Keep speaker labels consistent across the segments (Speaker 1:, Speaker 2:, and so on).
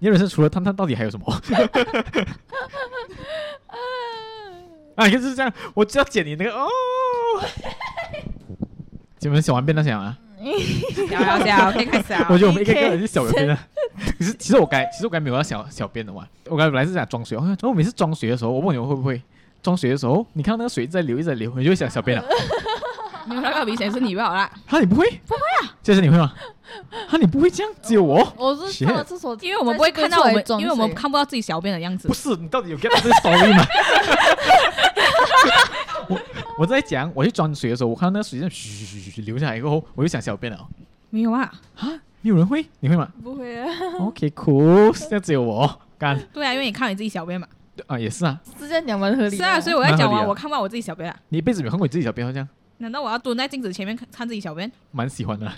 Speaker 1: 你人生除了探探，到底还有什么？ 啊，就是这样，我就要剪你那个哦。你们小完便当想啊？
Speaker 2: 聊聊聊，可以开始啊
Speaker 1: 我。觉得我们一个一个人是小便的。 其实其实我该其实我该没有要小小便的嘛，我刚才本来是想装水，然后我每次装水的时候，我问你们会不会装水的时候，你看到那个水一直在流一直在流，你就会想小便 了。
Speaker 2: 没有那个明显是你不好啦，
Speaker 1: 哈，你不会？不会啊。这是你会吗？哈，你不会这样，只有我。
Speaker 3: 我是上了厕所，
Speaker 2: 因为我们不会看到我
Speaker 3: 在
Speaker 2: 们
Speaker 3: 厕所，里
Speaker 2: 因为我们
Speaker 3: 装水
Speaker 2: 看不到自己小便的样子
Speaker 1: 不。是，你到底有 get 到这个 story 吗？ 我我在讲，我去装水的时候，我看到那个水这样嘘嘘嘘嘘流下来过后，我就想小便了。
Speaker 2: 没有啊，
Speaker 1: 没有人会？你会吗
Speaker 3: 不会啊，
Speaker 1: ？OK，cool，现在只有我干
Speaker 2: 对啊，因为你看你自己小便嘛。
Speaker 1: 啊，也是啊，
Speaker 3: 是这样讲蛮合理的。
Speaker 2: 是啊，所以
Speaker 3: 以
Speaker 2: 我在讲
Speaker 1: 蛮合
Speaker 2: 完，
Speaker 1: 理啊
Speaker 2: 我看不到我自己小便了。
Speaker 1: 你一辈子没有看过你自己小便，好像
Speaker 2: 难道我要蹲在镜子前面看看自己小便？
Speaker 1: 蛮喜欢的，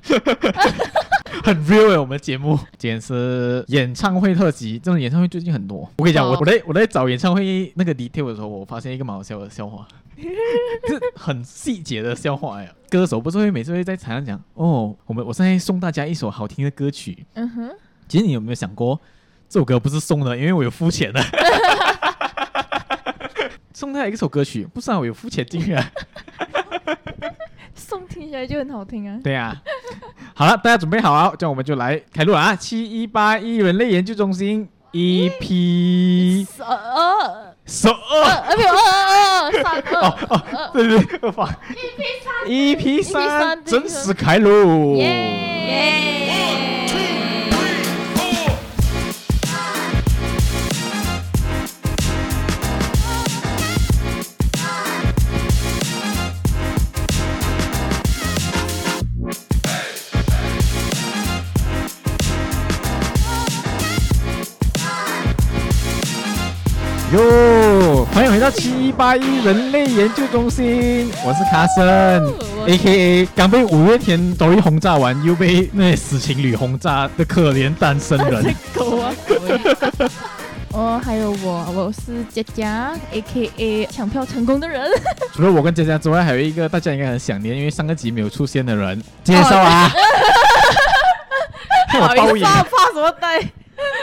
Speaker 1: 很 real 欸诶我们的节目。今天是演唱会特辑，这种演唱会最近很多。我跟你讲，我
Speaker 3: 哦
Speaker 1: 我在我在找演唱会那个 detail 的时候，我发现一个蛮好笑的笑话，是很细节的笑话哎。歌手不是会每次会在台上讲哦，我们我现在送大家一首好听的歌曲，
Speaker 3: 嗯哼，
Speaker 1: 其实你有没有想过，这首歌不是送的，因为我有付 钱的。送他一首歌曲，不是啊，我有付钱进去啊。
Speaker 3: 送听起来就很好听啊。
Speaker 1: 对呀、啊，好了，大家准备好啊，这样我们就来开录了啊！七一八一人类研究中心，E EP
Speaker 3: 二二
Speaker 1: 十二，
Speaker 3: 二没有二二二三二，
Speaker 1: 哦对对哦对，放 EP E 三
Speaker 3: EP3
Speaker 1: 真实开录。
Speaker 2: 耶！
Speaker 1: 哟，欢迎回到七一八一人类研究中心，我是卡森。
Speaker 2: 我
Speaker 1: A K A 刚被五月天抖音轰炸完，又被那些死情侣轰炸的可怜单身人。
Speaker 3: 狗啊！哦，还有我，我是佳佳，A K A 抢票成功的人。
Speaker 1: 除了我跟佳佳之外，还有一个大家应该很想念，因为上个集没有出现的人，介绍啊。 害我
Speaker 2: 不好
Speaker 1: 报应
Speaker 2: 意思，啊，怕什么呆？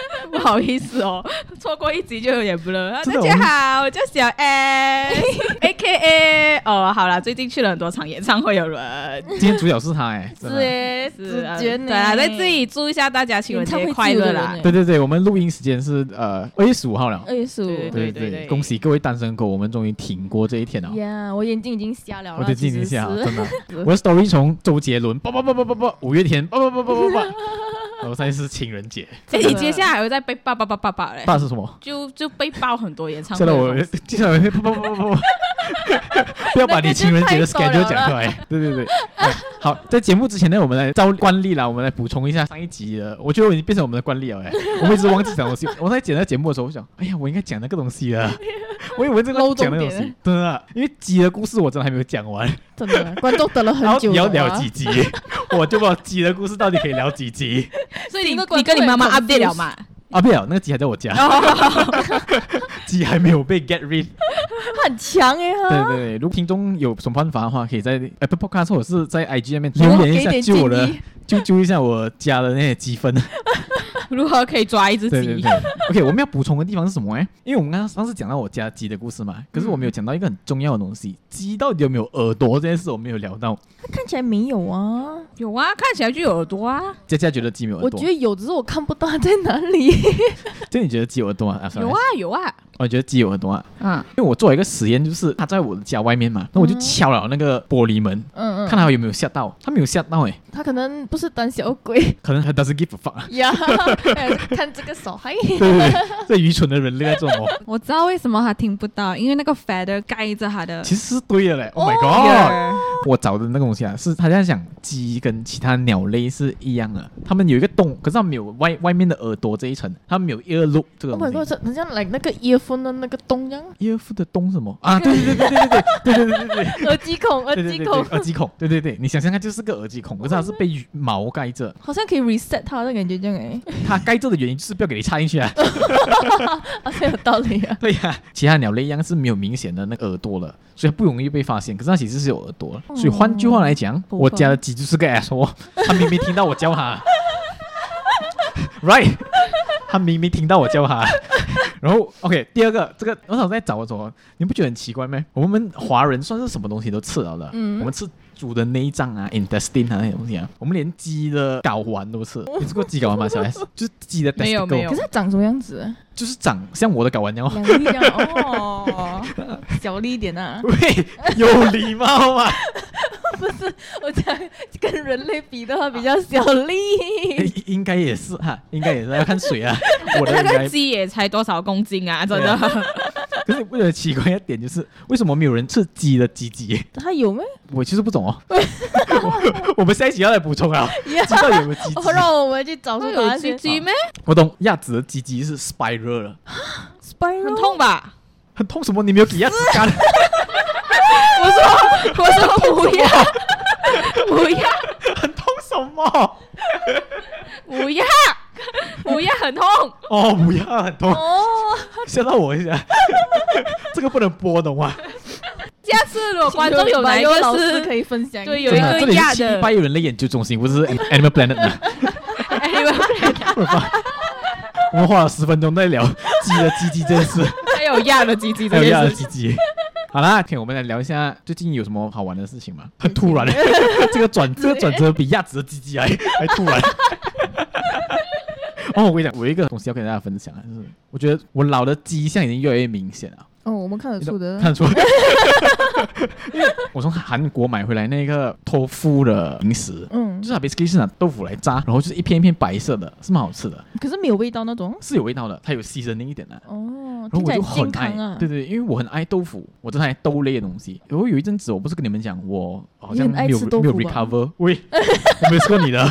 Speaker 2: 不好意思哦，错过一集就有点不乐。啊大
Speaker 1: 真的
Speaker 2: 家好，我叫小 S，A K A 。哦，好啦，最近去了很多场演唱会，有人
Speaker 1: 今天主角是他哎、真
Speaker 3: 是
Speaker 1: 的
Speaker 3: 耶，
Speaker 2: 是啊
Speaker 3: 觉
Speaker 2: 对啊，在这里祝一下大家情人节快乐啦！
Speaker 1: 对对对，我们录音时间是呃二月十五号了。
Speaker 3: 二十
Speaker 2: 对
Speaker 3: 五。
Speaker 1: 对
Speaker 2: 对对
Speaker 1: 恭喜各位单身狗，我们终于挺过这一天了。
Speaker 3: 呀，我眼睛已经瞎了啦。
Speaker 1: 我的
Speaker 3: 其
Speaker 1: 记
Speaker 3: 实
Speaker 1: 一下啊，
Speaker 3: 是
Speaker 1: 真 的，我的 story 从周杰伦，叭叭叭叭叭叭，五月天，叭叭叭叭叭叭，然后现在是情人节，
Speaker 2: 哎，你接下来还会再被爆爆爆爆爆
Speaker 3: 哎
Speaker 2: 嘞？
Speaker 1: 爸是什么？
Speaker 2: 就就被爆很多演唱会
Speaker 1: 真
Speaker 2: 的
Speaker 1: 的，
Speaker 2: 东
Speaker 1: 我
Speaker 2: 西。
Speaker 1: 接下来会啪啪啪啪啪， 不要把你情人节的 schedule 讲出来。对对对，哎好，在节目之前呢，我们来照惯例啦，我们来补充一下上一集的，我觉得我已经变成我们的惯例了哎，我们一直忘记讲 东西。我在剪那节目的时候，我想，哎呀，我应该讲那个东西啊，我以为这个讲那个东
Speaker 3: 漏重
Speaker 1: 西，真的啊，因为鸡的故事我真的还没有讲完，
Speaker 3: 真的，观众等了
Speaker 1: 然后
Speaker 3: 很久
Speaker 1: 你
Speaker 3: 了
Speaker 1: 要
Speaker 3: 啊。
Speaker 1: 聊几集， 我就不知道鸡的故事到底可以聊几集
Speaker 2: 所以你
Speaker 3: 整个观
Speaker 2: 你跟你
Speaker 3: 众
Speaker 2: 妈妈
Speaker 3: 也 confused
Speaker 2: update 了嘛？
Speaker 1: 啊？不了，那个鸡还在我家， 鸡还没有被 get rid。
Speaker 3: 他很强哎哈。
Speaker 1: 对对对，如果听众有什么办法的话，可以在 Apple Podcast 或者是在 IG 那边留言一下，
Speaker 3: 给一点
Speaker 1: 救我的
Speaker 3: 建议，
Speaker 1: 救救一下我家的那些积 分。
Speaker 2: 如何可以抓一只
Speaker 1: 对对
Speaker 2: 鸡
Speaker 1: 对？，OK，我们要补充的地方是什么？哎，因为我们刚刚上次讲到我家鸡的故事
Speaker 3: 嗯
Speaker 1: 嘛，可是我没有讲到一个很重要的东西，鸡到底有没有耳朵这件事，我没有聊到。
Speaker 3: 看起来没有啊，
Speaker 2: 有啊，看起来就有耳朵啊。
Speaker 1: 佳佳觉得鸡没有耳
Speaker 3: 我
Speaker 1: 朵
Speaker 3: 觉，得有，只是我看不到它在哪 里。
Speaker 1: 就你觉得鸡有耳朵吗？啊，sorry，
Speaker 2: 有啊有啊，
Speaker 1: 我觉得鸡有耳朵啊，
Speaker 2: 嗯，
Speaker 1: 因为我做了一个实验，就是它在我的家外面嘛，那我就
Speaker 3: 嗯
Speaker 1: 敲了那个玻璃门，
Speaker 3: 嗯
Speaker 1: 看，它有没有吓到，它没有吓到哎，
Speaker 3: 他可能不是胆小鬼
Speaker 1: 可能它 doesn't give a fuck，
Speaker 3: 呀， 哎看这个小孩。
Speaker 1: 对对对，这愚蠢的人类在哦做什 么？
Speaker 4: 我知道为什么他听不到，因为那个 feather 盖着他的
Speaker 1: 其实是对的嘞。Oh my god！、
Speaker 4: ear。
Speaker 1: 我找的那个东西啊，是他在讲鸡跟其他鸟类是一样的，它们有一个洞，可是它们没有外外面的耳朵这一层，它们没有 ear loop 这个
Speaker 3: Oh
Speaker 1: 东
Speaker 3: my
Speaker 1: 西。
Speaker 3: god，这很像 like 那个 earphone 的那个 洞一样，
Speaker 1: ear loop 的洞是什么啊？对对对对对对对对对对对。
Speaker 3: 耳机孔，耳
Speaker 1: 对对
Speaker 3: 机
Speaker 1: 对
Speaker 3: 孔
Speaker 1: 对，，耳机孔，对对对，你想象它就是个耳机孔，可是它是被毛盖着，
Speaker 3: 好像可以 reset 它的感觉这 样哎，
Speaker 1: 它盖着的原因就是不要给你插进去啊。
Speaker 3: 好像有道理啊。
Speaker 1: 对呀、其他鸟类一样是没有明显的那个耳朵了，所以它不容易被发现。可是它其实是有耳朵
Speaker 2: 哦
Speaker 1: 的，所以换句话来讲，
Speaker 3: 不
Speaker 1: 我
Speaker 3: 错
Speaker 1: 家的鸡 就是个 asshole，它明明听到我叫它 ，right，他明明听到我叫他。 然后 OK，第二个这个我想在找我说，你不觉得很奇怪吗？我们华人算是什么东西都吃了的，
Speaker 3: 嗯
Speaker 1: 我们吃。猪的内脏啊，intestine 啊那些东西啊，我们连鸡的睾丸都吃。你吃过鸡睾丸吗， 小 S？就是鸡的 testicle，
Speaker 2: 没有没有
Speaker 3: 可是它长什么样子啊？
Speaker 1: 就是长像我的睾丸一样哦。
Speaker 3: 两粒这样 哦，小粒一点啊。
Speaker 1: 喂，有礼貌吗？
Speaker 3: 我讲跟人类比
Speaker 1: 啊
Speaker 3: 的话比较小
Speaker 1: 诶
Speaker 3: 粒，
Speaker 1: 应应该也是哈，应该也是要看水啊。 我的
Speaker 2: 那
Speaker 1: 应该
Speaker 2: 个鸡也才多少公斤啊？真的，
Speaker 1: 可是为了奇怪一点就是，为什么没有人吃鸡的鸡 鸡？
Speaker 3: 它有吗？
Speaker 1: 我其实不懂 哦。我我们下一集要来补充 啊，知道有没有鸡鸡？
Speaker 3: 哦，让我们去找出
Speaker 2: 会
Speaker 3: 答
Speaker 2: 有
Speaker 3: 案
Speaker 2: 鸡
Speaker 3: 先。
Speaker 2: 鸡咩？
Speaker 1: 我懂，鸭子的鸡鸡是 spiral 了，
Speaker 2: 很
Speaker 3: Spiral，
Speaker 2: 痛吧？
Speaker 1: 很痛什么？你没有给鸭子 干？
Speaker 2: 我说我说不要 不要
Speaker 1: 很痛什么？
Speaker 2: 不要不要，很痛。
Speaker 1: 哦，不要，很 痛，
Speaker 3: 哦，
Speaker 1: 吓到我一下。 这个不能播，懂吗？
Speaker 2: 下次如果观众有哪一
Speaker 3: 有老
Speaker 2: 个
Speaker 3: 师可
Speaker 2: 是
Speaker 3: 以分享？
Speaker 2: 对有
Speaker 1: 真
Speaker 2: 一
Speaker 1: 的，这
Speaker 2: 个
Speaker 1: 里
Speaker 2: 亚
Speaker 1: 是七
Speaker 2: 的
Speaker 1: 拜人类研究中心，不是 Animal Planet 呢。我们花了十分钟在聊鸡的鸡鸡这件 事。
Speaker 2: 还有亚的鸡鸡
Speaker 1: 还
Speaker 2: 这
Speaker 1: 有亚的
Speaker 2: 件事情，
Speaker 1: 鸡鸡。好啦，OK，我们来聊一下最近有什么好玩的事情吗？很突然， 这个转这个转折比亚子的鸡鸡还 还突然。哦，我跟你讲，我有一个东西要跟大家分享啊，就是我觉得我老的迹象已经越来越明显了，
Speaker 3: 哦，我们看得出的。
Speaker 1: 看得出来。 因为我从韩国买回来那个托夫的零食，
Speaker 3: 嗯
Speaker 1: 就，是它 basically 是拿豆腐来炸，然后就是一片一片白色的，是蛮好吃的，
Speaker 3: 可是没有味道那种。
Speaker 1: 是有味道的，它有牺牲那一点的、
Speaker 3: 哦，
Speaker 1: 然后
Speaker 3: 听
Speaker 1: 我
Speaker 3: 起来
Speaker 1: 就
Speaker 3: 健
Speaker 1: 很爱，
Speaker 3: 康啊。
Speaker 1: 对对，因为我很爱豆腐，我真的爱豆类的东西。然后有一阵子，我不是跟你们讲，我好
Speaker 3: 你
Speaker 1: 像
Speaker 3: 很爱
Speaker 1: 没有
Speaker 3: 吃豆
Speaker 1: 没有
Speaker 3: 腐吧
Speaker 1: recover，喂， 我没有吃过你的。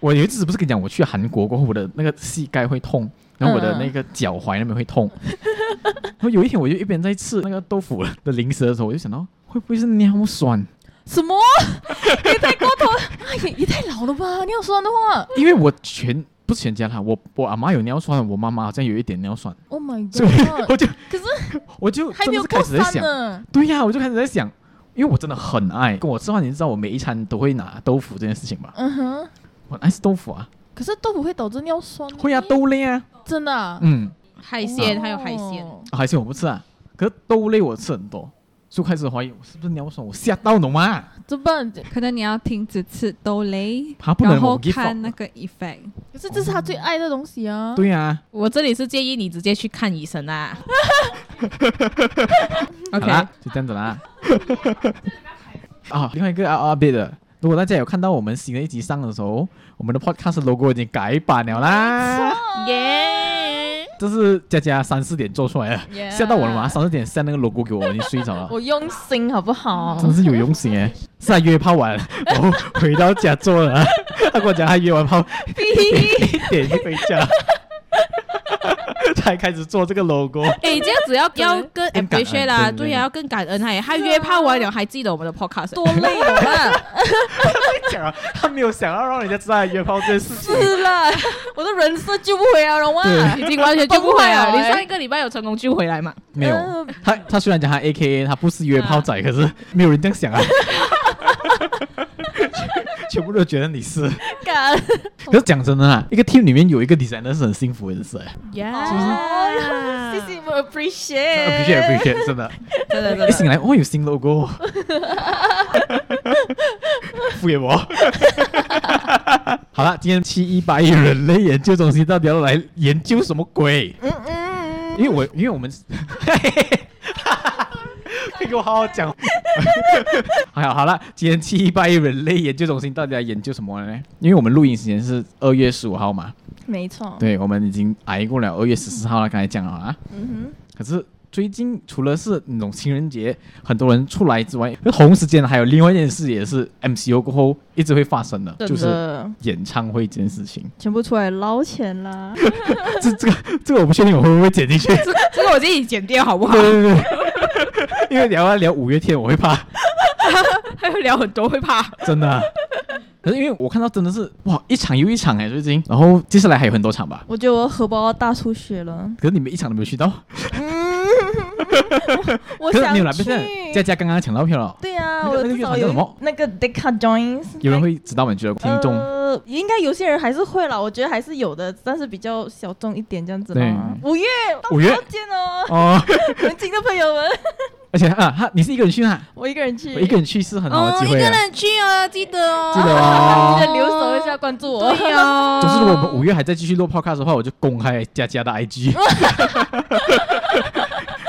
Speaker 1: 我有一次不是跟你讲，我去韩国过后，我的那个膝盖会痛，然后我的
Speaker 3: 嗯
Speaker 1: 那个脚踝那边会 痛。然后有一天，我就一边在吃那个豆腐的零食的时候，我就想到会不会是尿酸？
Speaker 3: 什 么？你太过头，哎也也太老了吧？尿酸的话
Speaker 1: 因为我全不是全家啦，我我阿妈有尿酸，我妈妈好像有一点尿酸，
Speaker 3: ，Oh my
Speaker 1: 所以
Speaker 3: god！
Speaker 1: 我就
Speaker 3: 可是
Speaker 1: 我就
Speaker 3: 还
Speaker 1: 真的
Speaker 3: 没有
Speaker 1: 是
Speaker 3: 过
Speaker 1: 开始在
Speaker 3: 三
Speaker 1: 想。
Speaker 3: 呢。
Speaker 1: 对呀、我就开始在想，因为我真的很爱跟我吃饭，你知道我每一餐都会拿豆腐这件事情吧？
Speaker 3: 嗯哼，
Speaker 1: 我很爱吃豆腐啊，
Speaker 3: 可是豆腐会导致尿酸。
Speaker 1: 会啊，豆类啊，
Speaker 3: 真的啊。
Speaker 1: 嗯，
Speaker 2: 海鲜还有海鲜，
Speaker 3: 哦
Speaker 1: 啊海鲜我不吃啊，可是豆类我吃很多，所以我开始怀疑我是不是尿酸，我吓到侬啊，
Speaker 3: 怎么办？
Speaker 4: 可能你要停止吃豆类，
Speaker 1: 他不能
Speaker 4: 然后
Speaker 1: 我 give
Speaker 4: 看
Speaker 1: up
Speaker 4: 那个 effect。
Speaker 3: 可是这是他最爱的东西啊。
Speaker 1: 对啊，
Speaker 2: 我这里是建议你直接去看医生啊。
Speaker 1: 好
Speaker 2: OK，
Speaker 1: 啦，就这样子啦。 啊，另外一个啊啊别的。如果大家有看到我们新的一集上的时候，我们的 podcast logo 已经改版了 啦，
Speaker 2: 耶！
Speaker 1: 这是佳佳三四点做出来的，
Speaker 3: Yeah
Speaker 1: 吓到我了嘛！三四点 send 那个 logo 给我，啊 我已经睡着了。
Speaker 3: 我用心好不好？
Speaker 1: 真是有用心哎！是他约炮完， 然后回到家做了，啊他跟我讲他约完炮一点就回 家，才开始做这个 logo。
Speaker 2: 哎，这样子要要更
Speaker 1: 更感恩
Speaker 2: appreciate
Speaker 1: 对
Speaker 2: 啦，
Speaker 1: 对对
Speaker 2: 对呀，要更感恩他。他约炮完了还记得我们的 podcast，
Speaker 3: 多
Speaker 5: 哎
Speaker 3: 累啊！
Speaker 1: 讲啊，他没有想要让人家知道他约炮这件事情。
Speaker 3: 是啦，我的人设救不回
Speaker 5: 啊
Speaker 3: 来了哇！
Speaker 1: 对
Speaker 2: 已经完全救不回来 了。
Speaker 3: 崩溃了
Speaker 2: 你
Speaker 4: 啊
Speaker 2: 上一个礼拜有成功救回来吗？
Speaker 1: 没有，呃啊他他虽然讲他 A K A 他不是约炮仔，可是没有人这样 想啊。全部都觉得你是，
Speaker 3: 感
Speaker 1: 可是讲真的啊，一个 team 里面有一个 designer 是很幸福的事哎
Speaker 5: 哎
Speaker 3: 哦谢 谢你们
Speaker 1: ，appreciate
Speaker 3: appreciate。
Speaker 1: appreciate，真的。
Speaker 2: 真的真
Speaker 1: 一
Speaker 2: 的。
Speaker 1: 醒来，哦，有新 logo，敷衍我。 好了，今天七一八一人类研究中心到底要来研究什么鬼？
Speaker 3: 嗯嗯
Speaker 1: 因为我因为我们， 可以给我好好讲。 好好了，今天七一八一人类研究中心到底来研究什么呢？因为我们录音时间是二月十五号嘛，
Speaker 3: 没错。
Speaker 1: 对，我们已经挨过了二月十四号了，刚才讲了啊。
Speaker 3: 嗯
Speaker 1: 可是最近除了是那种情人节很多人出来之外，同时间还有另外一件事也是 MCO 过后一直会发生的，
Speaker 3: 哼，
Speaker 1: 就
Speaker 3: 真
Speaker 1: 是
Speaker 3: 的
Speaker 1: 演唱会这件事情。
Speaker 3: 全部出来捞钱啦！
Speaker 1: 这这个这个我不确定我会不会剪进去，
Speaker 2: 这这个我自己剪掉好不好
Speaker 1: 对？对对，因为聊要聊五月天，我会怕，
Speaker 2: 还会聊很多，会怕。
Speaker 1: 真 的啊。可是因为我看到真的是哇，一场又一场哎，最近，然后接下来还有很多场吧。
Speaker 3: 我觉得我荷包要大出血了。
Speaker 1: 可是你们一场都没有去到，
Speaker 3: 嗯，
Speaker 5: 我
Speaker 1: 可是
Speaker 5: 想
Speaker 1: 没有啦，不
Speaker 5: 去
Speaker 1: 是。佳佳刚刚抢到票了，
Speaker 5: 对啊，
Speaker 1: 那个
Speaker 5: 我
Speaker 1: 那个
Speaker 5: 至
Speaker 1: 乐
Speaker 5: 少
Speaker 1: 团叫什
Speaker 5: 有
Speaker 1: 么
Speaker 5: 那个 Deca Joins，
Speaker 1: 有人会知道吗？你觉得听众？
Speaker 5: 呃，应该有些人还是会啦，我觉得还是有的，但是比较小众一点这样子啦。五月，到
Speaker 1: 五月
Speaker 5: 时候见哦，
Speaker 1: 哦，
Speaker 5: 年轻的朋友们，
Speaker 1: 而且啊，他你是一个人去吗？
Speaker 5: 我一个人去，
Speaker 1: 我一个人去是很好的
Speaker 4: 哦，
Speaker 1: 机
Speaker 4: 一
Speaker 1: 会
Speaker 4: 个
Speaker 1: 啊，
Speaker 4: 人去哦，记得哦，
Speaker 1: 记得
Speaker 5: 记
Speaker 1: 哦。
Speaker 5: 得留守一下，关注我。
Speaker 4: 对哦。
Speaker 1: 总之，如果我们五月还在继续录 podcast 的话，我就公开佳佳的 IG，就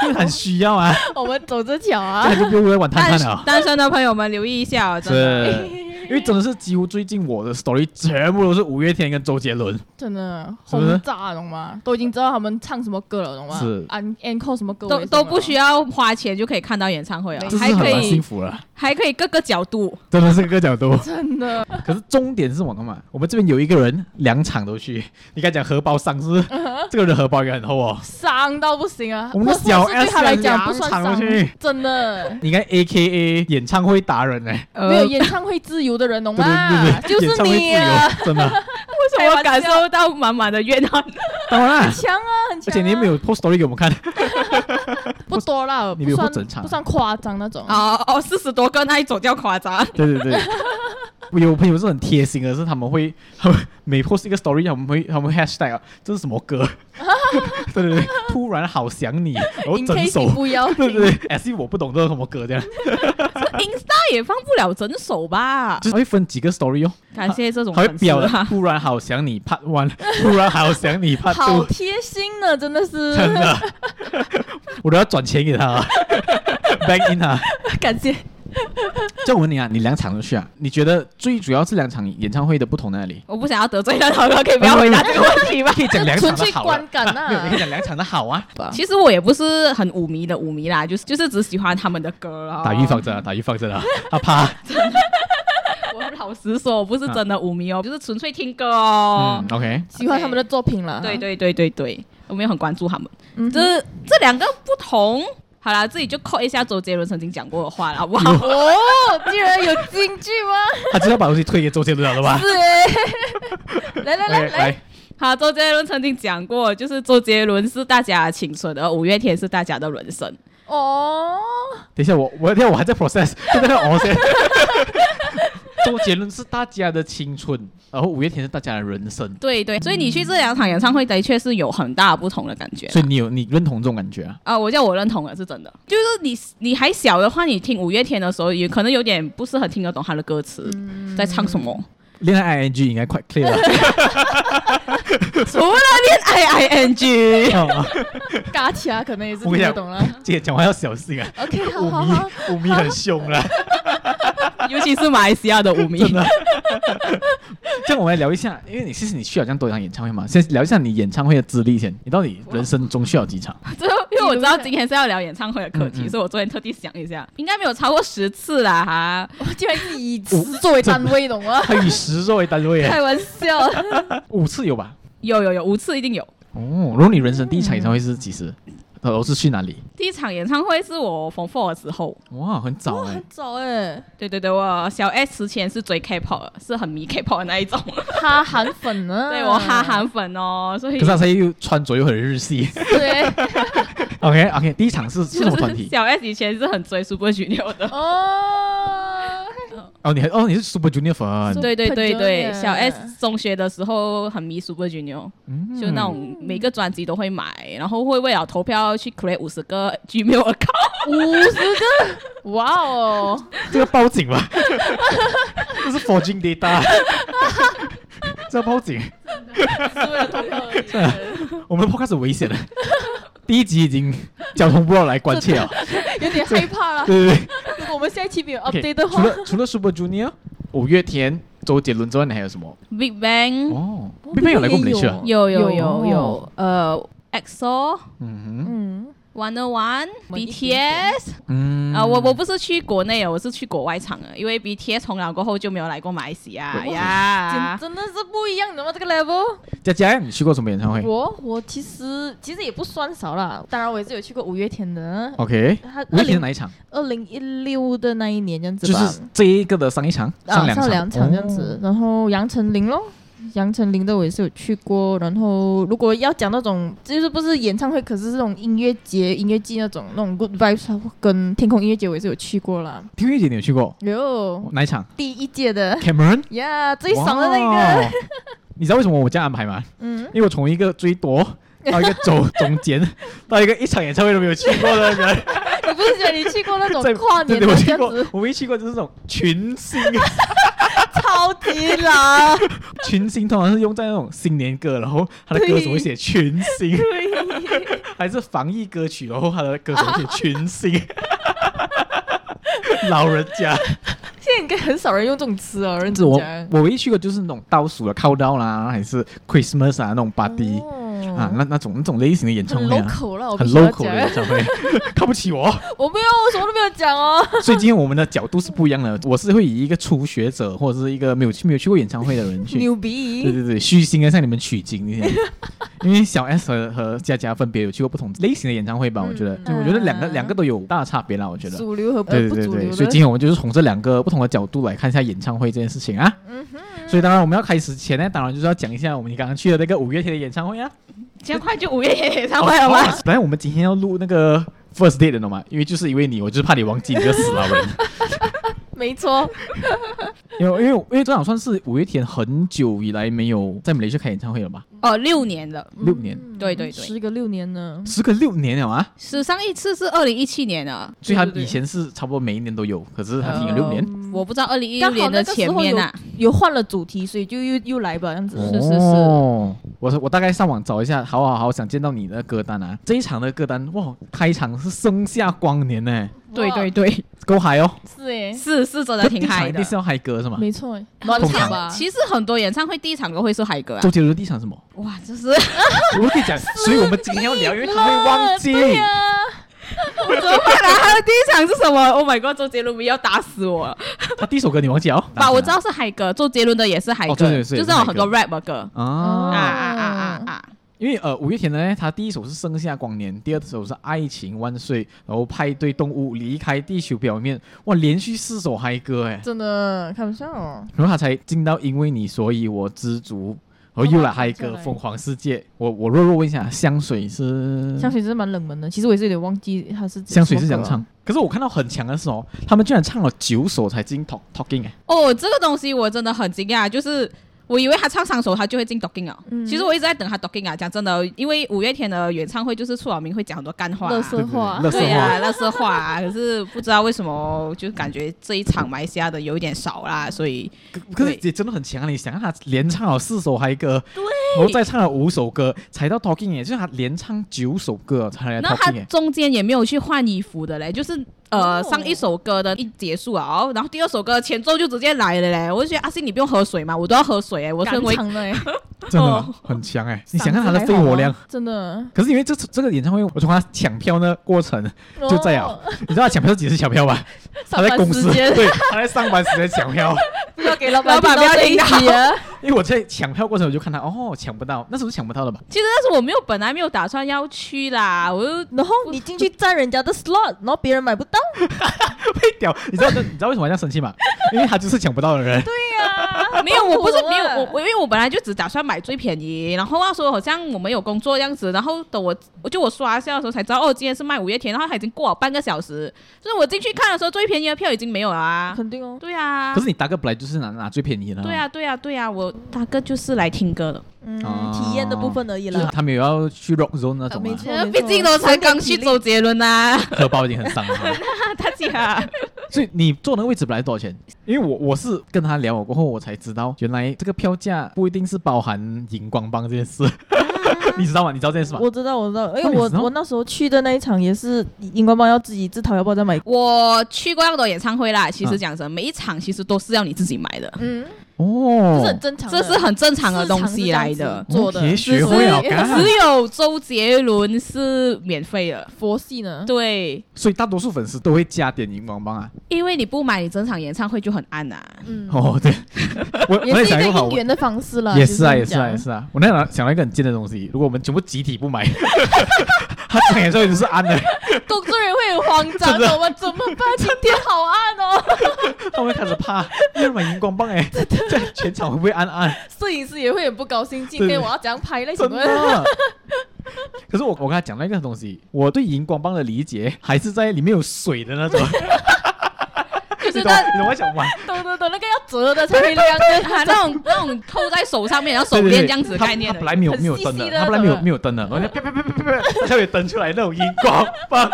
Speaker 1: 是很需要啊，
Speaker 5: 我们走着 瞧啊！
Speaker 1: 这样就不用来玩探
Speaker 2: 单
Speaker 1: 探
Speaker 3: 啊
Speaker 1: 了。
Speaker 2: 单身的朋友们留意一下哦，真
Speaker 1: 啊
Speaker 2: 的。
Speaker 1: 是，因为真的是几乎最近我的 story 全部都是五月天跟周杰伦，
Speaker 3: 真的
Speaker 1: 是不是
Speaker 3: 轰炸，懂吗？都已经知道他们唱什么歌了，懂吗？
Speaker 1: 是
Speaker 3: 啊，encore 什么歌
Speaker 2: 都都不需要花钱就可以看到演唱会
Speaker 1: 这
Speaker 2: 哦，
Speaker 1: 是
Speaker 2: 还
Speaker 1: 很
Speaker 2: 可
Speaker 1: 蛮幸
Speaker 2: 以
Speaker 1: 福了，
Speaker 2: 还可以各个角度，
Speaker 1: 真的是各个角度。
Speaker 3: 真的，
Speaker 1: 可是重点是什么呢嘛？我们这边有一个人两场都去，你刚才讲荷包伤是 不是？这个人荷包应该很厚哦。
Speaker 3: 伤到不行啊！
Speaker 1: 我们的小
Speaker 3: 或者是
Speaker 1: S
Speaker 3: 对他来讲不算
Speaker 1: 两场
Speaker 3: 伤
Speaker 1: 都去，
Speaker 3: 真的。
Speaker 1: 你应该 A K A 演唱会达人呢、
Speaker 2: 呃
Speaker 3: 没有演唱会自由的人，懂
Speaker 1: 对
Speaker 3: 吗？
Speaker 1: 对对
Speaker 3: 就
Speaker 1: 对，演
Speaker 3: 是
Speaker 1: 唱会自
Speaker 3: 你啊！
Speaker 1: 由，真的。
Speaker 2: 为什么感受到满满的怨恨？
Speaker 1: 当然啦，
Speaker 5: 强啊，很
Speaker 1: 而
Speaker 5: 强、啊！
Speaker 1: 且你也没有 post story 给我们 看，
Speaker 3: 不多啦，
Speaker 1: 你
Speaker 3: 不
Speaker 1: 没有
Speaker 3: 算
Speaker 1: 不整场
Speaker 3: 不算夸张那种。
Speaker 2: 哦哦，四十多个那一种叫夸张，
Speaker 1: 对对对。我有朋友是很贴心的，是他们会，他们每 post 一个 story，他们会他们会 hashtag 啊，这是什么 歌？对对对，突然好想你，然后
Speaker 3: In
Speaker 1: 整
Speaker 3: case
Speaker 1: 首
Speaker 3: 你，不要
Speaker 1: 对对对，S E 我不懂这是什么歌这 样，
Speaker 2: Insta 也放不了整首吧？
Speaker 1: 就是他会分几个 story 哦，
Speaker 2: 感谢这种
Speaker 1: 他会
Speaker 2: 粉丝
Speaker 1: 表的
Speaker 2: 啊，
Speaker 1: 突然好想你 part one，突然好想你 part
Speaker 5: 好
Speaker 1: two，
Speaker 5: 贴心
Speaker 3: 啊
Speaker 5: 呢，真的是
Speaker 1: 真的，我都要转钱给他 啊，back in 啊。
Speaker 5: 感谢。
Speaker 1: 就我问你啊，你两场都去啊？你觉得最主要是两场演唱会的不同在哪里？
Speaker 2: 我不想要得罪任何人，可以 不要回答这个问题吗？
Speaker 1: 可以讲两场
Speaker 3: 纯
Speaker 1: 的
Speaker 3: 粹
Speaker 1: 好啊
Speaker 3: 观感
Speaker 1: 啊没 有，你
Speaker 3: 啊
Speaker 1: 可以，讲两场的好啊。
Speaker 2: 其实我也不是很舞迷的舞迷啦，就是就是只喜欢他们的歌啊。
Speaker 1: 打预防针啊，打预防针啊，他怕。
Speaker 2: 我老实说，我不是真的舞迷哦，就是纯粹听歌哦
Speaker 1: 嗯。，OK，
Speaker 3: 喜欢他们的作品
Speaker 1: 啊
Speaker 3: 了。
Speaker 2: 对对对对对，我没有很关注他们，
Speaker 3: 嗯哼，
Speaker 2: 这这两个不同。好啦，自己就扣一下周杰伦曾经讲过的话了，好不
Speaker 1: 嗯
Speaker 2: 好？
Speaker 5: 哦，竟然有京剧吗？
Speaker 1: 他就要把东西推给周杰伦了，对吧？
Speaker 5: 是哎， 来来来
Speaker 1: OK，
Speaker 5: 来，
Speaker 1: 来，
Speaker 2: 好，周杰伦曾经讲过，就是周杰伦是大家的青春，而五月天是大家的人生。
Speaker 5: 哦，
Speaker 1: 等一下我我等一下我还在 process，现在我先。周杰伦是大家的青春，然后五月天是大家的人生，
Speaker 2: 对对，所以你去这两场演唱会的确是有很大的不同的感觉啦。
Speaker 1: 所以你有你认同这种感觉啊？
Speaker 2: 啊，我叫我认同了，是真的。就是你你还小的话，你听五月天的时候，也可能有点不是很听得懂他的歌词、
Speaker 1: 嗯
Speaker 2: 在唱什么。
Speaker 1: 恋爱 ing 应该快 clear
Speaker 2: 除了恋爱 ing，
Speaker 1: 了，
Speaker 3: 嘎起啊来可能也是
Speaker 1: 我
Speaker 3: 听
Speaker 1: 跟你讲
Speaker 3: 不懂了。
Speaker 1: 姐哦讲话要小心啊，
Speaker 3: OK，
Speaker 1: 五
Speaker 3: 好好好，
Speaker 1: 迷五迷很凶啊啦，
Speaker 2: 尤其是马来西亚的舞迷，
Speaker 1: 真的。 这样我们来聊一下，因为你其实你去了这样多场演唱会嘛，先聊一下你演唱会的资历先，你到底人生中去了 几场？
Speaker 2: 最后 因为我知道今天是要聊演唱会的课
Speaker 1: 嗯
Speaker 2: 题，
Speaker 1: 嗯
Speaker 2: 所以我昨天特地想一下，应该没有超过十次啦哈。
Speaker 3: 我居然是以词作为单位，懂 吗？
Speaker 1: 他以十作为单位耶，
Speaker 3: 开玩笑，啊
Speaker 1: 五次有吧？
Speaker 2: 有有有五次一定有。
Speaker 1: 哦，如果你人生第一场演唱会是几时？呃，我是去哪里？
Speaker 2: 第一场演唱会是我 f o Four 的时候，
Speaker 1: 哇，很早哎、
Speaker 5: 早
Speaker 3: 欸
Speaker 5: 哎，
Speaker 2: 对对对，我小 S 之前是追 K-pop，的是很迷 K-pop 的那一种，
Speaker 3: 哈韩粉啊呢？
Speaker 2: 对我哈，韩粉哦，所以
Speaker 1: 嗯可是他又穿着又很日 系。
Speaker 3: 对，
Speaker 1: OK OK，第一场是是什么团
Speaker 2: 就是
Speaker 1: 体？
Speaker 2: 小 S 以前是很追 Super Junior 的，
Speaker 3: 哦，
Speaker 1: 哦，你还哦你是 Super Junior 粉，
Speaker 2: 对对对对，
Speaker 3: Junior
Speaker 2: 小 S 中学的时候很迷 Super Junior，、
Speaker 1: 嗯
Speaker 2: 就那种每个专辑都会买，然后会为了投票去 create 五十个 Gmail account，
Speaker 3: 五十个，哇哦，
Speaker 1: 这个报警吧，这是 Forging Data，这要报警，
Speaker 3: 是为了投票而已。
Speaker 1: 我们的 Podcast 很危险的。第一集已经交通部要来关切了，
Speaker 3: 有点害怕了。
Speaker 1: 对对对。
Speaker 3: 如果我们下一期没有
Speaker 1: OK，
Speaker 3: update 的
Speaker 1: 除
Speaker 3: 话，
Speaker 1: 了除了 Super Junior、五月天、周杰伦之外，你还有什么？
Speaker 2: Big Bang
Speaker 1: 哦，b i g Bang 有来过我们的去啊？
Speaker 2: 有有有
Speaker 3: 有
Speaker 2: 有，呃，EXO。
Speaker 1: 嗯
Speaker 3: 嗯，
Speaker 2: One O oh One、
Speaker 5: 我们一
Speaker 2: BTS
Speaker 1: 哼 E 嗯
Speaker 2: 啊、我我不是去国内哦，我是去国外场的，因为 BTS 从了过后就没有来过马来西亚呀
Speaker 5: 真。真的是不一样的吗？这个 level，
Speaker 1: 佳佳，你去过什么演唱会
Speaker 5: 我我其实其实也不算少啦，当然我也是有去过五月天的。
Speaker 1: ？OK，
Speaker 5: 他
Speaker 1: 五
Speaker 5: 二
Speaker 1: 月天的
Speaker 5: 零
Speaker 1: 哪一场？
Speaker 5: 二零一六的那一年这样子
Speaker 1: 就
Speaker 5: 吧，
Speaker 1: 是这一个的上一场，哦
Speaker 5: 啊
Speaker 1: 两
Speaker 5: 上
Speaker 1: 场，
Speaker 5: 两场这样子，然后杨丞琳咯，
Speaker 6: 杨
Speaker 5: 丞琳的我也是有去过，然后如果要讲那种就是不是演唱会，可是这种音乐节、音乐季那种那种 good vibes，跟啊天空音乐节我也是有去过啦。
Speaker 1: 听月姐你有去过
Speaker 5: 有
Speaker 1: 哪一场
Speaker 5: 第一届的
Speaker 1: ？Cameron
Speaker 5: 呀最爽的那个，
Speaker 1: 个。你知道为什么我这样安排吗？
Speaker 5: 嗯，
Speaker 1: 因为我从一个最多到一个走中间，到一个一场演唱会都没有去过的人，
Speaker 5: 你不是觉得你去过那种
Speaker 1: 在
Speaker 5: 跨
Speaker 1: 对对，
Speaker 5: 年的
Speaker 1: 我
Speaker 5: 这
Speaker 1: 去
Speaker 5: 样
Speaker 1: 过
Speaker 5: 子，
Speaker 1: 我唯一去过就是这种群星，
Speaker 5: 超级狼？
Speaker 1: 群星通常是用在那种新年歌，然后他的歌手会写群星，还是防疫歌曲，然后他的歌手会写群 星。老人家，
Speaker 5: 现在应该很少人用这种词哦，认
Speaker 1: 是
Speaker 5: 真
Speaker 1: 我
Speaker 5: 讲。
Speaker 1: 我唯一去过就是那种倒数的 countdown 啦，还是 Christmas 啊那种 party、
Speaker 5: 哦
Speaker 1: 啊，那那种那种类型的演唱
Speaker 5: 很
Speaker 1: 会啊，
Speaker 5: local 了，我
Speaker 1: 很
Speaker 5: 必须要
Speaker 1: local 的
Speaker 5: 讲
Speaker 1: 演，唱 会，看不起我。
Speaker 5: 我没有，我什么都没有讲 哦。
Speaker 1: 所以今天我们的角度是不一样的，我是会以一个初学者或者是一个没有去没有去过演唱会的人去，
Speaker 5: 牛
Speaker 1: 对
Speaker 5: 逼！
Speaker 1: 对对，虚心的向你们取经一下。 因为小 S 和和佳佳分别有去过不同类型的演唱会吧，我觉得，
Speaker 5: 嗯
Speaker 1: 就我觉得两个
Speaker 5: 嗯
Speaker 1: 两个都有大差别啦，我觉得。
Speaker 5: 主流和不
Speaker 1: 对
Speaker 5: 不
Speaker 1: 对对
Speaker 5: 主流
Speaker 1: 对，所以
Speaker 5: 的
Speaker 1: 今天我们就是从这两个不同的角度来看一下演唱会这件事情啊。
Speaker 5: 嗯
Speaker 1: 所以当然我们要开始前呢，当然就是要讲一下我们刚刚去的那个五月天的演唱会啊。
Speaker 2: 这样快就五月 天演
Speaker 5: 啊
Speaker 2: 唱会了吗？
Speaker 1: 本来我们今天要录那个 first day 的，懂吗？因为就是因为你，我就是怕你忘记，你就死了 人。
Speaker 5: 没错，
Speaker 1: 因为因为因为这场算是五月天很久以来没有在马来西亚开演唱会了吧？
Speaker 2: 哦，六年了，
Speaker 1: 六年，
Speaker 5: 嗯
Speaker 2: 对对对
Speaker 5: 时隔六年呢。
Speaker 1: 时隔六年了啊！
Speaker 2: 是上一次是二零一七年啊了，
Speaker 1: 所以他
Speaker 5: 对对对
Speaker 1: 以前是差不多每一年都啊有，可是他停了六年。
Speaker 5: 嗯
Speaker 2: 我不知道二零一
Speaker 5: 刚
Speaker 2: 六
Speaker 5: 好
Speaker 2: 年
Speaker 5: 那
Speaker 2: 的
Speaker 5: 个时
Speaker 2: 前
Speaker 5: 候
Speaker 2: 面
Speaker 5: 有
Speaker 2: 啊呐、
Speaker 5: 有换了主题，所以就又又来吧，这样子。
Speaker 2: 是是是
Speaker 1: 哦，我我大概上网找一下，好好好，想见到你的歌单啊！这一场的歌单，哇，开场是盛夏光年呢、
Speaker 2: 对对对，
Speaker 1: 够嗨哦！
Speaker 5: 是哎，
Speaker 2: 是是真的挺
Speaker 1: 第一场
Speaker 2: 嗨
Speaker 1: 一
Speaker 2: 的啊
Speaker 1: 定。是要嗨歌是吗？
Speaker 5: 没错，
Speaker 1: 暖通场常
Speaker 5: 吧。
Speaker 2: 其实很多演唱会第一场都会是嗨歌啊
Speaker 1: 周，杰伦的第一场是什么？
Speaker 2: 哇，这是
Speaker 1: 我跟你讲，所以我们今天要聊，因为他会忘记。
Speaker 5: 对
Speaker 2: 啊
Speaker 5: 呀，
Speaker 2: 他的第一场是什么？Oh my god，周杰伦不要打死我啊了！
Speaker 1: 他第一首歌你忘记了？
Speaker 2: 吧，啊我知道是嗨歌，周杰伦的也是嗨
Speaker 1: 哦周杰
Speaker 2: 歌，
Speaker 1: 伦
Speaker 2: 就是是有很多 rap 的歌
Speaker 1: 啊
Speaker 2: 啊啊啊啊啊！
Speaker 1: 因为呃，五月天的呢，他第一首是《盛夏光年》，第二首是《爱情万岁》，然后《派对动物离开地球表面》，哇，连续四首嗨歌哎，
Speaker 5: 真的看不上哦。
Speaker 1: 然后他才进到《因为你所以我知足》，然后又来嗨歌
Speaker 5: 哦
Speaker 1: 《疯狂世界》。我我弱弱问一下，香水是
Speaker 5: 香水是蛮冷门的，其实我也是有点忘记它是
Speaker 1: 香水是啊
Speaker 5: 什
Speaker 1: 怎样
Speaker 5: 么歌
Speaker 1: 唱？可是我看到很强的是哦，他们居然唱了九首才进 Talk Talking 哎，
Speaker 2: 哦，这个东西我真的很惊讶，就是我以为他唱三首他就会进 Docking 啊，
Speaker 5: 嗯
Speaker 2: 其实我一直在等他 Docking 啊。讲真的，因为五月天的演唱会就是出了名会讲很多干话、
Speaker 5: 乐
Speaker 1: 对
Speaker 5: 色
Speaker 1: 对
Speaker 5: 话
Speaker 1: 对，乐色
Speaker 2: 对
Speaker 1: 话。
Speaker 2: 啊，那是话、啊，可是不知道为什么，就感觉这一场马来西亚的有一点少啦，所以
Speaker 1: 可可是
Speaker 2: 对
Speaker 1: 也真的很强啊，你想他连唱了四首嗨歌，然后再唱了五首歌，才到 Talking 哎，就是他连唱九首歌才来
Speaker 2: 然后他
Speaker 1: Talking 哎。
Speaker 2: 中间也没有去换衣服的嘞，就是呃、
Speaker 5: 哦
Speaker 2: 上一首歌的一结束啊，哦然后第二首歌前奏就直接来了嘞，我就觉得阿信你不用喝水嘛，我都要喝水哎，我身为
Speaker 5: 敢唱的欸，
Speaker 1: 真的
Speaker 2: 哦
Speaker 1: 很强哎、
Speaker 5: 啊
Speaker 1: 你 想看他的肺 活量。
Speaker 5: 真的
Speaker 1: 可是因为这次这个演唱会，我从他抢票的过程，就这样
Speaker 5: 哦
Speaker 1: 你知道他抢票是几次抢票吧？他
Speaker 5: 上
Speaker 1: 在
Speaker 5: 班
Speaker 1: 公
Speaker 5: 时
Speaker 1: 司，
Speaker 5: 间
Speaker 1: 对，他在上班时间抢票。
Speaker 5: 不要给老
Speaker 2: 老板不要
Speaker 5: 听
Speaker 2: 听
Speaker 5: 到这一集啊！
Speaker 1: 因为我在抢票过程，我就看他，哦，抢不到，那时候是抢不到的吧？
Speaker 2: 其实那时候我没有本来没有打算要去 啦，我就
Speaker 5: 然后你进去占人家的 slot，然后别人买不到，
Speaker 1: 被屌，你知道这你知道为什么要这样生气吗？因为他就是抢不到的人。
Speaker 2: 没有，我不是
Speaker 5: 痛苦
Speaker 2: 没有
Speaker 5: 了
Speaker 2: 我，我因为我本来就只打算买最便宜，然后那时候好像我们有工作这样子，然后等我我就我刷一下的时候才知道，哦，今天是卖五月天，然后它已经过了半个小时，所以我进去看的时候最便宜的票已经没有了啊。
Speaker 5: 肯定哦。
Speaker 2: 对啊
Speaker 1: 可，是你大哥本来就是拿拿最便宜的。
Speaker 2: 对。啊，对啊，对啊，我大哥就是来听歌的，
Speaker 5: 嗯
Speaker 1: 哦，
Speaker 5: 体验的部分而已
Speaker 1: 就是
Speaker 5: 啦。
Speaker 1: 他们有要去 rock zone 那种啊
Speaker 5: 没
Speaker 1: 嘛，
Speaker 5: 错没错
Speaker 2: 毕竟都才刚去周杰伦呐、 啊，
Speaker 1: 荷包已经很伤了。
Speaker 2: 大姐啊，
Speaker 1: 所以你坐那个位置本来多少钱？因为我我是跟他聊了过后，我才知道原来这个票价不一定是包含荧光棒这件事， 你知道吗？你知道这件事吗？
Speaker 5: 我知道，我知道，因
Speaker 1: 哦
Speaker 5: 为
Speaker 1: 你
Speaker 5: 我
Speaker 1: 知道
Speaker 5: 我那时候去的那一场也是荧光棒要自己自掏腰包再买。
Speaker 2: 我去过那么多演唱会啦，其
Speaker 1: 啊
Speaker 2: 实讲真，每一场其实都是要你自己买的，
Speaker 5: 嗯，这是
Speaker 1: 哦
Speaker 5: 很，正常的，
Speaker 2: 这是很正常的
Speaker 5: 市场是
Speaker 2: 东
Speaker 5: 这
Speaker 2: 西
Speaker 5: 样
Speaker 2: 来
Speaker 5: 子
Speaker 2: 的。
Speaker 5: 做的
Speaker 1: 也学会了，干
Speaker 2: 只有周杰伦是免费的，
Speaker 5: 佛系
Speaker 2: 嗯
Speaker 5: 呢。
Speaker 2: 对，
Speaker 1: 所以大多数粉丝都会加点荧光棒啊。
Speaker 2: 因为你不买，你整场演唱会就很暗啊。
Speaker 5: 嗯，
Speaker 1: 哦，对， 我
Speaker 5: 也
Speaker 1: 我在
Speaker 5: 是一
Speaker 1: 想一
Speaker 5: 个
Speaker 1: 个好
Speaker 5: 应，援的方式啦。
Speaker 1: 也是啊，也是
Speaker 5: 就是这
Speaker 1: 啊，
Speaker 5: 样
Speaker 1: 也是啊。我那想想到一个很贱的东西，如果我们全部集体不买， 他睁眼的时候也是暗的，
Speaker 5: 工作人员会很慌张
Speaker 1: 真的
Speaker 5: 的，我们怎么办？今天好暗哦，
Speaker 1: 他们会开始怕，因为买荧光棒 哎、这样全场会不会暗暗？
Speaker 5: 摄影师也会很不高兴，今
Speaker 1: 对
Speaker 5: 天我要哎怎样拍类型
Speaker 1: 真
Speaker 5: 的？
Speaker 1: 的。可是我我跟他讲那个东西，我对荧光棒的理解还是在里面有水的那种，
Speaker 5: 就
Speaker 1: 你
Speaker 5: 是
Speaker 1: 懂
Speaker 5: 那
Speaker 1: 你懂我想玩
Speaker 5: 懂懂懂，那个要折的才会亮的，
Speaker 2: 啊，那种那种扣在手上面， 然后手
Speaker 1: 对对
Speaker 2: 链
Speaker 1: 对
Speaker 2: 这样子的
Speaker 1: 它
Speaker 2: 概念
Speaker 1: 它本
Speaker 2: 的。
Speaker 1: 来没有
Speaker 5: 很
Speaker 1: 没有
Speaker 5: 细
Speaker 1: 灯
Speaker 5: 细
Speaker 1: 的，
Speaker 5: 的
Speaker 1: 它
Speaker 5: 那
Speaker 1: 本来没有
Speaker 5: 种
Speaker 1: 没有灯的， 然后就啪啪啪啪啪啪，它下面灯出来那种荧光棒，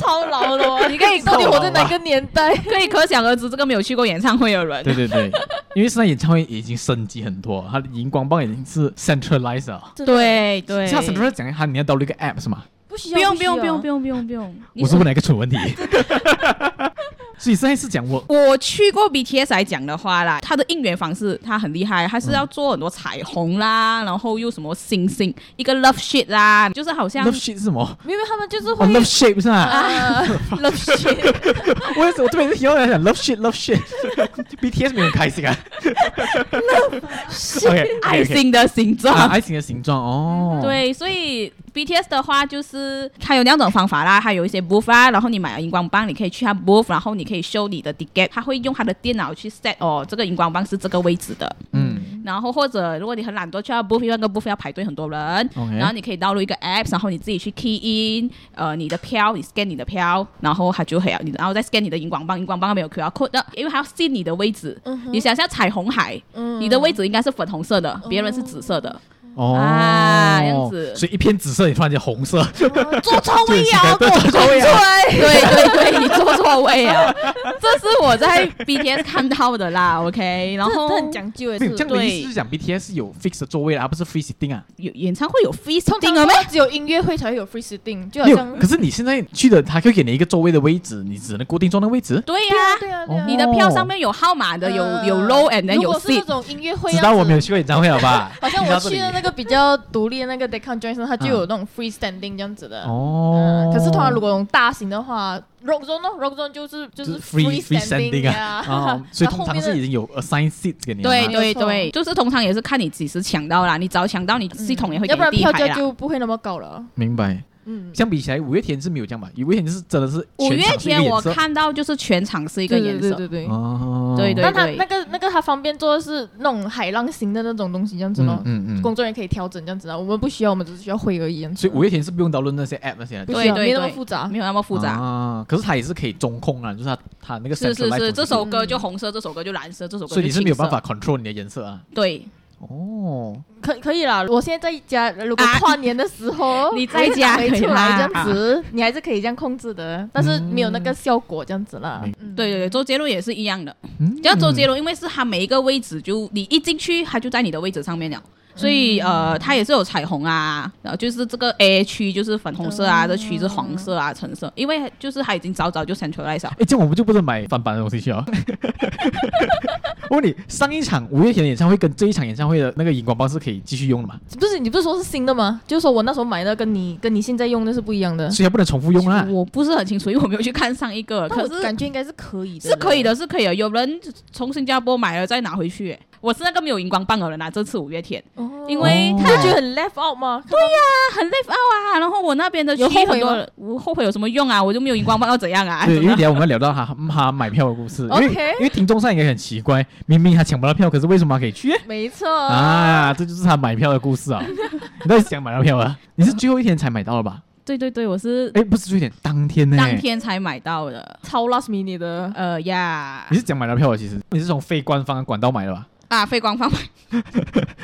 Speaker 5: 超牢的 哦。
Speaker 2: 你可以
Speaker 5: 到底活在哪个年 代？
Speaker 2: 可以可想而知，这个没有去过演唱会的人
Speaker 1: 对，对对， 因为现在演唱会已经升级很多，它的荧光棒已经是 centralized 了。
Speaker 2: 对对，
Speaker 1: 像 centralized 讲，它你要导入一个 app 是吗？
Speaker 5: 不需
Speaker 2: 不用不用不用不
Speaker 5: 用，
Speaker 2: 用不用不用，你
Speaker 1: 我是问了一个蠢问 题。所以现在是讲我
Speaker 2: 我去过 BTS 来讲的话啦，它的应援方式它很厉害，它是要做很多彩虹啦，然后又什么星星，一个 love shit 啦，就是好像
Speaker 1: love shape 是什么？
Speaker 5: 因为他们就是
Speaker 1: 哦
Speaker 5: 会
Speaker 1: ，love shape 是吧？
Speaker 5: 啊 love shit，
Speaker 1: 我也是，我这边是听到人家讲 love shit love shit BTS 没有很开心啊。love OK
Speaker 2: 爱心的 形状。嗯
Speaker 1: 啊，爱心的形状哦。，
Speaker 2: 对，所以 BTS 的话就是它有两种方法啦，它有一些 booth 啦，然后你买了荧光棒，你可以去它 booth，然后你可以修你的 ticket，它会用它的电脑去 set 哦，这个荧光棒是这个位置的。
Speaker 1: 嗯
Speaker 2: 然后或者如果你很懒惰，去到 booth，因为那个 booth 要排队很多人
Speaker 1: OK
Speaker 2: 然后你可以导入一个 app，然后你自己去 key in，呃，你的票，你 scan 你的票，然后它就会有啊你，然后再 scan 你的荧光棒，荧光棒那边有 QR code 的，因为它要信你的位置。
Speaker 5: 嗯
Speaker 2: 你想象彩虹海，你的位置应该是粉红色
Speaker 5: 哦
Speaker 2: 的，别人是紫色的，
Speaker 1: 哦，
Speaker 2: 啊这样子
Speaker 1: 所以一片紫色，你突然间红色，
Speaker 2: 坐错位啊！
Speaker 1: 对 做啊错 位
Speaker 2: 对对对对，你坐错位啊！ 这是我在 BTS 看到的啦，OK。然
Speaker 7: 然
Speaker 2: 后
Speaker 7: 后很讲究
Speaker 1: 没
Speaker 7: 诶，
Speaker 1: 有这样的意思，就是讲 BTS 有 fix 的座位啦，而不是 free sitting 啊。
Speaker 2: 有演唱会有 free
Speaker 5: 通
Speaker 2: sitting
Speaker 5: 常
Speaker 2: 了咩？
Speaker 5: 都只有音乐会才会有 free sitting，就好
Speaker 1: 没有 哦
Speaker 5: 像，
Speaker 1: 可是你现在去的，他会给你一个座位的位置，你只能固定坐那个位置。
Speaker 2: 对呀、
Speaker 7: 对啊，
Speaker 1: 哦
Speaker 2: 你的票上面有号码的，有
Speaker 5: 呃
Speaker 2: 有 row and then
Speaker 5: 如
Speaker 2: 有
Speaker 5: 果是那
Speaker 2: seat。
Speaker 5: 种音乐会，啊
Speaker 1: 知道我没有。去过演唱会了吧？
Speaker 5: 好像
Speaker 1: 听
Speaker 5: 我
Speaker 1: 到这里
Speaker 5: 去的那个比较独立的那个 Decon Johnson，它就有那种 free standing 这样子的。
Speaker 1: 哦
Speaker 5: 嗯，可是通常如果那种大型的话，Rock Zone 呢，Rock Zone 就是就
Speaker 1: 就是
Speaker 5: 是
Speaker 1: free free
Speaker 5: standing
Speaker 1: standing 啊， 哦所以
Speaker 5: 然后
Speaker 1: 通
Speaker 5: 后
Speaker 1: 常
Speaker 5: 面
Speaker 1: 是
Speaker 5: 的
Speaker 1: 已经有 assign seat 给你了
Speaker 2: 对
Speaker 1: 嘛
Speaker 2: 对
Speaker 5: 没错
Speaker 2: 对，就是通常也是看你几时抢到啦，你早抢到，你系统也会给
Speaker 5: 要不然
Speaker 2: 你第一
Speaker 5: 票
Speaker 2: 排
Speaker 5: 价
Speaker 2: 啦。
Speaker 5: 就不会那么高了。
Speaker 1: 明白。
Speaker 5: 嗯，
Speaker 1: 相比起来，五月天是没有这样吧？五月天就是真的是
Speaker 2: 五
Speaker 1: 全
Speaker 2: 月
Speaker 1: 场是一
Speaker 2: 天
Speaker 1: 个
Speaker 2: 我
Speaker 1: 颜色
Speaker 2: 看到就是全场是一
Speaker 5: 一
Speaker 2: 个颜
Speaker 5: 对
Speaker 2: 色，
Speaker 5: 对对对。
Speaker 1: 哦，
Speaker 2: 对对
Speaker 5: 但它那个那个它方便做的是那种海浪型的那种东西这样子咯
Speaker 1: 嗯，嗯嗯
Speaker 5: 工作人员可以调整这样子啊，我们不需要，我们只是需要会而已这样子。
Speaker 1: 所以五月天是不用导论那些 app 那些的
Speaker 5: 不需要，
Speaker 2: 对对
Speaker 5: 没那么
Speaker 2: 对
Speaker 5: 复杂。
Speaker 2: 没有那么复杂。
Speaker 1: 啊，可是它也是可以中控啊，就是它它那个
Speaker 2: 是是
Speaker 1: centralized
Speaker 2: 是，这
Speaker 1: 中
Speaker 2: 首
Speaker 1: 控
Speaker 2: 歌就红色，这首歌就蓝色，这首歌
Speaker 1: 所以你是没有
Speaker 2: 青色
Speaker 1: 办法 control 你的颜色啊。
Speaker 2: 对。
Speaker 1: 哦，
Speaker 5: 可可以啦，我现在在家，如果
Speaker 2: 啊
Speaker 5: 跨年的时 候，
Speaker 2: 你在家
Speaker 5: 回出
Speaker 2: 可以
Speaker 5: 来
Speaker 2: 啦
Speaker 5: 这样子，你还是可以这样控制的，但是没有那个效果这样子啦
Speaker 1: 明。
Speaker 5: 嗯
Speaker 2: 对对对，周杰伦也是一样的。
Speaker 1: 嗯
Speaker 2: 像周杰伦，因为是他每一个位置就你一进去，他就在你的位置上面了。所以
Speaker 1: 嗯
Speaker 2: 呃，他也是有彩虹啊，然后就是这个 A 区就是粉红色啊，这区是黄色啊、橙色，因为就是他已经早早就 centralize 了。
Speaker 1: 哎，这样我们就不能买翻版的东西去啊。我问你，上一场五月天的演唱会跟这一场演唱会的那个荧光棒是可以继续用的嘛？
Speaker 5: 不是你不是说是新的吗？就是说我那时候买的跟你跟你现在用的是不一样的。
Speaker 1: 所以它不能重复用啦。
Speaker 2: 我不是很清楚，因为我没有去看上一 个，
Speaker 5: 但
Speaker 2: 可
Speaker 5: 我
Speaker 2: 是
Speaker 5: 感觉应该是可以的，
Speaker 2: 是可以。的，是可以的。有人从新加坡买了再拿回去、欸我是那个没有荧光棒的人啊，这次五月 天，
Speaker 5: 哦
Speaker 2: 因为
Speaker 1: 哦
Speaker 2: 他
Speaker 5: 你不觉得很 left out 吗？对呀，
Speaker 2: 他很 live out 啊，然后我那边的区
Speaker 5: 有后悔
Speaker 2: 很多
Speaker 5: 吗
Speaker 2: 人，我后悔有什么用啊？我就没有荧光棒要怎样啊？
Speaker 1: 对，因
Speaker 2: 真的
Speaker 1: 为等一下我们要聊到他嗯他买票的故事，因为
Speaker 5: OK
Speaker 1: 因为听众上应该很奇怪，明明他抢不到票，可是为什么他可以去？
Speaker 5: 没错。
Speaker 2: 哦
Speaker 1: 啊，这就是他买票的故事 啊！你到底想买到票啊？你是最后一天才买到了吧？
Speaker 2: 对对对，我是
Speaker 1: 哎，不是最后一天，当天呢？
Speaker 2: 当天才买到的。
Speaker 5: 超 last minute 的，
Speaker 2: 呃呀
Speaker 1: 你是讲买到票的，其实你是从非官方的管道买的吧？
Speaker 2: 啊，非官方买，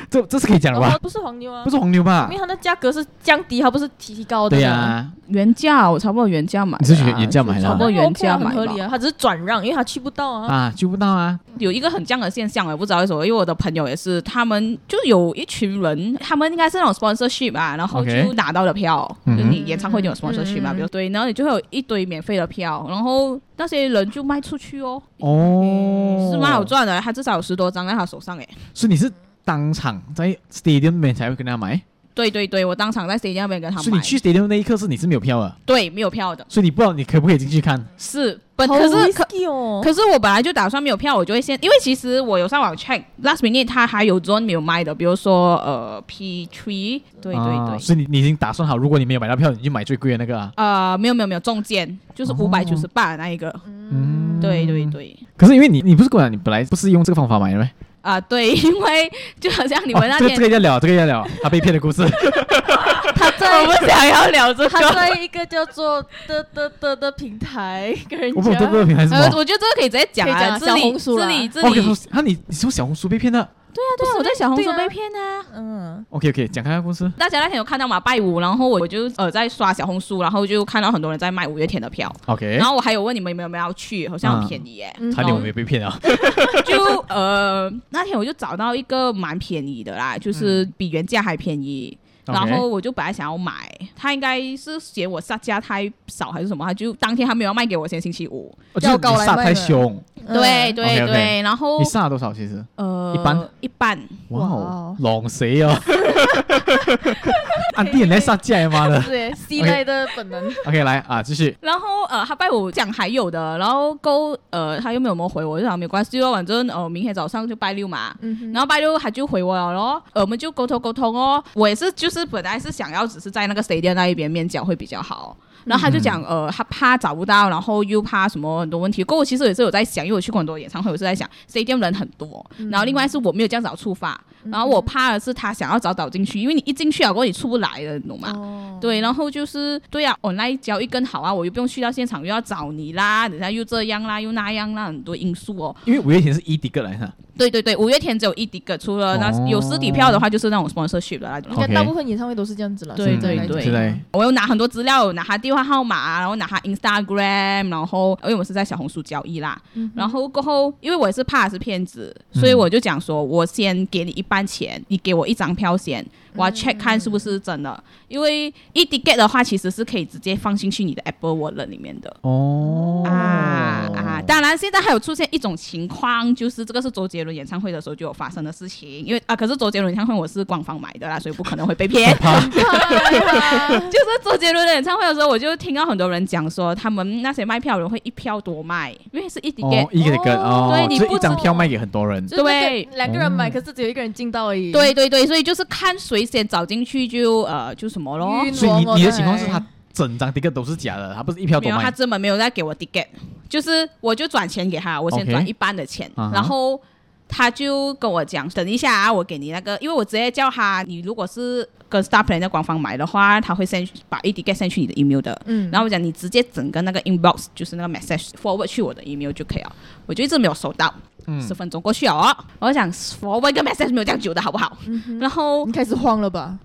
Speaker 1: 这这是可以讲的
Speaker 5: 然
Speaker 1: 吧
Speaker 2: 哦
Speaker 5: 后？不是黄牛啊，
Speaker 1: 不是黄牛吧
Speaker 5: 因为？它的价格是降低，它不是提高的。
Speaker 1: 对呀、
Speaker 2: 原价我差不多原价买的啊，
Speaker 1: 你是原原价买的啊
Speaker 2: 差不多原价买
Speaker 5: 很合理
Speaker 2: 吧。
Speaker 5: 啊，他只是转让，因为他去不到啊。
Speaker 1: 啊，揪不到啊！
Speaker 2: 有一个很这样的现象，我也不知道为什么，因为我的朋友也是，他们就有一群人，他们应该是那种 sponsorship 啊，然后
Speaker 1: OK
Speaker 2: 就拿到了票
Speaker 1: 嗯哼
Speaker 2: 就是你演唱会就有 sponsorship 嘛，
Speaker 5: 嗯
Speaker 2: 比如对，然后你就会有一堆免费的票，然后那些人就卖出去哦，
Speaker 1: 哦，
Speaker 2: 是蛮好。赚的，他至少有十多张在他手上诶。
Speaker 1: 所以你是当场在 stadium 里面才会跟他买？
Speaker 2: 对对对，我当场在 C 那边跟他
Speaker 1: 所以你
Speaker 2: 买，
Speaker 1: 去 stadium 那一刻是你是没有票的，
Speaker 2: 对，没有票的，
Speaker 1: 所以你不知道你可不可以进去看。
Speaker 2: 是本
Speaker 5: 好
Speaker 2: 可是可
Speaker 5: risky 哦，
Speaker 2: 可是我本来就打算没有票，我就会先，因为其实我有上网 check last minute 它还有 zone 没有卖的，比如说呃 P three，对对
Speaker 1: 啊
Speaker 2: 对，
Speaker 1: 所以你你已经打算好，如果你没有买到票，你就买最贵的那个啊。
Speaker 2: 呃没有没有没有中间就是五百九十八那一个，
Speaker 1: 嗯，
Speaker 2: 对对。对。
Speaker 1: 可是因为你你不是跟我讲你本来不是用这个方法买的吗？
Speaker 2: 啊，对， 因为就好像你们那
Speaker 1: 哦、这个
Speaker 2: 天
Speaker 1: 这，个要聊，这个要聊，他被骗的故 事。
Speaker 5: 他在
Speaker 2: 我们想要聊这
Speaker 5: 他
Speaker 2: 个，
Speaker 5: 在一个叫做的的的的平台跟人
Speaker 1: 我哦不懂这
Speaker 5: 家
Speaker 1: 个品牌是什么
Speaker 2: 呃，。我觉得这个可以直接讲
Speaker 5: 可以讲
Speaker 2: 啊，
Speaker 5: 啊
Speaker 2: 这
Speaker 5: 小
Speaker 2: 里
Speaker 5: 红书
Speaker 2: 这
Speaker 5: 啦
Speaker 2: 里这
Speaker 1: 哦
Speaker 2: 里，
Speaker 1: ，OK，
Speaker 2: 对啊
Speaker 1: 啊，你你是用小红书被骗的
Speaker 2: 对啊，我在小红
Speaker 5: 对
Speaker 2: 书
Speaker 5: 啊
Speaker 2: 被骗啊。
Speaker 5: 嗯，
Speaker 1: ？OK OK，讲看看故事。
Speaker 2: 大家那天有看到嘛？拜五，然后我就呃在刷小红书，然后就看到很多人在卖五月天的票，
Speaker 1: OK，
Speaker 2: 然后我还有问你们有没有要去，好像很便宜耶、
Speaker 3: 嗯
Speaker 1: 差点我没被骗啊。
Speaker 2: 就呃那天我就找到一个蛮便宜的啦，就是比原价还便宜。然
Speaker 1: OK
Speaker 2: 后我就本来想要买，他应该是嫌我杀价太少还是什么，他就当天他没有卖给我，先星期五。
Speaker 1: 哦就是
Speaker 3: 要高
Speaker 1: 你
Speaker 3: 来
Speaker 1: 撒
Speaker 3: 卖
Speaker 1: 太
Speaker 3: 的
Speaker 1: 凶，
Speaker 5: 嗯
Speaker 2: 对对
Speaker 1: OK，OK
Speaker 2: 对，然后
Speaker 1: 你撒了多少其实？
Speaker 2: 呃
Speaker 1: 一般
Speaker 2: 一般，
Speaker 1: 哇哦
Speaker 3: 哇，
Speaker 1: 狼死哦！ 暗地人来杀价呀妈的。
Speaker 5: 是耶，吸奶的本能。
Speaker 1: OK，来啊，继续。
Speaker 2: 然后呃他拜我讲还有的，然后勾呃他又没有没有回我，我就想没关系咯，反正呃明天早上就拜六嘛，
Speaker 3: 嗯
Speaker 2: 然后拜六他就回我了咯，呃我们就沟通沟通哦。我也是，就是本来是想要只是在那个 stadium 那一边面交会比较好。然后他就讲，呃，他怕找不到，然后又怕什么很多问题。不过我其实也是有在想，因为我去过很多演唱会，我是在想 stadium 人很多，然后另外是我没有这样早出发，然后我怕的是他想要早早进去，因为你一进去啊，过后你出不来的，你懂吗？
Speaker 3: 哦，
Speaker 2: 对，然后就是对啊，online 交易更好啊，我又不用去到现场又要找你啦，等下又这样啦，又那样啦，很多因素哦。
Speaker 1: 因为五月天是一迪个来的，
Speaker 2: 对对对，五月天只有一滴个，除了那、
Speaker 1: 哦
Speaker 2: 有实体票的话，就是那种 sponsorship 的啦。
Speaker 3: 应该
Speaker 1: OK
Speaker 3: 大部分演唱会都是这样子了。
Speaker 2: 对
Speaker 3: 现在
Speaker 2: 对
Speaker 3: 来讲
Speaker 2: 对
Speaker 1: 现在
Speaker 2: 我有拿很多资料，有拿他电话号码，然后拿他 Instagram，然后因为我是在小红书交易啦，然后过后因为我也是怕是骗子，所以
Speaker 1: 嗯
Speaker 2: 我就讲说，我先给你一半钱，你给我一张票先，我要 check 看是不是真的。因为 e ticket 的话，其实是可以直接放进去你的 Apple Wallet 里面的。
Speaker 1: 哦
Speaker 2: 啊啊！当然，现在还有出现一种情况，就是这个是周杰伦演唱会的时候就有发生的事情，因为啊，可是周杰伦演唱会我是官方买的啦，所以不可能会被 骗。就是周杰伦的演唱会的时候，我就听到很多人讲说，他们那些卖票的人会一票多卖，因为是一 ticket，、
Speaker 1: 哦，一个一个哦，
Speaker 2: 对你
Speaker 1: 所以
Speaker 2: 不
Speaker 1: 一张
Speaker 2: 知
Speaker 1: 票卖给很多人。
Speaker 5: 就是
Speaker 2: 对
Speaker 5: 那个两个人
Speaker 1: 哦
Speaker 5: 买，可是只有一个人进到而已。
Speaker 2: 对对对，所以就是看谁先找进去就呃就什么咯。
Speaker 5: 晕
Speaker 1: 所以
Speaker 5: 我
Speaker 1: 你
Speaker 5: 我
Speaker 1: 你的
Speaker 5: 在
Speaker 1: 情况是他整张 ticket 都是假的，他不是一票
Speaker 2: 哎
Speaker 1: 都
Speaker 2: 没有，他
Speaker 1: 卖。
Speaker 2: 根本没有在给我 ticket，就是我就转钱给他，我先
Speaker 1: OK
Speaker 2: 转一半的钱
Speaker 1: 啊哈
Speaker 2: 然后他就跟我讲，等一下啊，我给你那个，因为我直接叫他，你如果是跟 Star Plan 在官方买的话，他会 send 把 e ticket send 去你的 email 的。
Speaker 3: 嗯，
Speaker 2: 然
Speaker 3: 后
Speaker 2: 后我讲你直接整个那个 inbox 就是那个 message forward 去我的 email 就可以了，我就一直没有收到，
Speaker 1: 嗯
Speaker 2: 十、分钟过去了哦，我想 forward 跟 message 没有这样久的好不好？
Speaker 5: 嗯
Speaker 2: 然后
Speaker 3: 你开始慌了吧？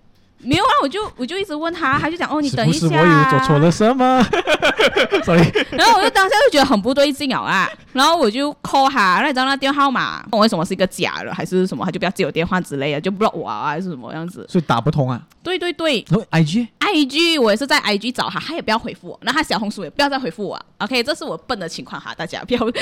Speaker 2: 没有啊，我就我就一直问他，他就讲哦你
Speaker 1: 是
Speaker 2: 等
Speaker 1: 不
Speaker 2: 一
Speaker 1: 是
Speaker 2: 下
Speaker 1: 我有
Speaker 2: 啊，
Speaker 1: 做错了什么 ？Sorry，
Speaker 2: 然后我就当下就觉得很不对劲了啊，然后我就 call 他，那你知道那电话号码问我为什么是一个假的，还是什么，他就不要接我电话之类的，就 block 我啊，还是什么样子？
Speaker 1: 所以打不通啊。
Speaker 2: 对对对
Speaker 1: 然后 IG
Speaker 2: ，IG 我也是在 IG 找他，他也不要回复我，那他小红书也不要再回复我啊。OK，这是我笨的情况哈，大家不要。
Speaker 1: 哦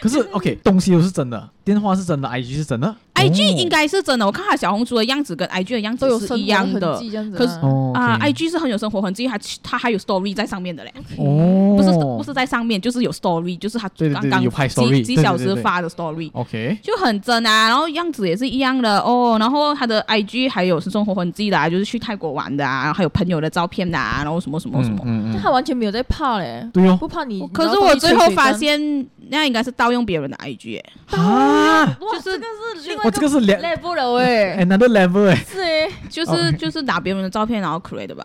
Speaker 1: 可是
Speaker 2: 嗯
Speaker 1: OK，东西都是真的，电话是真的，IG 是真的。哦
Speaker 2: IG 应
Speaker 1: 该
Speaker 2: 该是真的，我看他小红书的样子跟 IG 的样
Speaker 3: 都
Speaker 2: 子
Speaker 3: 有
Speaker 2: 是一样
Speaker 3: 的
Speaker 2: 的。，可
Speaker 3: 可
Speaker 2: 是
Speaker 1: 哦
Speaker 2: 啊、
Speaker 1: OK
Speaker 2: IG 是很有生活痕迹，还他还有 story 在上面的嘞，
Speaker 1: 哦，
Speaker 2: 不是不是在上面，就是有 story，就是他
Speaker 1: 对对对
Speaker 2: 刚刚
Speaker 1: 有拍
Speaker 2: 几
Speaker 1: story，对
Speaker 2: 几
Speaker 1: 对
Speaker 2: 小
Speaker 1: 对
Speaker 2: 时
Speaker 1: 对
Speaker 2: 发的 story。
Speaker 1: OK，
Speaker 2: 就很真啊，然后样子也是一样的哦。然后他的 IG 还有是生活痕迹的、啊，就是去泰国玩的啊，然后还有朋友的照片的啊，然后什么什么什么。
Speaker 1: 嗯嗯嗯
Speaker 3: 他完全没有在怕嘞，
Speaker 1: 对哦
Speaker 3: 不怕你。
Speaker 2: 可是我最后发现，那应该是盗用别人的 IG，耶、
Speaker 1: 啊，
Speaker 5: 哇，
Speaker 2: 就是
Speaker 5: 这个是另外
Speaker 1: 我
Speaker 5: 一
Speaker 1: 这个是两
Speaker 5: level 了喂，
Speaker 1: another level 哎。
Speaker 5: 是哎。
Speaker 2: 就 是、
Speaker 1: OK
Speaker 2: 就是拿别人的照片然后 create 的吧。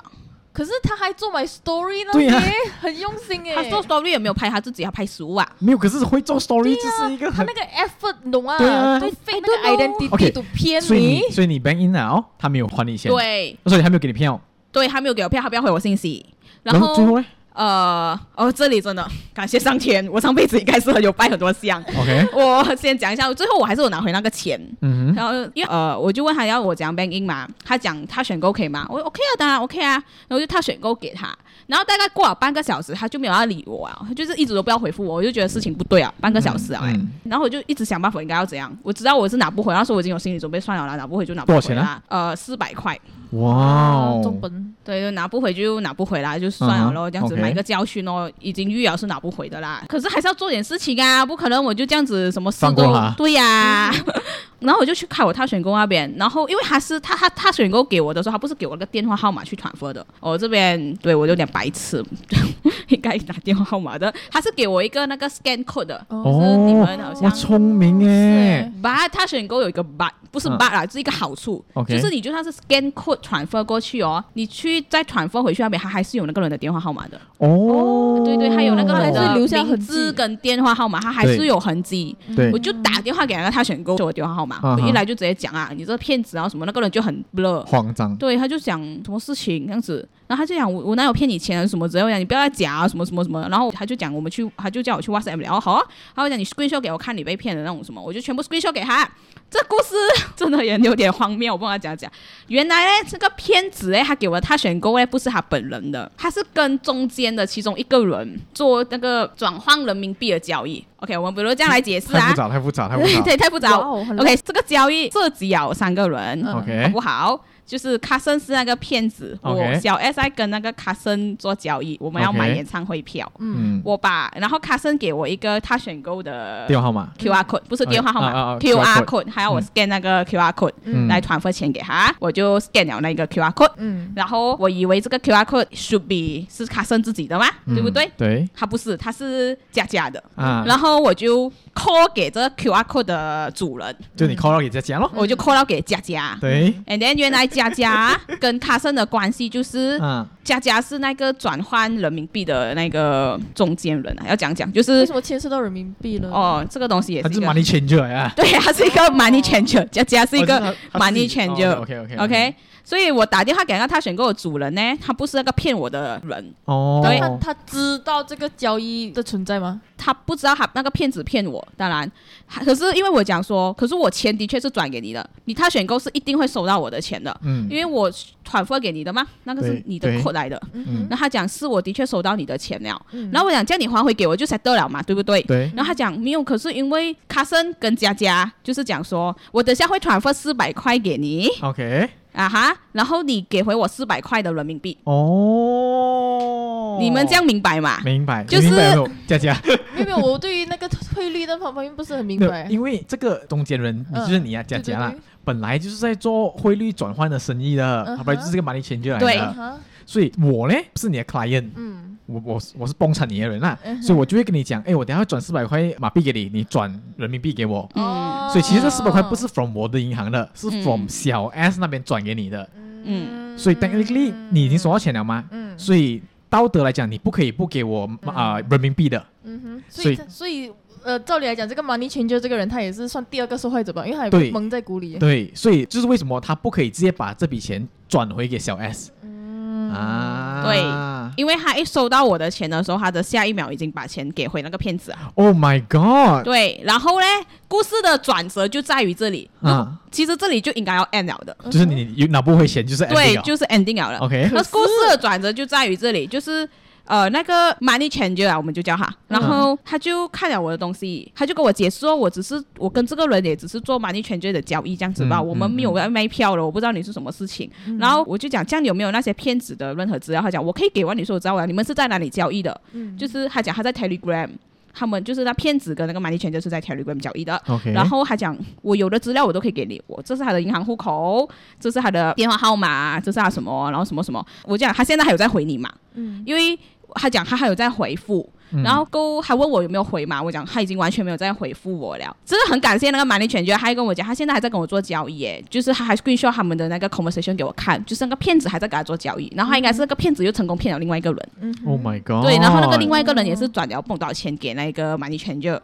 Speaker 5: 可是他还做 my story 那
Speaker 1: 对
Speaker 5: 些
Speaker 1: 呀，
Speaker 5: 很用心哎。
Speaker 2: 他做 story 也没有拍他自己，他拍食物啊。
Speaker 1: 没有，可是会做 story
Speaker 5: 对
Speaker 1: 这
Speaker 5: 啊
Speaker 1: 是一个
Speaker 5: 他
Speaker 1: 很
Speaker 5: 那个 effort 你懂啊，
Speaker 1: 对啊
Speaker 5: 就 fake 那
Speaker 2: I
Speaker 5: 个
Speaker 2: don't know
Speaker 1: OK，
Speaker 5: identity 都骗
Speaker 1: 所以你所以你 bank in 了哦，他没有还你钱，，哦
Speaker 2: 对
Speaker 1: 所以他没有给你票，
Speaker 2: 对，他没有给我票，他不要回我信息。
Speaker 1: 然
Speaker 2: 后
Speaker 1: 最后呢？
Speaker 2: 呃，哦，这里真的感谢上天，我上辈子应该是很有拜很多香。
Speaker 1: OK，
Speaker 2: 我先讲一下，最后我还是有拿回那个钱。
Speaker 1: 嗯哼，
Speaker 2: 然后因为呃，我就问他要我怎样 bank in 嘛，他讲他选购可以吗？我说 OK 啊，当然 OK 啊，然后就他选购给他，然后大概过了半个小时，他就没有要理我啊，他就是一直都不要回复我，我就觉得事情不对啊，半个小时啊、哎
Speaker 1: 嗯
Speaker 2: 然后我就一直想办法应该要怎样，我知道我是拿不回，那时候我已经有心理准备，算了啦，拿不回就拿不
Speaker 1: 多
Speaker 2: 回
Speaker 1: 少钱啊
Speaker 2: 啦，呃，四百块，
Speaker 1: 哇
Speaker 3: 啊
Speaker 1: 哦，
Speaker 3: 中本
Speaker 2: 对，就拿不回就拿不回啦，就算了咯，
Speaker 1: 嗯
Speaker 2: 这样子
Speaker 1: OK
Speaker 2: 买个教训哦，已经预了是拿不回的啦，可是还是要做点事情啊，不可能我就这样子什么事
Speaker 1: 放过
Speaker 2: 都
Speaker 1: 他
Speaker 2: 对呀、 然后我就去看我他选购那边，然后因为他是他他他选购给我的时候，他不是给我个电话号码去 transfer 的，我、这边对我有点白 痴，应该拿电话号码的，他是给我一个那个 scan code 的，就是你
Speaker 1: 哦，
Speaker 2: 们好
Speaker 1: 哇，
Speaker 2: 像。
Speaker 1: 聪明哎
Speaker 3: 是
Speaker 2: 把它选购有一个 but，不是
Speaker 1: 嗯
Speaker 2: but 啦，是一个好处
Speaker 1: OK
Speaker 2: 就是你就算是 scan code transfer 过去哦，你去再 transfer 回去那边，它还是有那个人的电话号码的。
Speaker 1: 哦，
Speaker 2: 对对，还有那个
Speaker 3: 它还
Speaker 2: 人
Speaker 3: 是
Speaker 2: 的
Speaker 3: 留下
Speaker 2: 名
Speaker 3: 痕
Speaker 2: 字
Speaker 3: 迹
Speaker 2: 跟电话号码，它还是有痕迹。
Speaker 1: 对
Speaker 2: 我就打电话给那个他选购我的电话号码，
Speaker 1: 啊哈
Speaker 2: 我一来就直接讲啊，你这骗子啊什么，那个人就很 blur。
Speaker 1: 慌张，
Speaker 2: 对，他就讲什么事情这样子，然后他就讲我我哪有骗你钱啊什么之类的，我讲你不要再讲啊什么什么什么，然后他就讲我们去，他就叫我去 WhatsApp 聊，好啊，他会讲你 screenshot 给我看你被骗的那种什么，我就全部 screenshot 给他。这故事真的也有点荒谬，我不跟他讲讲。原来呢，这个骗子哎，他给我的他选购哎，不是他本人的，他是跟中间的其中一个人做那个转换人民币的交易。OK，我们比如这样来解释
Speaker 1: 太
Speaker 2: 啊
Speaker 1: 复，杂，太复杂，太复
Speaker 2: 对
Speaker 1: 杂。
Speaker 2: 对，太复杂。
Speaker 5: 哇哦很
Speaker 2: OK，这个交易涉及有三个人，好
Speaker 1: OK，
Speaker 2: 不好？就是卡森是那个骗子
Speaker 1: OK
Speaker 2: 我小 S I 跟那个卡森做交易，我们要
Speaker 1: OK
Speaker 2: 买演唱会票。
Speaker 1: 嗯，
Speaker 2: 我把，然后卡森给我一个他选购的
Speaker 1: 电话号码，
Speaker 2: QR code，不是电话号
Speaker 1: 啊啊啊
Speaker 2: 码
Speaker 1: QR code
Speaker 2: ，QR code，还要我 scan 那个 QR code
Speaker 1: 嗯
Speaker 2: 来传付钱给他，我就 scan 了那个 QR code，
Speaker 3: 嗯，
Speaker 2: 然后我以为这个 QR code should be 是卡森自己的嘛，对不对
Speaker 1: 嗯？对
Speaker 2: 他不是，他是假假的。
Speaker 1: 啊，
Speaker 2: 然后我就 call 给这个 QR code 的主人，
Speaker 1: 就你 call 到给佳佳咯，
Speaker 2: 我就 call 到给佳佳。
Speaker 1: 对，
Speaker 2: And then 原来佳佳跟卡森的关系就是，
Speaker 1: 啊，
Speaker 2: 佳佳是那个转换人民币的那个中间人啊，要讲讲，就
Speaker 3: 为
Speaker 2: 是
Speaker 3: 什么牵涉到人民币了？
Speaker 2: 哦，这个东西也
Speaker 1: 他
Speaker 2: 是
Speaker 1: 是
Speaker 2: 一个
Speaker 1: money changer 呀，哦
Speaker 2: 对，他是一个
Speaker 3: 哦
Speaker 2: money changer，佳佳是一个 money changer
Speaker 1: OK OK
Speaker 2: OK，所以我打电话给那他选购的主人呢，他不是那个骗我的人，
Speaker 1: 哦，
Speaker 2: 对啊
Speaker 3: 他他知道这个交易的存在吗？
Speaker 2: 他不知道他那个骗子骗我，当然，还可是因为我讲说，可是我钱的确是转给你的，你他选购是一定会收到我的钱的，
Speaker 1: 嗯
Speaker 2: 因为我转付给你的嘛，那个是
Speaker 1: 对
Speaker 2: 你的
Speaker 1: 对
Speaker 2: code 来的。
Speaker 1: 嗯，
Speaker 2: 那他讲是我的确收到你的钱了，
Speaker 3: 嗯
Speaker 2: 然后我讲叫你还回给我就 s e 了嘛，对不对？
Speaker 1: 对，
Speaker 2: 然后他讲没有，可是因为卡森跟佳佳就是讲说，我等下会转付四百块给你
Speaker 1: OK，
Speaker 2: 啊哈，然后你给回我四百块的人民币，
Speaker 1: 哦，
Speaker 2: 你们这样明白吗？
Speaker 1: 明白，
Speaker 2: 就是
Speaker 1: 你明白没有，佳 佳，
Speaker 3: 没有没有，我对于那个汇率的方面不是很明
Speaker 1: 没有
Speaker 3: 白。
Speaker 1: 因为这个中间人，你就是你
Speaker 2: 嗯
Speaker 1: 啊，佳
Speaker 3: 对对
Speaker 1: 佳啦
Speaker 3: 对，
Speaker 1: 本来就是在做汇率转换的生意的，
Speaker 3: 嗯
Speaker 1: 他
Speaker 3: 哼
Speaker 1: 本来就是个 money changer 来
Speaker 2: 对
Speaker 3: 啊
Speaker 1: 的，
Speaker 3: 哈
Speaker 1: 所以我呢是你的 client，
Speaker 3: 嗯，
Speaker 1: 我我是我是帮衬你的人啦，
Speaker 3: 嗯哼
Speaker 1: 所以我就会跟你讲，哎，我等一下会转四百块马币给你，你转人民币给我。
Speaker 3: 哦
Speaker 2: 嗯
Speaker 1: 所以其实这四百块不是 from 我的银行的，是
Speaker 2: 嗯
Speaker 1: from 小 S 那边转给你的。
Speaker 2: 嗯
Speaker 1: 所以 technically 你已经收到钱了吗？
Speaker 3: 嗯
Speaker 1: 所以道德来讲，你不可以不给我
Speaker 2: 嗯
Speaker 1: 啊、人民币的。
Speaker 3: 嗯哼，
Speaker 1: 所
Speaker 3: 所
Speaker 1: 以
Speaker 3: 以他所以呃，照理来讲，这个 money changer 这个人他也是算第二个受害者吧，因为他也
Speaker 1: 对
Speaker 3: 被蒙在鼓里。
Speaker 1: 对，所以就是为什么他不可以直接把这笔钱转回给小 S、
Speaker 3: 嗯，
Speaker 1: 啊？
Speaker 2: 因为他一收到我的钱的时候，他的下一秒已经把钱给回那个骗子了。
Speaker 1: ，Oh my God！
Speaker 2: 对，然后呢，故事的转折就在于这里。
Speaker 1: 啊，
Speaker 2: 其实这里就应该要 end 了的，
Speaker 1: 就是你你拿不回钱，就是 ending
Speaker 2: 对
Speaker 1: 了，
Speaker 2: 就是 ending 了了。
Speaker 1: OK
Speaker 2: 那故事的转折就在于这里，就是呃那个 money changer 啊，我们就叫他，然后他就看了我的东西，他就跟我解释说，我只是我跟这个人也只是做 money changer 的交易这样子吧，
Speaker 1: 嗯
Speaker 2: 我们没有要卖票了，我不知道你是什么事情。然后我就讲，这样你有没有那些骗子的任何资料？他讲我可以给完你说我知道啊，你们是在哪里交易的？
Speaker 3: 嗯
Speaker 2: 就是他讲他在 Telegram，他们就是那骗子跟那个 money changer 是在 Telegram 交易的。
Speaker 1: OK。
Speaker 2: 然后还讲我有的资料我都可以给你，我这是他的银行户口，这是他的电话号码，这是他什么，然后什么什么。我讲他现在还有在回你嘛？
Speaker 3: 嗯，
Speaker 2: 因为他讲他还有在回复，
Speaker 1: 嗯
Speaker 2: 然后够还问我有没有回嘛？我讲他已经完全没有在回复我了，真的很感谢那个玛丽全觉，他还跟我讲他现在还在跟我做交易，耶，就是他还 screenshot 他们的那个 conversation 给我看，就是那个骗子还在跟他做交易，然后他应该是那个骗子又成功骗了另外一个人，
Speaker 3: 嗯
Speaker 1: Oh my God！
Speaker 2: 对，然后那个另外一个人也是转了不懂多少钱给那个
Speaker 3: 嗯
Speaker 1: 哦
Speaker 5: 哦嗯
Speaker 2: 玛丽全觉，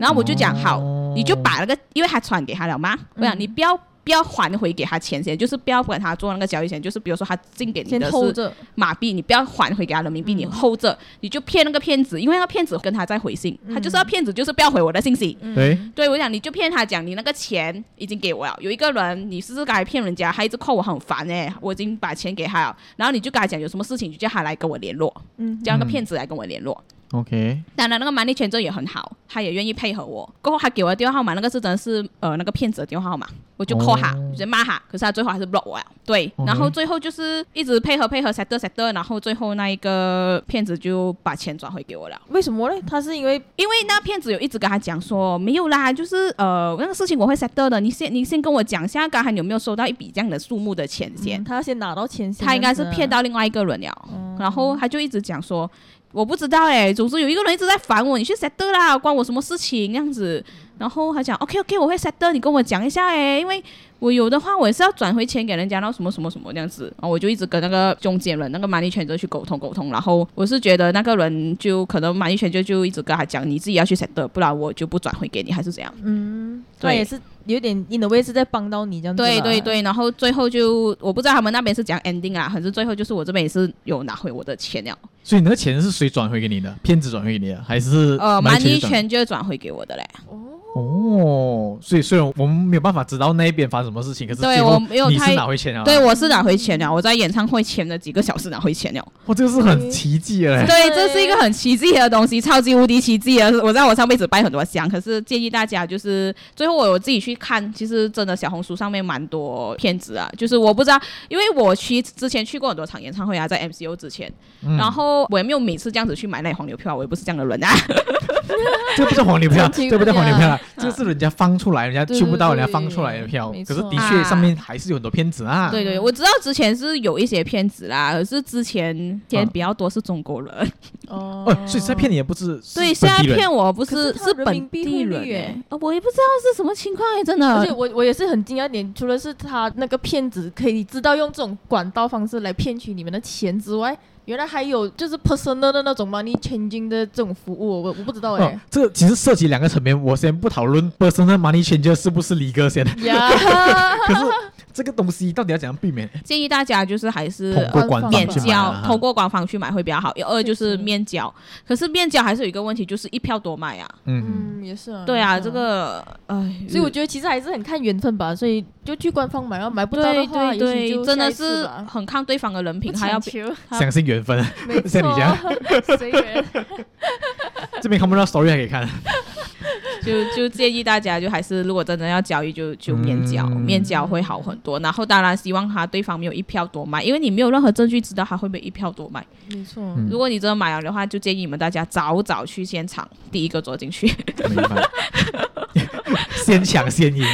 Speaker 2: 然后我就讲好。你就把那个，因为他传给他了嘛，我讲你不要不要还回给他钱先，就是不要管他做那个交易钱，就是比如说他进给你
Speaker 5: 先嗯
Speaker 2: 的
Speaker 5: 偷
Speaker 2: 是
Speaker 5: 着，
Speaker 2: 马币，你不要还回给他人民币，你 hold 着，你就骗那个骗子，因为那个骗子跟他在回信，
Speaker 5: 嗯
Speaker 2: 他就是要骗子，就是不要回我的信息。
Speaker 3: 嗯
Speaker 1: 对，
Speaker 2: 对我讲，你就骗他讲你那个钱已经给我了，有一个人你是不是该骗人家，他一直扣我很烦哎、我已经把钱给他了，然后你就跟他讲有什么事情你就叫他来跟我联络，
Speaker 5: 嗯，
Speaker 2: 叫那个骗子来跟我联络。
Speaker 1: OK，
Speaker 2: 当然，那个 money changer 也很好，他也愿意配合我。过后他给我的电话号码，那个是真的是呃那个骗子的电话号码，我就 call 他，
Speaker 1: 哦
Speaker 2: 我就骂他，可是他最后还是 block 我了。对
Speaker 1: OK
Speaker 2: 然后最后就是一直配合配合 settle settle，然后最后那一个骗子就把钱转回给我了。
Speaker 5: 为什么呢？他是因为
Speaker 2: 因为那骗子有一直跟他讲说没有啦，就是呃那个事情我会 settle 的，你先你先跟我讲一下，刚才你有没有收到一笔这样的数目的钱先？
Speaker 5: 嗯他要先拿到钱先，
Speaker 2: 他应该是骗
Speaker 5: 到，
Speaker 2: 到另外一个人了，
Speaker 5: 嗯
Speaker 2: 然后他就一直讲说。我不知道哎、总之有一个人一直在烦我，你去 settle 啦，关我什么事情那样子。然后他讲 OK OK，我会 settle，你跟我讲一下哎、因为我有的话我也是要转回钱给人家，然后什么什么什么那样子。然后我就一直跟那个中间人那个 money changer 去沟通沟通，然后我是觉得那个人就可能 money changer 就一直跟他讲，你自己要去 settle，不然我就不转回给你还是怎样。
Speaker 5: 嗯，
Speaker 2: 对
Speaker 5: 他也是有点 in a way 是在帮到你这样子啦，
Speaker 2: 对对对，然后最后就我不知道他们那边是讲 ending 啊，可是最后就是我这边也是有拿回我的钱了。
Speaker 1: 所以你那个钱是谁转回给你的？骗子转回给你的，还是
Speaker 2: 呃，
Speaker 1: 买
Speaker 2: 蛮
Speaker 1: 钱
Speaker 2: 一
Speaker 1: 转回
Speaker 2: 圈就转回给我的嘞。
Speaker 1: 哦，所以虽然我们没有办法知道那一边发生什么事情，可是
Speaker 2: 对
Speaker 1: 最后
Speaker 2: 我没有
Speaker 1: 你
Speaker 2: 太
Speaker 1: 是拿回钱啊？
Speaker 2: 对，，我是拿回钱了，我在演唱会前的几个小时拿回钱了。
Speaker 1: 哇，这个是
Speaker 2: 嗯
Speaker 1: 很奇迹 嘞。
Speaker 2: 对，
Speaker 5: 对
Speaker 2: 这是一个很奇迹的东西，超级无敌奇迹的。我知道我上辈子拜很多香，可是建议大家就是最后我有自己去看，其实真的小红书上面蛮多骗子啊，就是我不知道，因为我去之前去过很多场演唱会啊，在 MCU 之前，
Speaker 1: 嗯
Speaker 2: 然后我也没有每次这样子去买那些黄牛票，我也不是这样的人啊。
Speaker 1: 这不叫黄牛票，
Speaker 3: 神奇
Speaker 1: 这不叫黄牛
Speaker 3: 不一
Speaker 1: 票
Speaker 3: 样
Speaker 1: 了，这是人家放出来，人家
Speaker 3: 对
Speaker 1: 去不到，
Speaker 3: 对
Speaker 1: 人家
Speaker 3: 对
Speaker 1: 放出来的票。
Speaker 3: 没
Speaker 1: 可是的
Speaker 2: 错
Speaker 1: 确
Speaker 2: 啊
Speaker 1: 上面还是有很多骗子啊。
Speaker 2: 对对，我知道之前是有一些骗子啦，可是之前骗
Speaker 1: 嗯
Speaker 2: 比较多是中国人。
Speaker 5: 哦，
Speaker 1: 哦，所以在骗你也不是是
Speaker 2: 对，
Speaker 1: 本
Speaker 2: 现在
Speaker 1: 地人
Speaker 2: 骗我不
Speaker 5: 可是
Speaker 2: 是
Speaker 5: 他
Speaker 2: 是
Speaker 5: 人
Speaker 2: 本
Speaker 5: 民币
Speaker 2: 地
Speaker 5: 汇率
Speaker 2: 人
Speaker 5: 耶
Speaker 2: 欸呃我也不知道是什么情况欸真的
Speaker 5: 而且。我我也是很惊讶点，除了是他那个骗子可以知道用这种管道方式来骗取你们的钱之外，原来还有就是 personal 的那种 money changing 的这种服务，我我不知道 哎、
Speaker 1: 哦，这个其实涉及两个层面，我先不讨论 personal money changer 是不是离哥先，
Speaker 5: 呀，
Speaker 1: 可是这个东西到底要怎样避免？
Speaker 2: 建议大家就是还是
Speaker 1: 通过
Speaker 5: 呃
Speaker 1: 官方
Speaker 5: 放
Speaker 2: 面
Speaker 1: 去买
Speaker 2: 交
Speaker 1: 啊，
Speaker 2: 通过官方去买会比较好。有二就是
Speaker 5: 确实
Speaker 2: 面交，可是面交还是有一个问题，就是一票多卖啊。
Speaker 1: 嗯。
Speaker 5: 嗯，也是啊，
Speaker 2: 对啊，
Speaker 5: 也是
Speaker 2: 这，个哎，
Speaker 5: 所以我觉得其实还是很看缘分吧，所以就去官方买，然后买不到的
Speaker 2: 对
Speaker 5: 话，
Speaker 2: 对
Speaker 5: 也许
Speaker 2: 对，
Speaker 5: 就
Speaker 2: 真
Speaker 5: 下
Speaker 2: 的
Speaker 5: 一次
Speaker 2: 是
Speaker 5: 吧
Speaker 2: 很看对方的人品，还要
Speaker 5: 不强求，
Speaker 1: 相信缘 分，
Speaker 5: 没
Speaker 1: 像你这样
Speaker 5: 错， 随缘，
Speaker 1: 这边看不到 story 还可以看。
Speaker 2: 就就建议大家，就还是如果真的要交易就，就面交，
Speaker 1: 嗯
Speaker 2: 面交会好很多。然后当然希望他对方没有一票多卖，因为你没有任何证据知道他会不会一票多卖。
Speaker 5: 没错，
Speaker 1: 嗯
Speaker 2: 如果你真的买了的话，就建议你们大家早早去现场，第一个走 进去。
Speaker 1: 明白。先抢先赢，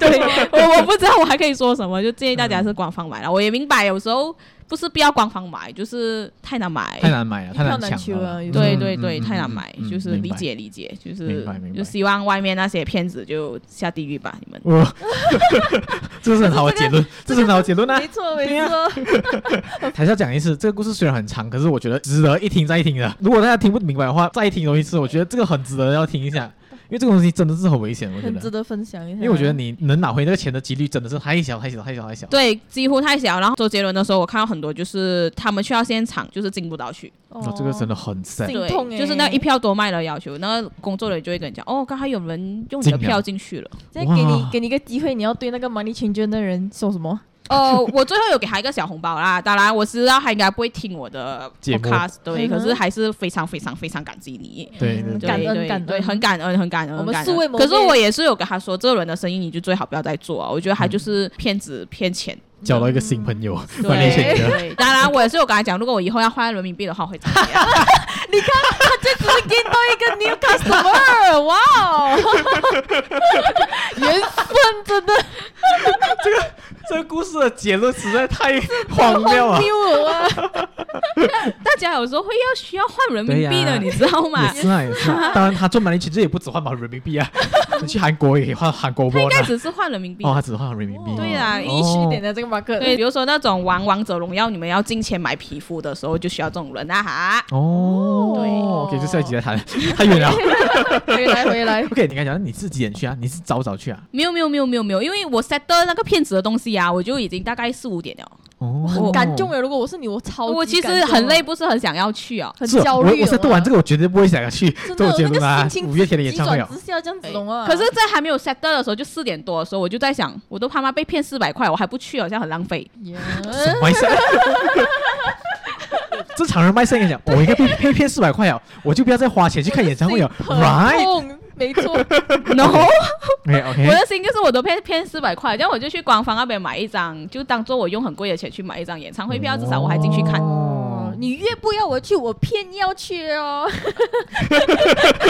Speaker 2: 对我我不知道我还可以说什么，就建议大家是官方买了。我也明白有时候不是不要官方买，就是太难买。
Speaker 1: 太难买了，
Speaker 5: 一
Speaker 1: 太
Speaker 5: 票
Speaker 1: 难
Speaker 5: 难
Speaker 1: 抢
Speaker 5: 求
Speaker 1: 了
Speaker 5: 啊有。时候
Speaker 2: 对
Speaker 1: 嗯
Speaker 2: 对对，
Speaker 1: 嗯
Speaker 2: 太难
Speaker 1: 嗯
Speaker 2: 买，
Speaker 1: 嗯
Speaker 2: 就是
Speaker 1: 明
Speaker 2: 理
Speaker 1: 白
Speaker 2: 解理解，就是
Speaker 1: 明白明白
Speaker 2: 就希望外面那些骗子就下地狱吧，你们。
Speaker 1: 哇，哦 这是很好的 结论，这是很好的结论啊
Speaker 5: 没！错，
Speaker 1: 对
Speaker 5: 没
Speaker 1: 呀
Speaker 5: 错，
Speaker 1: 还是要讲一次，这个故事虽然很长，可是我觉得值得一听再一听 的。如果大家听不明白的话，再听多一次，我觉得这个很值得要听一下，因为这个东西真的是很危险，我觉
Speaker 5: 很值
Speaker 1: 得。
Speaker 5: 得分享一下，
Speaker 1: 因为我觉得你能拿回那个钱的几率真的是太小太小太小太小。
Speaker 2: 对，几乎太小。然后周杰伦的时候，我看到很多就是他们去到现场就是进不到去，
Speaker 1: 哦，这个真的很
Speaker 5: 这
Speaker 1: sad，
Speaker 5: 心
Speaker 2: 对
Speaker 5: 痛，欸
Speaker 2: 就是那一票多卖的要求，那个工作人员就会跟你讲，哦，刚才有人用你
Speaker 1: 进
Speaker 2: 的
Speaker 1: 了
Speaker 2: 票进去了。
Speaker 5: 再给你
Speaker 1: 哇
Speaker 5: 给你一个机会，你要对那个 money changer 的人说什么？
Speaker 2: 哦，我最后有给他一个小红包啦，当然我知道他应该不会听我的
Speaker 1: 节目
Speaker 2: podcast，对，
Speaker 5: 嗯
Speaker 2: 可
Speaker 5: 哼
Speaker 2: 是还是非常非常非常感激你。
Speaker 1: 对对
Speaker 2: 对
Speaker 5: 感恩
Speaker 2: 对
Speaker 5: 感恩
Speaker 2: 对，很感恩，很感恩，
Speaker 5: 我们
Speaker 2: 很感
Speaker 5: 素未
Speaker 2: 恩。
Speaker 5: 谋
Speaker 2: 可是
Speaker 5: 面
Speaker 2: 我也是有跟他说，这个人的生意你就最好不要再做啊！我觉得他就是骗子 骗钱。
Speaker 1: 交到一个新朋友，
Speaker 2: 对
Speaker 1: 蛮危险的。
Speaker 2: 对，当然我也是有跟他讲，如果我以后要换人民币的话，我会啊怎么样？
Speaker 5: 只是 get 到一个 new customer，哇 哦，缘分真的
Speaker 1: 这个故事的结论实在太荒谬了。
Speaker 5: 啊
Speaker 2: 大家有时候会要需要换人民币
Speaker 1: 对
Speaker 2: 的，
Speaker 1: 呀
Speaker 2: 你知道吗
Speaker 1: 也？是啊，也是啊。当然，他赚满了钱，这也不止换满人民 币啊，你去韩国也可以换韩国
Speaker 2: 他应
Speaker 1: won
Speaker 2: 该
Speaker 1: 啊。
Speaker 2: 只是换人民币。
Speaker 1: 哦，他只换人民币。
Speaker 2: 对啊，
Speaker 1: 哦
Speaker 2: 因
Speaker 1: 一区一点
Speaker 5: 的这个马克
Speaker 2: 对，比如说那种玩王者荣耀，你们要进钱买皮肤的时候，就需要这种人啊哈。
Speaker 1: 哦，
Speaker 2: 对
Speaker 5: 啊
Speaker 1: OK，这下一集再谈，太远了。
Speaker 5: 回来回来，
Speaker 1: OK，你刚才讲你是几点去啊？你是早早去啊？
Speaker 2: 没有没有没有没有没有，因为我 set 的那个骗子的东西啊，我就已经大概四五点了。
Speaker 1: 哦，
Speaker 5: 我很感动的。如果我是你，我超级
Speaker 2: 我其
Speaker 5: 感
Speaker 2: 实
Speaker 5: 动啊
Speaker 2: 很累，
Speaker 5: 的，
Speaker 2: 不是很想要去哦。
Speaker 5: 很
Speaker 1: 是哦
Speaker 5: 焦
Speaker 1: 我
Speaker 5: 虑。
Speaker 1: 我是读完这
Speaker 5: 个，
Speaker 1: 个，我绝对不会想要去
Speaker 5: 真
Speaker 1: 周
Speaker 5: 的
Speaker 1: 杰
Speaker 5: 那
Speaker 1: 伦啊
Speaker 5: 个心、情
Speaker 1: 五月天的演唱会
Speaker 5: 急
Speaker 1: 哦
Speaker 5: 转直下这样子懂啊。
Speaker 2: 哎可是，在还没有 set 的时候，就四点多的时候，我就在想，我都怕妈被骗四百块，我还不去，好像很浪费。
Speaker 1: 什么意思？ 正常人卖肾也讲，我应该被被骗四百块啊，我就不要再花钱去看演唱 会了啊
Speaker 5: 很
Speaker 1: ，right？
Speaker 5: 痛，没错，
Speaker 2: 然后
Speaker 1: OK
Speaker 2: 我
Speaker 1: 哎 OK，
Speaker 2: 的心就是我都骗骗四百块，然后我就去官方那边买一张，就当做我用很贵的钱去买一张演唱会票，至少我还进去看。
Speaker 1: 哦
Speaker 5: 你越不要我去，我偏要去哦。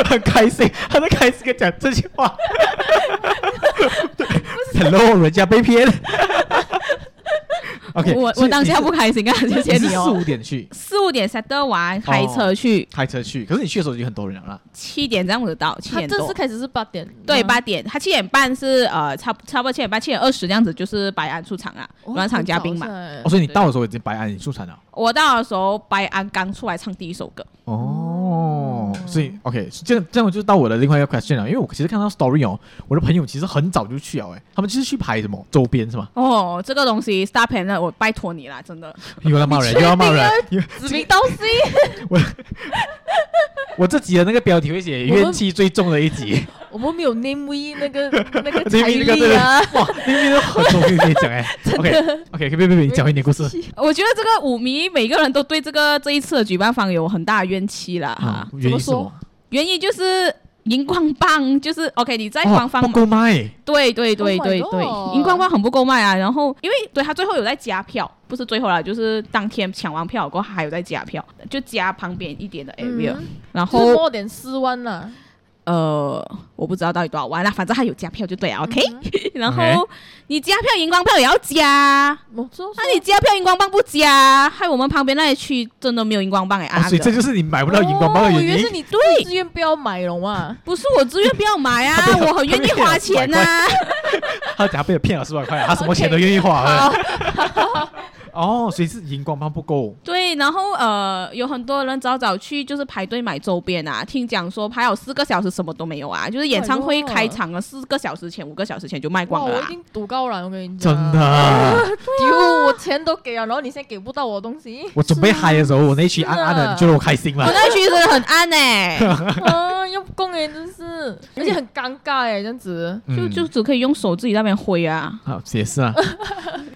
Speaker 1: 很 开心，他在开心的讲这句 话。Hello，人家被骗。OK，
Speaker 2: 我我当下不开心啊，谢谢你
Speaker 1: 四
Speaker 2: 哦。
Speaker 1: 五点去
Speaker 2: 四五点 set 完，开车去，
Speaker 1: 开车去，可是你去的时候已经很多人了啦。
Speaker 2: 七点这样子到，七
Speaker 5: 他
Speaker 2: 点
Speaker 5: 正式
Speaker 2: 多。
Speaker 5: 开始是八点，
Speaker 2: 对，
Speaker 5: 嗯
Speaker 2: 八点，他七点半是呃，差不差不多七点半、七点二十这样子，就是白安出场啊，暖场嘉宾。
Speaker 5: 哦
Speaker 2: 嘛。
Speaker 5: 很
Speaker 1: 哦，
Speaker 5: 早
Speaker 1: 所以你到的时候已经白安已出场了。
Speaker 2: 我到的时候，白安刚出来唱第一首歌，
Speaker 1: 哦，所以 OK，这样这样就是到我的另外一个 question 了，因为我其实看到 story 哦，我的朋友其实很早就去了，哎，他们就是去拍什么周边 是吗？
Speaker 2: 哦，这个东西 Star Panel，我拜托你啦，真的。
Speaker 1: 又要骂人，又要骂人，又
Speaker 5: 欸指名道姓，
Speaker 1: 我这集的那个标题会写怨气最重的一集，
Speaker 5: 我们没有 name we 那个那个
Speaker 1: 这
Speaker 5: 财
Speaker 1: 边那个
Speaker 5: 力啊，
Speaker 1: 哇，那边都很多东西可以讲哎。OK OK，别别别，你讲一点故事
Speaker 2: 我觉得这个舞迷每个人都对这个这一次的举办方有很大的怨气啦哈、
Speaker 1: 啊，原因是什么？
Speaker 2: 原因就是荧光棒，就是 OK，你在官方
Speaker 1: 不够卖
Speaker 2: 对对对
Speaker 5: Oh my
Speaker 2: 对对，
Speaker 5: God
Speaker 2: 荧光棒很不够卖啊。然后因为对他最后有在加票，不是最后啦，就是当天抢完票过后还有在加票，就加旁边一点的 area、
Speaker 5: 嗯
Speaker 2: 然
Speaker 5: 就是
Speaker 2: 后
Speaker 5: 多点啊四万了。
Speaker 2: 呃，我不知道到底多少万啦，反正他有加票就对
Speaker 5: 嗯
Speaker 2: 了，OK、然 后
Speaker 1: OK
Speaker 2: 你加票荧光票也要加。
Speaker 5: 我说
Speaker 2: 那你加票荧光棒不加，害我们旁边那一区真的没有荧光棒哎、
Speaker 1: 啊，
Speaker 2: 啊！
Speaker 1: 所以这就是你买不到荧光棒
Speaker 5: 哦我
Speaker 1: 的
Speaker 5: 以为
Speaker 1: 原
Speaker 5: 是
Speaker 1: 因。
Speaker 5: 你
Speaker 2: 对，
Speaker 5: 自愿不要啊买了嘛。
Speaker 2: 不是我自愿不要买 啊
Speaker 1: 他，被
Speaker 2: 我很愿意花钱啊呐、
Speaker 1: 他等下被骗了四百块，他什么钱都愿意花啊。 哦，所以是荧光棒不够。
Speaker 2: 对，然后呃，有很多人早早去就是排队买周边啊，听讲说排了四个小时什么都没有啊，就是演唱会
Speaker 5: 哎呦
Speaker 2: 开场了四个小时前、五个小时前就卖
Speaker 5: 哇，
Speaker 2: 光了、
Speaker 5: 我已
Speaker 2: 啊。
Speaker 5: 经赌高了，我跟你
Speaker 1: 真
Speaker 5: 讲。
Speaker 1: 的，。
Speaker 5: 哟，我钱都给了，然后你现在给不到我东西
Speaker 1: 我准备嗨的时候，我那一群暗暗
Speaker 5: 是
Speaker 1: 的，
Speaker 5: 啊
Speaker 1: 你觉得我开心吗
Speaker 2: 我？那区真的很暗哎、
Speaker 5: 啊，要供哎，真是，而且很尴尬哎，这样子。
Speaker 2: 就
Speaker 1: 嗯
Speaker 2: 就只可以用手自己在那边挥啊。
Speaker 1: 啊，也是啊，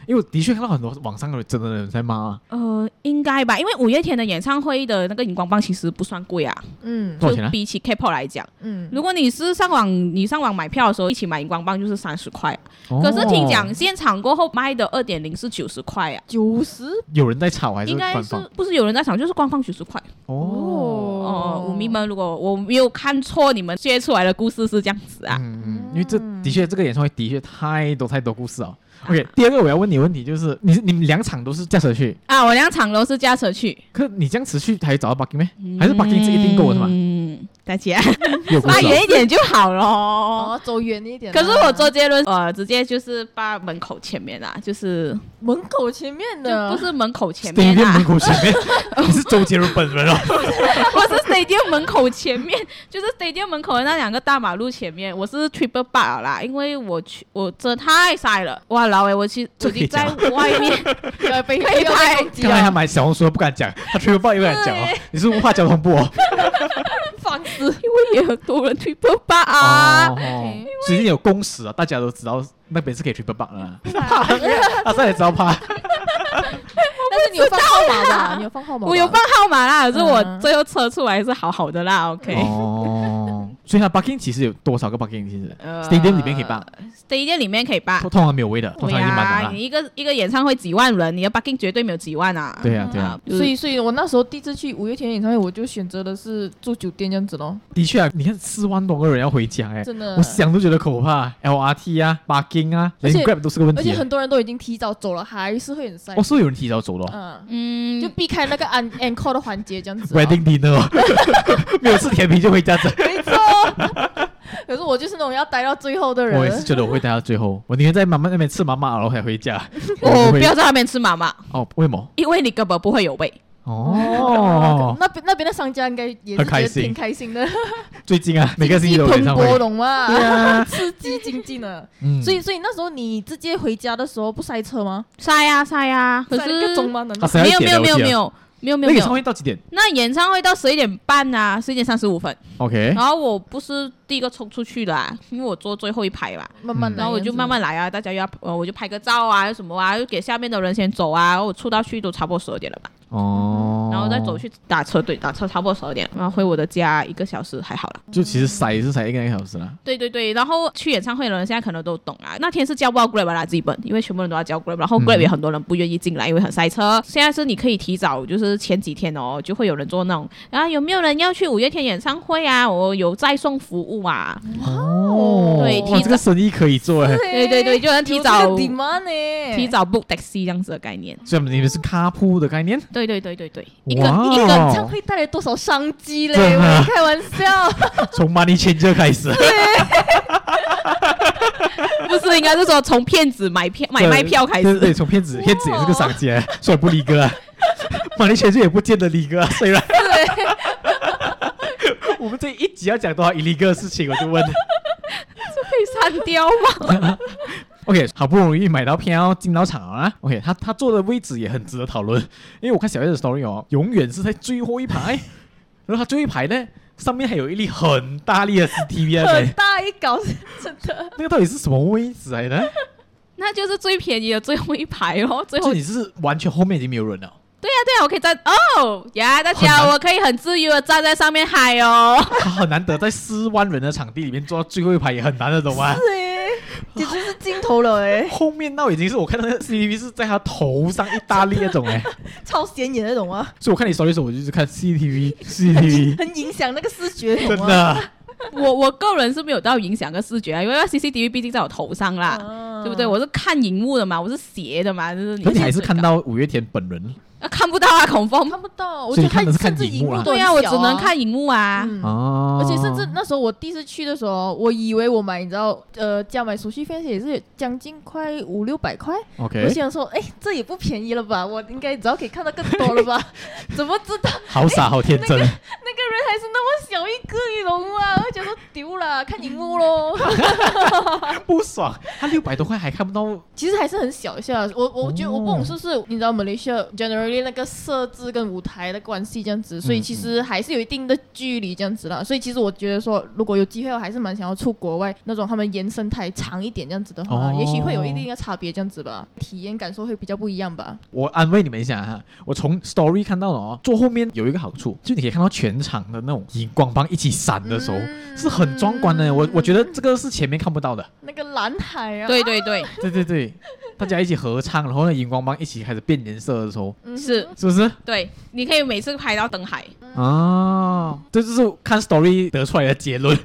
Speaker 1: 因为我的确看到很多网上有真的人在骂啊，
Speaker 2: 呃，应该吧，因为五月天的演唱会的那个荧光棒其实不算贵啊，
Speaker 5: 嗯
Speaker 1: 多
Speaker 2: 就
Speaker 1: 少钱啊？
Speaker 2: 比起 K-pop 来讲，
Speaker 5: 嗯，
Speaker 2: 如果你是上网你上网买票的时候一起买荧光棒就是三十块，可是听讲
Speaker 1: 哦
Speaker 2: 现场过后卖的二点零是九十块啊，
Speaker 5: 九十
Speaker 1: 有人在吵还是
Speaker 2: 应该
Speaker 1: 官
Speaker 2: 是
Speaker 1: 方？
Speaker 2: 不是有人在想就是官方九十块？
Speaker 1: 哦，
Speaker 2: 哦，舞迷们，如果我没有看错，你们接出来的故事是这样子啊。
Speaker 1: 嗯嗯，因为这的确这个演唱会的确太多太多故事哦。OK，第二
Speaker 2: 啊
Speaker 1: 个我要问你的问题就是，你是你们两场都是驾车去，
Speaker 2: 啊，我两场都是驾车去，
Speaker 1: 可你这样持续还找到 bugging 咩？还是 bugging 是一定够的是吗？
Speaker 2: 嗯，大姐，
Speaker 1: 有故
Speaker 2: 拉
Speaker 1: 事哦
Speaker 2: 远一点就好咯。
Speaker 5: 哦，走远一点啊。
Speaker 2: 可是我周杰伦，呃，直接就是把门口前面啊，就是
Speaker 5: 门口前面
Speaker 2: 就
Speaker 5: 的，
Speaker 2: 不是门口前面
Speaker 1: ，Stadium
Speaker 2: 啊
Speaker 1: 门，口前面，你是周杰伦本人哦。
Speaker 2: 我 是 stadium 门口前面， 就是 stadium 门口的那两个大马路前面，我是 triple bar 了啦，因为我去我真的太晒了，哇老 eh，诶，我其实
Speaker 1: 这
Speaker 2: 我
Speaker 1: 可
Speaker 2: 已
Speaker 1: 以
Speaker 2: 经在
Speaker 1: 讲
Speaker 2: 外面
Speaker 5: 要被
Speaker 2: 可以
Speaker 5: 要
Speaker 2: 拍
Speaker 5: 被攻击
Speaker 1: 刚才他
Speaker 5: 啊，
Speaker 1: 买小红书都不敢讲，他 t r i p 又敢讲哦，你是不怕交通部哦？
Speaker 5: 放肆。
Speaker 2: 因为也很多人 triple bar 啊。
Speaker 1: 哦，最近有共识啊，大家都知道那边是可以 triple bug 的啦，
Speaker 2: 啊
Speaker 1: 他再也知道怕。
Speaker 5: 但是你有放号码吧？你有放号码吧？
Speaker 2: 我有报号码啦，可是我
Speaker 5: 嗯
Speaker 2: 最后测出来是好好的啦，OK。
Speaker 1: 哦，所以它 parking 其实有多少个 parking？其实
Speaker 2: 呃
Speaker 1: stadium 里面可以 park，
Speaker 2: ，stadium 里面可 以吧
Speaker 1: 通？通常没有位的，通
Speaker 2: 对
Speaker 1: 常
Speaker 2: 啊
Speaker 1: 已经满
Speaker 2: 呀、
Speaker 1: 了啦
Speaker 2: 你。一个一个演唱会几万人，你的 backing 绝对没有几万啊。
Speaker 1: 对呀、对呀、
Speaker 2: 啊，
Speaker 5: 所以，所以我那时候第一次去五月天演唱会，我就选择的是住酒店这样子咯，
Speaker 1: 的确啊，你看四万多个人要回家哎、
Speaker 5: 真的
Speaker 1: 我。想都觉得可怕。LRT 啊，parking 啊，
Speaker 5: 而
Speaker 1: 连
Speaker 5: 且
Speaker 1: Grab 都是个问
Speaker 5: 而且
Speaker 1: 题。
Speaker 5: 很多人都已经提早走了，还是会很塞
Speaker 1: 哦，。是有人提早走了、
Speaker 5: 嗯，
Speaker 2: 嗯，
Speaker 5: 就避开那个 an encore 的环节这样子
Speaker 1: w e
Speaker 5: 哦。
Speaker 1: d d i n g dinner，哦没有吃甜品就回家走。
Speaker 5: 没错。 可是我就是那种要待到最后的
Speaker 1: 我也是
Speaker 5: 人。
Speaker 1: 觉得我会待到最后，我宁愿在妈妈那边吃妈妈，然后才回家。
Speaker 2: 哦，
Speaker 1: 我
Speaker 2: 不
Speaker 1: 会
Speaker 2: 要在那边吃妈妈，
Speaker 1: 哦，为什么？
Speaker 2: 因为你根本不会有胃。
Speaker 1: 哦，
Speaker 5: 那边那边的商家应该也是
Speaker 1: 很
Speaker 5: 觉
Speaker 1: 开
Speaker 5: 得
Speaker 1: 心
Speaker 5: 挺开心的，
Speaker 1: 最近啊，每个星期都有
Speaker 5: 蓬
Speaker 1: 演唱会
Speaker 5: 勃，。懂吗？
Speaker 1: 对 啊，
Speaker 5: 刺激经济呢。
Speaker 1: 嗯，
Speaker 5: 啊所以，所以那时候你直接回家的时候不塞车吗？
Speaker 2: 塞呀塞呀，啊可
Speaker 5: 塞了个
Speaker 2: 是
Speaker 5: 钟吗？难
Speaker 1: 他
Speaker 5: 道？
Speaker 1: 塞到
Speaker 2: 没
Speaker 1: 一
Speaker 2: 有
Speaker 1: 啊点
Speaker 2: 没
Speaker 1: 了我
Speaker 2: 有没有
Speaker 1: 记得
Speaker 2: 没有没有没
Speaker 1: 那
Speaker 2: 有
Speaker 1: 个演
Speaker 2: 没
Speaker 1: 唱
Speaker 2: 有，
Speaker 1: 会到几点
Speaker 2: 那演唱会到十一点半啊，十一点三十五分，
Speaker 1: ？OK，
Speaker 2: 然后我不是第一个冲出去的、啊，因为我坐最后一排嘛，
Speaker 1: 嗯
Speaker 5: 慢慢来，
Speaker 2: 然后我就慢。慢来啊，大家又要呃我就拍个照啊，又什么啊，又给下面的人先走啊，我出到去都差不多十二点了吧。
Speaker 1: 哦，
Speaker 2: 然后再走，去打车，对，打车差不多十二点，然后回我的家一个小时还好啦。
Speaker 1: 就其实塞也是塞一个小时啦。
Speaker 2: 对对对，然后去演唱会的人现在可能都懂啊。那天是叫不到 Grab 啦，基本因为全部人都要叫 Grab，然后
Speaker 1: 嗯
Speaker 2: Grab 也很多人不愿意进来，因为很塞车。现在是你可以提早，就是前几天哦，就会有人做那种啊，有没有人要去五月天演唱会啊？我有再送服务 啊。
Speaker 1: 哦
Speaker 2: 对
Speaker 1: 哇，
Speaker 2: 提
Speaker 1: 这个生意可以做哎。
Speaker 2: 对对对，就能提早
Speaker 5: 提早呢，
Speaker 2: 提早 book taxi 这样子的概念。
Speaker 1: 所以你们是卡铺的概念，
Speaker 2: 对对对对对，
Speaker 5: 一个
Speaker 1: 哇
Speaker 5: 一个演唱
Speaker 1: 哦，
Speaker 5: 会带来多少商机嘞？
Speaker 1: 真的
Speaker 5: 我开玩笑，
Speaker 1: 从 money changer 开始，
Speaker 2: 不是应该是说从骗子买票买卖票开
Speaker 1: 对
Speaker 2: 始
Speaker 1: 对，对从骗子骗子也是个商家，所以不离哥啊，money changer 也不见得离哥啊，虽然。 我们这一集要讲多少 illegal 的事情，我就问。
Speaker 2: 被删掉吗？
Speaker 1: OK，好不容易买到票进到场了啦。OK，他他坐的位置也很值得讨论，因为我看小叶的 story 哦，永远是在最后一排，然后他最后一排呢，上面还有一粒很大力的 CTV 在那
Speaker 5: 很
Speaker 1: 边，
Speaker 5: 大一搞，真的。
Speaker 1: 那个到底是什么位置来的？
Speaker 2: 那就是最便宜的最后一排哦，最后
Speaker 1: 这里是完全后面已经没有人了。
Speaker 2: 对呀、对呀、我可以站哦呀，大
Speaker 1: 很
Speaker 2: 家
Speaker 1: 难
Speaker 2: 我可以很自由的站在上面嗨哦，
Speaker 1: 他很难得在四万人的场地里面坐到最后一排，也很难的，懂吗？
Speaker 5: 对， 简直是镜头 了哎，
Speaker 1: 后面那已经是我看到那个 CCTV 是在他头上一大粒那种哎、
Speaker 5: 超显眼那种啊，
Speaker 1: 所以我看你 story 的时候，我就一直看 CCTV CCTV，
Speaker 5: 很影响那个视觉，
Speaker 1: 真
Speaker 5: 懂吗？
Speaker 1: 的
Speaker 2: 我我个人是没有到影响个视觉啊，因为 CCTV 毕竟在我头上啦，
Speaker 5: 啊
Speaker 2: 对不对？我是看荧幕的嘛，我是斜的嘛，就是
Speaker 1: 可你还是看
Speaker 2: 到、
Speaker 1: 到五月天本人
Speaker 2: 啊、看不到啊，恐 风。
Speaker 5: 看不到，我
Speaker 1: 所以
Speaker 5: 觉得
Speaker 1: 看的是看啊
Speaker 5: 甚至
Speaker 1: 荧
Speaker 5: 荧
Speaker 1: 幕啦
Speaker 5: 幕都
Speaker 2: 对
Speaker 5: 很小啊
Speaker 2: 呀、我只能。看荧幕啊。
Speaker 5: 嗯
Speaker 1: 哦
Speaker 5: 而且甚至那时候我第一次去的时候，我以为我买，你知道，呃，加买手续费也是将近快五六百块。我
Speaker 1: OK
Speaker 5: 想说，哎，这也不便宜了吧？我应该早可以看到更 多了吧？怎么知道
Speaker 1: 好傻好天真，
Speaker 5: 那个人还是那么小一个，你懂吗？我觉得丢了，看荧幕喽。
Speaker 1: 不爽。他六百多块还看不到，
Speaker 5: 其实还是很小一下，我我觉得
Speaker 1: 哦
Speaker 5: 我不懂是不是你知道 Malaysia generally 那个设置跟舞台的关系这样子，
Speaker 1: 嗯
Speaker 5: 所以其实还是有一定的距离这样子啦。所以其实我觉得说，如果有机会，我还是蛮想要出国外那种他们延伸台长一点这样子的话，
Speaker 1: 哦
Speaker 5: 也许会有一定的差别这样子吧，体验感受会比较不一样吧。
Speaker 1: 我安慰你们一下哈。我从 story 看到了哦，坐后面有一个好处，就你可以看到全场的那种荧光棒一起闪的时候，
Speaker 5: 嗯
Speaker 1: 是很壮观的。我我觉得这个是前面看不到 的。
Speaker 5: 那个蓝海啊，
Speaker 2: 对对对，
Speaker 1: 对对对，大家一起合唱，然后那荧光棒一起开始变颜色的时候，
Speaker 5: 嗯哼
Speaker 2: 是，
Speaker 1: 是不是？
Speaker 2: 对，你可以每次拍到灯海，
Speaker 5: 嗯
Speaker 1: 哦，这就是看 story 得出来的结 论。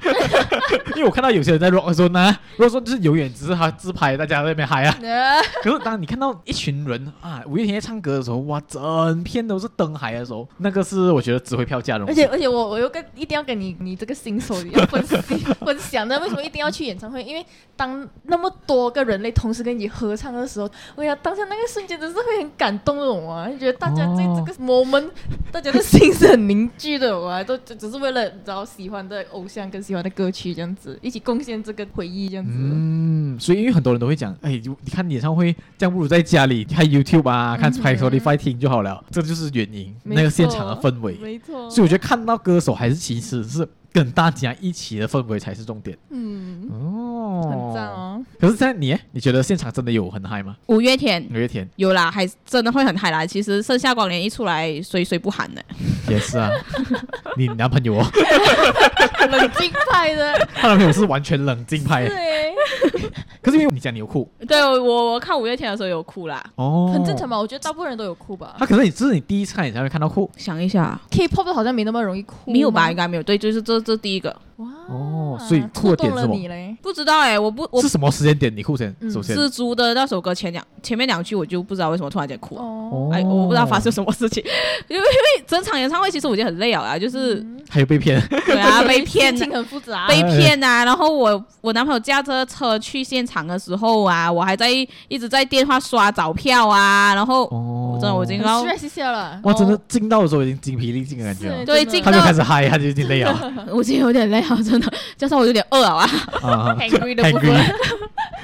Speaker 1: 因为我看到有些人在 rock 的时候呢，rock 说就是永远只是他自拍，大家在那边嗨啊。
Speaker 5: 啊
Speaker 1: 可是当你看到一群人啊，五月天在唱歌的时候，哇，整片都是灯海的时候，那个是我觉得值回票价的
Speaker 5: 而
Speaker 1: 东西。
Speaker 5: 且而且我我又跟一定要跟你你这个新手一样分析分享的，为什么一定要去演唱会？因为当那么多个人类同时跟你合唱的时候，我想当下那个瞬间真是会很感动的我啊，就觉得大家
Speaker 1: 哦
Speaker 5: 在这个 moment，、大家的心是很凝聚的我啊，都只只是为了找喜欢的偶像跟喜欢的歌曲这样子，一起贡献这个回忆这样子。
Speaker 1: 嗯，所以因为很多人都会讲，哎，你你看演唱会，这样不如在家里看 YouTube 啊，看拍 Spotify 听就好了，这就是原因，
Speaker 5: 嗯没
Speaker 1: 那个现场的
Speaker 5: 错
Speaker 1: 氛围。
Speaker 5: 没错，
Speaker 1: 所以我觉得看到歌手还是其实是跟大家一起的氛围才是重点。
Speaker 5: 嗯，
Speaker 1: 哦，哦，
Speaker 5: 很赞。哦。
Speaker 1: 可是现在你耶，你觉得现场真的有很嗨吗？
Speaker 2: 五月天
Speaker 1: 五月 天
Speaker 2: 有啦，还真的会很嗨啦。其实盛夏光年一出来，谁谁不喊呢？
Speaker 1: 也是啊，你男朋友哦，
Speaker 5: 冷静派的，
Speaker 1: 他男朋友是完全冷静派耶。
Speaker 5: 对，
Speaker 1: 可是因为你讲你有哭
Speaker 2: 对我，我看五月天的时候有哭啦。
Speaker 1: 哦，
Speaker 5: 很正常。吧？我觉得大部分人都有哭吧
Speaker 1: 他可能你这是你第一次看演唱会看到哭
Speaker 2: 想一下，
Speaker 5: ，K-pop 都好像没那么容易哭，
Speaker 2: 没有吧？应？该没有。对，就是这这第一个，
Speaker 5: 哇，
Speaker 1: 哦
Speaker 5: 啊
Speaker 1: 所以哭的
Speaker 5: 触
Speaker 1: 点
Speaker 5: 动
Speaker 1: 是
Speaker 5: 了
Speaker 1: 什么
Speaker 5: 你嘞？
Speaker 2: 不知道哎、我不我
Speaker 1: 是什么时间点你哭先？
Speaker 5: 嗯
Speaker 1: 首先
Speaker 2: 蜘蛛的那首歌前两前面两句我就不知道为什么突然间哭了。
Speaker 1: 哦，
Speaker 5: 哦，
Speaker 2: 哎，我不知道发生什么事情， 因为因为整场演唱会其实我已经很累了啦，就是、
Speaker 1: 还有被骗，
Speaker 2: 对 啊被骗
Speaker 5: 嗯心情很复 杂，
Speaker 2: 被骗啊，然后我我男朋友驾着车去现场的时候啊，我还在一直在电话刷找票啊，然后、
Speaker 1: 哦
Speaker 2: 我真的我已经哦
Speaker 5: 很
Speaker 2: 到
Speaker 5: stress 一下了。哦
Speaker 1: 哇，真的进到的时候已经精疲力尽的感觉了
Speaker 5: 是，
Speaker 2: 对
Speaker 5: 真的
Speaker 2: 进
Speaker 1: 他就
Speaker 2: 到
Speaker 1: 开始嗨，他就有点累啊
Speaker 2: 我已经有点累了，真的，加上我有点饿了啊，
Speaker 1: 啊
Speaker 5: angry 的部分
Speaker 1: ，angry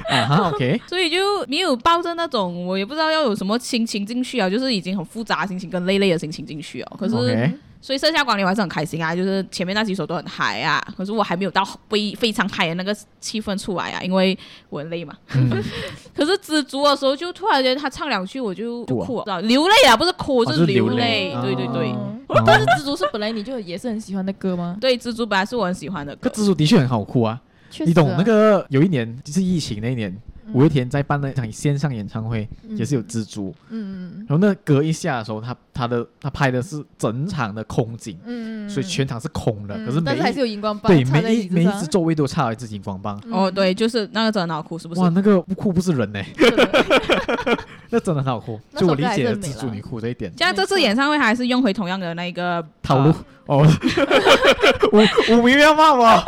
Speaker 1: 啊哈，OK，
Speaker 2: 所以就没有抱着那种我也不知道要有什么心情进去啊，就是已经很复杂的心情跟累累的心情进去哦。可是
Speaker 1: OK，
Speaker 2: 所以盛夏光年我还是很开心啊，就是前面那几首都很嗨啊，可是我还没有到非非常嗨的那个气氛出来啊，因为我很累嘛。
Speaker 1: 嗯，
Speaker 2: 可是知足的时候，就突然间他唱两句，我就就
Speaker 1: 哭啊
Speaker 2: 哭了，流泪啊，不是哭，
Speaker 1: 哦
Speaker 2: 是流
Speaker 1: 是流泪
Speaker 2: 对对对。
Speaker 1: 哦
Speaker 5: 哦但是蜘蛛是本来你就也是很喜欢的歌 吗？
Speaker 2: 对，蜘蛛本来是我很喜欢的歌
Speaker 1: 可，蜘蛛的确很好哭啊，
Speaker 5: 确
Speaker 1: 你
Speaker 5: 实啊
Speaker 1: 懂那个有一年就是疫情那一年，
Speaker 5: 嗯
Speaker 1: 五月天在办那场线上演唱会，
Speaker 5: 嗯
Speaker 1: 也是有蜘蛛，
Speaker 5: 嗯嗯
Speaker 1: 然后那歌一下的时候，他他的他拍的是整场的空景，
Speaker 5: 嗯嗯，
Speaker 1: 所以全场是空的，
Speaker 5: 嗯
Speaker 1: 可是每
Speaker 5: 但是还是
Speaker 1: 一
Speaker 5: 有荧光棒
Speaker 1: 对
Speaker 5: 插在
Speaker 1: 每
Speaker 5: 椅
Speaker 1: 一
Speaker 5: 子
Speaker 1: 每一
Speaker 5: 上
Speaker 1: 只，座位都插了一支荧光 棒，
Speaker 5: 嗯
Speaker 2: 哦，对，就是那个真的好哭，是不是
Speaker 1: 哇，？那个不哭不是 人呢、
Speaker 5: 真的
Speaker 1: 那真的很好哭，
Speaker 5: 那
Speaker 1: 就
Speaker 5: 首
Speaker 1: 我
Speaker 5: 歌
Speaker 1: 理
Speaker 5: 还是
Speaker 1: 解
Speaker 5: 很美
Speaker 1: 蜘蛛
Speaker 5: 啦
Speaker 1: 女哭这一点
Speaker 2: 像这次演唱会还是用回同样的那个
Speaker 1: 套路，
Speaker 5: 啊
Speaker 1: 哦， 五五名要骂 我， 啊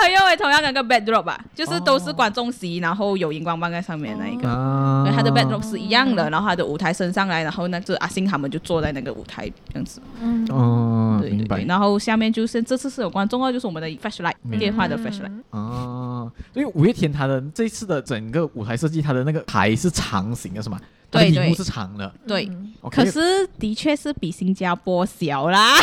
Speaker 2: 还用回同样的那个 backdrop 吧，就是都是
Speaker 1: 哦
Speaker 2: 观众席，然后有荧光棒在上面那一个。
Speaker 1: 啊
Speaker 2: 对，他
Speaker 5: 哦
Speaker 2: 的 backdrop 是一样的，然后他的舞台升上来，然后那就阿星他们就坐在那个舞台这样子，
Speaker 5: 嗯，嗯
Speaker 1: 嗯，
Speaker 2: 对对
Speaker 1: 明白
Speaker 2: 对。然后下面就是这次是有观众哦，就是我们的 flashlight
Speaker 1: 明白
Speaker 2: 电话的 flashlight，
Speaker 1: 啊，所以五月天他的这一次的整个舞台设计，他的那个台是长形的，是吗？它的
Speaker 2: 对
Speaker 1: 屏幕
Speaker 2: 对
Speaker 1: 是长的。
Speaker 2: 对，
Speaker 5: 嗯
Speaker 2: 可
Speaker 1: OK，
Speaker 2: 是的确是比新加坡小啦，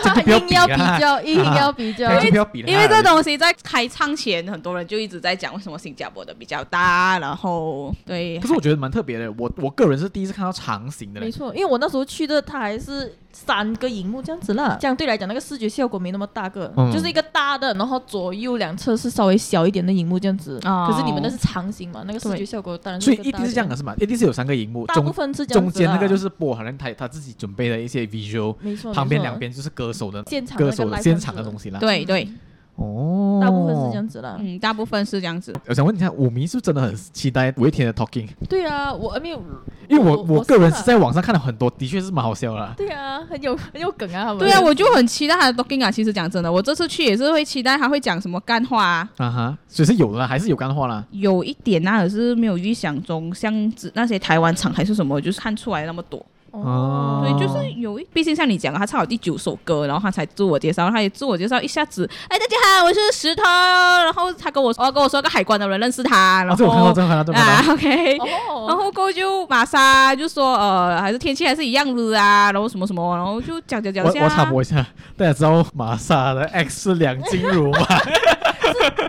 Speaker 1: 这就不要
Speaker 5: 硬
Speaker 1: 比啊
Speaker 5: 要
Speaker 1: 了
Speaker 5: 比
Speaker 1: 啦，
Speaker 5: 较，硬要比较，
Speaker 1: 这就不要比了啦，
Speaker 2: 因为这东西在开唱前，很多人就一直在讲为什么新加坡的比较大，然后对，
Speaker 1: 可是我觉得蛮特别的，我我个人是第一次看到长形的嘞
Speaker 5: 没。错，因为我那时候去的，它还是三个荧幕这样子啦，相对来讲那个视觉效果没那么大个，
Speaker 1: 嗯
Speaker 5: 就是一个大的，然后左右两侧是稍微小一点的荧幕这样子。
Speaker 2: 哦
Speaker 5: 可是你们那是长形嘛，那个视觉
Speaker 2: 对
Speaker 5: 效果当然
Speaker 1: 所
Speaker 5: 是
Speaker 1: 以
Speaker 5: 更
Speaker 1: 一
Speaker 5: 大
Speaker 1: 定是这样
Speaker 5: 点
Speaker 1: 的，是吗？一定是有三个荧幕，
Speaker 5: 大部
Speaker 1: 中
Speaker 5: 分是这样
Speaker 1: 中
Speaker 5: 子
Speaker 1: 间那个就是是播，好像他他自己准备的一些 visual，
Speaker 5: 没错，
Speaker 1: 旁边
Speaker 5: 哦没错
Speaker 1: 两边就是歌手的
Speaker 5: 现场
Speaker 1: 歌手
Speaker 5: 那
Speaker 1: 的
Speaker 5: 个
Speaker 1: 现场的
Speaker 5: 东
Speaker 1: 东
Speaker 5: 西，
Speaker 1: 西啦。
Speaker 2: 对对，
Speaker 1: 哦，
Speaker 5: 大部分是这。样子啦。
Speaker 2: 嗯，大部分是这样子。
Speaker 1: 我想问一下，舞迷是不是真的很期待五月天的 Talking？
Speaker 5: 对啊，我没有，
Speaker 1: 因为我
Speaker 5: 我
Speaker 1: 我
Speaker 5: 我
Speaker 1: 个人
Speaker 5: 是
Speaker 1: 是
Speaker 5: 啊
Speaker 1: 在网上看了很多，的确是蛮好笑的啦。
Speaker 5: 对啊，很有很有梗啊，他们
Speaker 2: 对啊，我就很期待他的 talking 啊。其实讲真的，我这次去也是会期待他会讲什么干话啊，
Speaker 1: 啊哈，所以是有的啦，还是有干话啦。
Speaker 2: 有一点啊，可是没有预想中，像只那些台湾场还是什么，就是看出来那么多。
Speaker 1: 哦，
Speaker 2: 对，就是有一，毕竟像你讲的，他唱好第九首歌，然后他才自我介绍，他也自我介绍一下子，哎，大家好，我是石头，然后他跟我说，哦，跟我说个海关的人认识他，
Speaker 1: 啊，
Speaker 2: 然
Speaker 1: 这我看到，
Speaker 2: 后
Speaker 1: 这我看到，这我看
Speaker 2: 啊
Speaker 1: 到。
Speaker 2: ，OK，然
Speaker 5: 哦，
Speaker 2: 后过后就玛莎就说，呃，还是天气还是一样的啊，然后什么什么，然后就讲讲讲
Speaker 1: 我
Speaker 2: 一
Speaker 5: 啊
Speaker 2: 下，
Speaker 1: 我插播一下，大家知道玛莎的 X 是梁静茹 吗？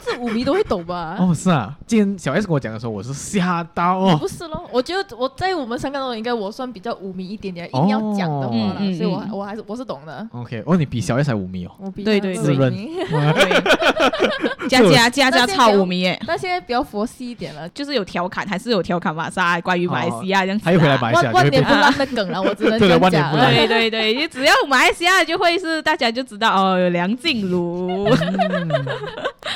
Speaker 5: 是舞迷都会懂吧？
Speaker 1: 哦，是啊，今天小 S 跟我讲的时候，我是吓到哦。
Speaker 5: 不是咯，我觉得我在我们三个中应该我算比较舞迷一点点，硬要讲的话
Speaker 2: 哦
Speaker 5: 啦，
Speaker 2: 嗯嗯
Speaker 5: 所以我
Speaker 2: 嗯
Speaker 5: 我还是我是懂的。
Speaker 1: OK，哦，你比小 S 还无迷哦。
Speaker 5: 我比
Speaker 2: 对
Speaker 5: 较
Speaker 2: 对
Speaker 5: 是
Speaker 1: 对
Speaker 5: 舞迷
Speaker 2: 对佳佳佳佳超五迷耶，
Speaker 5: 但现在比较佛系一点了，
Speaker 2: 就是有调侃，还是有调侃玛莎关于马来西亚这样子、啊，
Speaker 1: 他又回来马来西亚就会
Speaker 5: 万万
Speaker 1: 变
Speaker 5: 年不烂的梗了，我只能 这
Speaker 1: 对
Speaker 5: 样
Speaker 1: 万年
Speaker 5: 讲
Speaker 1: 不烂
Speaker 5: 了。
Speaker 2: 对对对，就只要马来西亚就会是大家就知道哦，有梁静茹。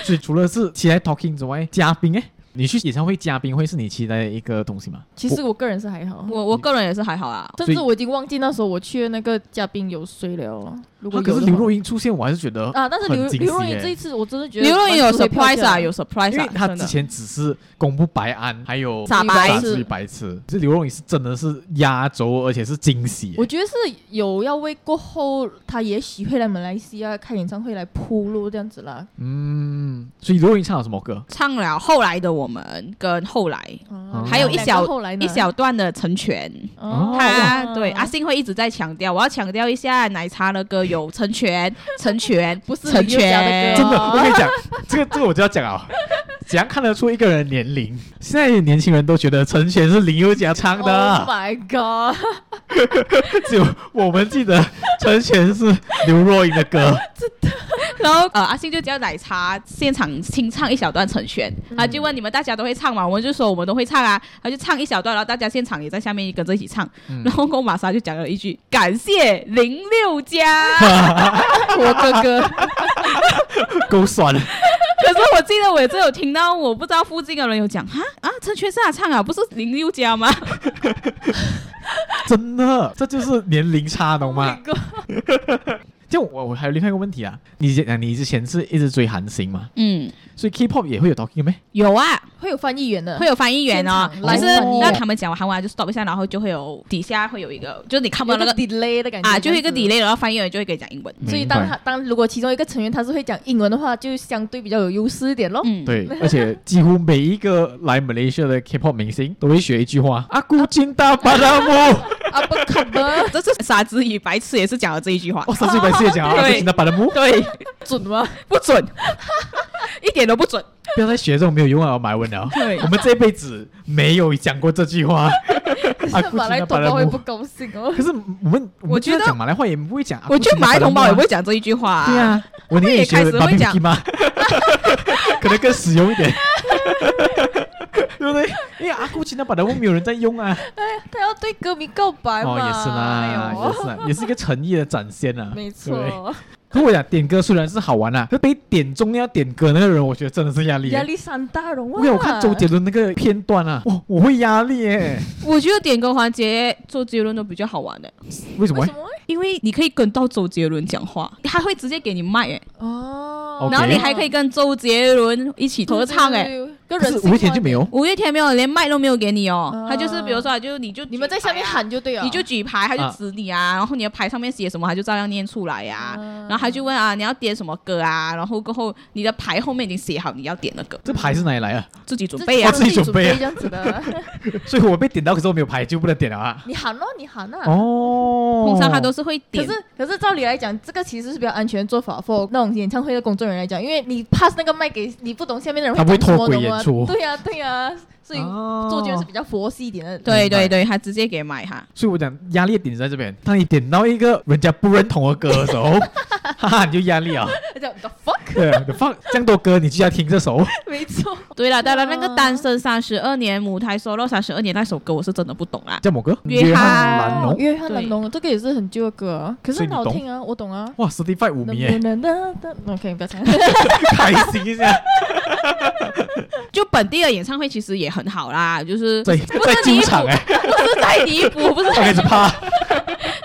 Speaker 1: 所以除了是期待 Talking 之外，嘉宾哎，你去演唱会嘉宾会是你期待的一个东西吗？
Speaker 5: 其实我个人是还好，
Speaker 2: 我我个人也是还好啊，
Speaker 5: 甚
Speaker 1: 所
Speaker 5: 至
Speaker 1: 以
Speaker 5: 我已经忘记那时候我去的那个嘉宾有谁了。哦如
Speaker 1: 啊
Speaker 5: 果有
Speaker 1: 可
Speaker 5: 的
Speaker 1: 是
Speaker 5: 话
Speaker 1: 刘若英出现，我还是觉得
Speaker 5: 啊，但是刘
Speaker 1: 很惊喜
Speaker 5: 刘若英
Speaker 1: 耶
Speaker 5: 这一次我真的觉得
Speaker 2: 刘若英有
Speaker 5: 蛮值得票价的
Speaker 2: surprise 啊，有
Speaker 1: 因
Speaker 2: surprise
Speaker 1: 为
Speaker 2: 啊，
Speaker 1: 他
Speaker 2: 真
Speaker 1: 之
Speaker 2: 的。
Speaker 1: 前只是公布白安，还有
Speaker 2: 傻
Speaker 5: 白
Speaker 1: 傻
Speaker 5: 痴
Speaker 1: 子与白痴，这刘若英是真的是压轴，而且是惊喜耶。
Speaker 5: 我觉得是有要为过后他也许会来马来西亚开演唱会来铺路这样子啦。
Speaker 1: 嗯，所以刘若英唱了什么歌？
Speaker 2: 唱了后来的我们跟后来
Speaker 5: 哦
Speaker 1: 还有
Speaker 2: 一小
Speaker 5: 两个后来呢
Speaker 2: 一小段的成全，
Speaker 1: 哦
Speaker 2: 他对阿
Speaker 5: 啊，
Speaker 2: 信会一直在强调，我要强调一下奶茶的歌有成全、成全，
Speaker 5: 不是
Speaker 2: 成
Speaker 5: 林宥嘉的
Speaker 2: 全
Speaker 5: 歌，
Speaker 1: 真的，我跟你讲，这个这个我就要讲啊，怎样看得出一个人的年龄？现在年轻人都觉得陈璇是林宥嘉唱的啊
Speaker 5: Oh my god！
Speaker 1: 只有我们记得陈璇是刘若英的 歌。
Speaker 2: 然后呃，阿信就叫奶茶现场清唱一小段陈璇，他就问你们大家都会唱吗？我们就说我们都会唱啊，他就唱一小段，然后大家现场也在下面跟着一起唱。
Speaker 1: 嗯
Speaker 2: 然后我玛莎就讲了一句：“感谢林宥嘉。
Speaker 3: 我哥哥，
Speaker 1: 够酸了，”
Speaker 2: 可是我记得我也真有听到，我不知道附近的人有讲哈啊，陈璇是他唱啊，不是林宥嘉吗？
Speaker 1: 真的，这就是年龄差，懂吗
Speaker 5: Oh？my god
Speaker 1: 就我我还有另外一个问题啊，你之前你之前是一直追韩星嘛，
Speaker 2: 嗯，
Speaker 1: 所以 K-pop 也会有 talking 咩？
Speaker 2: 有啊，
Speaker 5: 会有翻译员的，
Speaker 2: 会有翻译员哦，
Speaker 5: 呃现场
Speaker 2: 就是
Speaker 5: live 翻译
Speaker 2: 让他们讲完韩文就 stop 一下，然后就会有底下会有一个，就是你看不
Speaker 5: 有
Speaker 2: 到那
Speaker 5: 个
Speaker 2: 个
Speaker 5: delay 的感觉
Speaker 2: 啊，就会一个
Speaker 5: 这样子
Speaker 2: delay，然后翻译员就会给你讲英文。
Speaker 5: 嗯所以
Speaker 1: 明白
Speaker 5: 当他当如果其中一个成员他是会讲英文的话，就相对比较有优势一点咯。
Speaker 2: 嗯，
Speaker 1: 对，而且几乎每一个来 Malaysia 的 K-pop 明星都会学一句话：啊阿古金大巴拉 姆。
Speaker 5: 啊不可能，
Speaker 2: 这是傻子与白痴也是讲了这一句话
Speaker 1: 哦，，上次白痴也讲啊，
Speaker 2: 对
Speaker 1: 阿古金大巴拉姆。
Speaker 2: 对，
Speaker 5: 准吗？
Speaker 2: 不准，一点都不准。
Speaker 1: 不要再学这种没有用的买文了。
Speaker 2: 对
Speaker 1: 我们这辈子没有讲过这句话。阿古
Speaker 5: 马
Speaker 1: 金
Speaker 5: 来
Speaker 1: 大
Speaker 5: 同
Speaker 1: 巴
Speaker 5: 胞
Speaker 1: 拉
Speaker 5: 会不
Speaker 1: 姆。
Speaker 5: 高兴哦。
Speaker 1: 可是我们我
Speaker 2: 我
Speaker 1: 们
Speaker 2: 觉
Speaker 1: 就
Speaker 2: 得
Speaker 1: 算讲马来话，也不会讲。
Speaker 2: 我觉得马来同胞也不
Speaker 1: 会。
Speaker 2: 会讲这一句话、
Speaker 1: 对，啊，我宁
Speaker 2: 们
Speaker 1: 愿
Speaker 2: 也
Speaker 1: 学
Speaker 2: 开始
Speaker 1: b
Speaker 2: 会
Speaker 1: a
Speaker 2: 讲
Speaker 1: b 吗？可能更实用一点， 对不对？因为阿古奇那版的没有人在用啊。
Speaker 5: 他要对歌迷告白嘛？
Speaker 1: 哦，也是啦，
Speaker 5: 哎
Speaker 1: 也
Speaker 5: 呦
Speaker 1: 是啦，也是一个诚意的展现啊。
Speaker 5: 没
Speaker 1: 对不对。
Speaker 5: 错，
Speaker 1: 可我讲点歌虽然是好玩啊，可被点中要点歌那个人，我觉得真的是压力耶。
Speaker 5: 压力山大容啊！
Speaker 1: 因为我看周杰伦那个片段啊，哇，我会压力耶。
Speaker 2: 我觉得点歌环节周杰伦都比较好玩的，
Speaker 1: 为什么会
Speaker 5: 为什？么会？
Speaker 2: 因为你可以跟到周杰伦讲话，他会直接给你麦哎、
Speaker 5: 哦
Speaker 1: OK
Speaker 2: 然后你还可以跟周杰伦一起合唱哎、，
Speaker 5: 跟
Speaker 1: 可
Speaker 5: 人
Speaker 1: 是
Speaker 5: 性
Speaker 1: 五月天就没有。
Speaker 2: 五月天没有，连麦都没有给你哦。
Speaker 5: 啊
Speaker 2: 他就是比如说，就你就
Speaker 5: 你们在下面
Speaker 2: 举牌啊，
Speaker 5: 喊就哦对了，
Speaker 2: 你就举牌，他
Speaker 1: 啊
Speaker 2: 就指你啊。然后你的牌上面写什么，他就照样念出来呀、
Speaker 5: 啊
Speaker 2: 然后他就问啊，你要点什么歌啊？然后过后你的牌后面已经写好你要点的歌，
Speaker 1: 这牌是哪里来啊？
Speaker 2: 自己准
Speaker 5: 自
Speaker 2: 备
Speaker 1: 哦
Speaker 2: 啊。
Speaker 1: 自己准
Speaker 5: 准
Speaker 1: 备啊
Speaker 5: 这样子的。
Speaker 1: 所以我被点到，可是我没有牌，就不能点了啊。
Speaker 5: 你喊咯，你喊啊！
Speaker 1: 哦，
Speaker 2: 通常他都是会
Speaker 5: 可
Speaker 2: 点，
Speaker 5: 是可是，照理来讲，这个其实是比较安全的做法，for 那种演唱会的工作人员来讲，因为你 pass 那个麦给你不懂下面的人
Speaker 1: 他不会
Speaker 5: 讲什
Speaker 1: 脱
Speaker 5: 么
Speaker 1: 轨
Speaker 5: 懂吗
Speaker 1: 演出
Speaker 5: 对呀对呀，所以周杰伦是比较佛系一点的。
Speaker 2: 对
Speaker 1: 明白
Speaker 2: 对对，他直接给买哈。
Speaker 1: 所以我讲压力的点在这边，当你点到一个人家不认同的歌的时候，哈哈，你就压力啊。
Speaker 5: 他讲 the fuck，
Speaker 1: 对，你放这样多歌，你就要听这首。
Speaker 5: 没错，
Speaker 2: 对了，
Speaker 1: 啊
Speaker 2: 当然那
Speaker 5: 哇
Speaker 2: 个单身三十二年，母胎 solo 三十二年那首歌我是真的不懂啦。
Speaker 1: 叫某歌？
Speaker 2: 约翰
Speaker 1: 兰农。
Speaker 5: 约翰·兰农这个也是很旧的歌啊，可是
Speaker 1: 所以
Speaker 5: 很
Speaker 1: 你
Speaker 5: 好
Speaker 1: 懂
Speaker 5: 听啊，我懂啊。
Speaker 1: 哇，Certified 五迷耶，
Speaker 5: OK，不要唱。
Speaker 1: 开心一下，
Speaker 2: 就本地的演唱会其实也很好啦，就是
Speaker 1: 在在
Speaker 2: 你
Speaker 1: 剧场哎，
Speaker 2: 不是在离 谱，不是
Speaker 1: 我开始怕。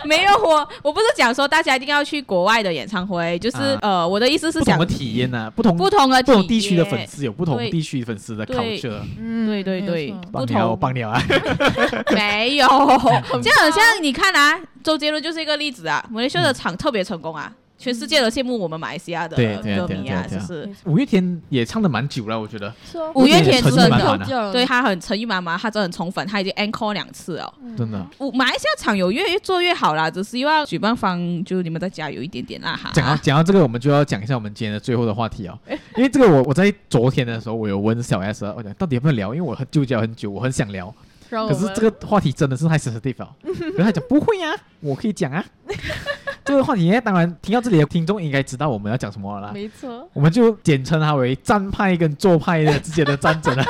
Speaker 2: 没有我，我不是讲说大家一定要去国外的演唱会，就是、
Speaker 1: 啊
Speaker 2: 呃，我的意思是
Speaker 1: 不同
Speaker 2: 讲
Speaker 1: 的体验呐，不同
Speaker 2: 不同的
Speaker 1: 不同
Speaker 2: 体
Speaker 1: 地区的
Speaker 2: 验
Speaker 1: 粉丝有不同
Speaker 2: 对
Speaker 1: 地区粉丝的
Speaker 2: 对
Speaker 1: culture。
Speaker 5: 嗯
Speaker 2: 对对对
Speaker 1: 帮
Speaker 5: 没错
Speaker 2: 不
Speaker 1: 你啊，
Speaker 2: 同
Speaker 1: 我帮你啊，
Speaker 2: 没有，这很像你看啊，周杰伦就是一个例子啊，马来西亚的场特别成功啊，全世界都羡慕我们马来西亚
Speaker 1: 嗯
Speaker 2: 的
Speaker 1: 对对
Speaker 2: 歌
Speaker 1: 对
Speaker 2: 迷啊，
Speaker 1: 对对
Speaker 2: 就是
Speaker 1: 五月天也唱的蛮久了，我觉得
Speaker 5: 是啊
Speaker 2: 五月天
Speaker 1: 成
Speaker 2: 真
Speaker 1: 绩满
Speaker 2: 的
Speaker 1: 满啊，
Speaker 5: 叫
Speaker 2: 对他很诚意满满，他真的很宠粉，他已经 encore 两次哦。
Speaker 1: 真的。
Speaker 2: 我马来西亚场有越做越好啦，只是希望举办方就你们再加油一点点啦哈。
Speaker 1: 讲到讲到这个，我们就要讲一下我们今天的最后的话题哦，
Speaker 5: 哎
Speaker 1: 因为这个我我在昨天的时候我有问小 S，啊我讲到底要不要聊，因为我很纠结了很久，我很想聊，
Speaker 5: 让哦我
Speaker 1: 可是
Speaker 5: 们
Speaker 1: 这个话题真的是太 sensitive 了。可是他讲不会呀、我可以讲啊。这个话题当然听到这里的听众应该知道我们要讲什么了啦，
Speaker 5: 没错，
Speaker 1: 我们就简称它为战派跟做派的之间的战 争啊。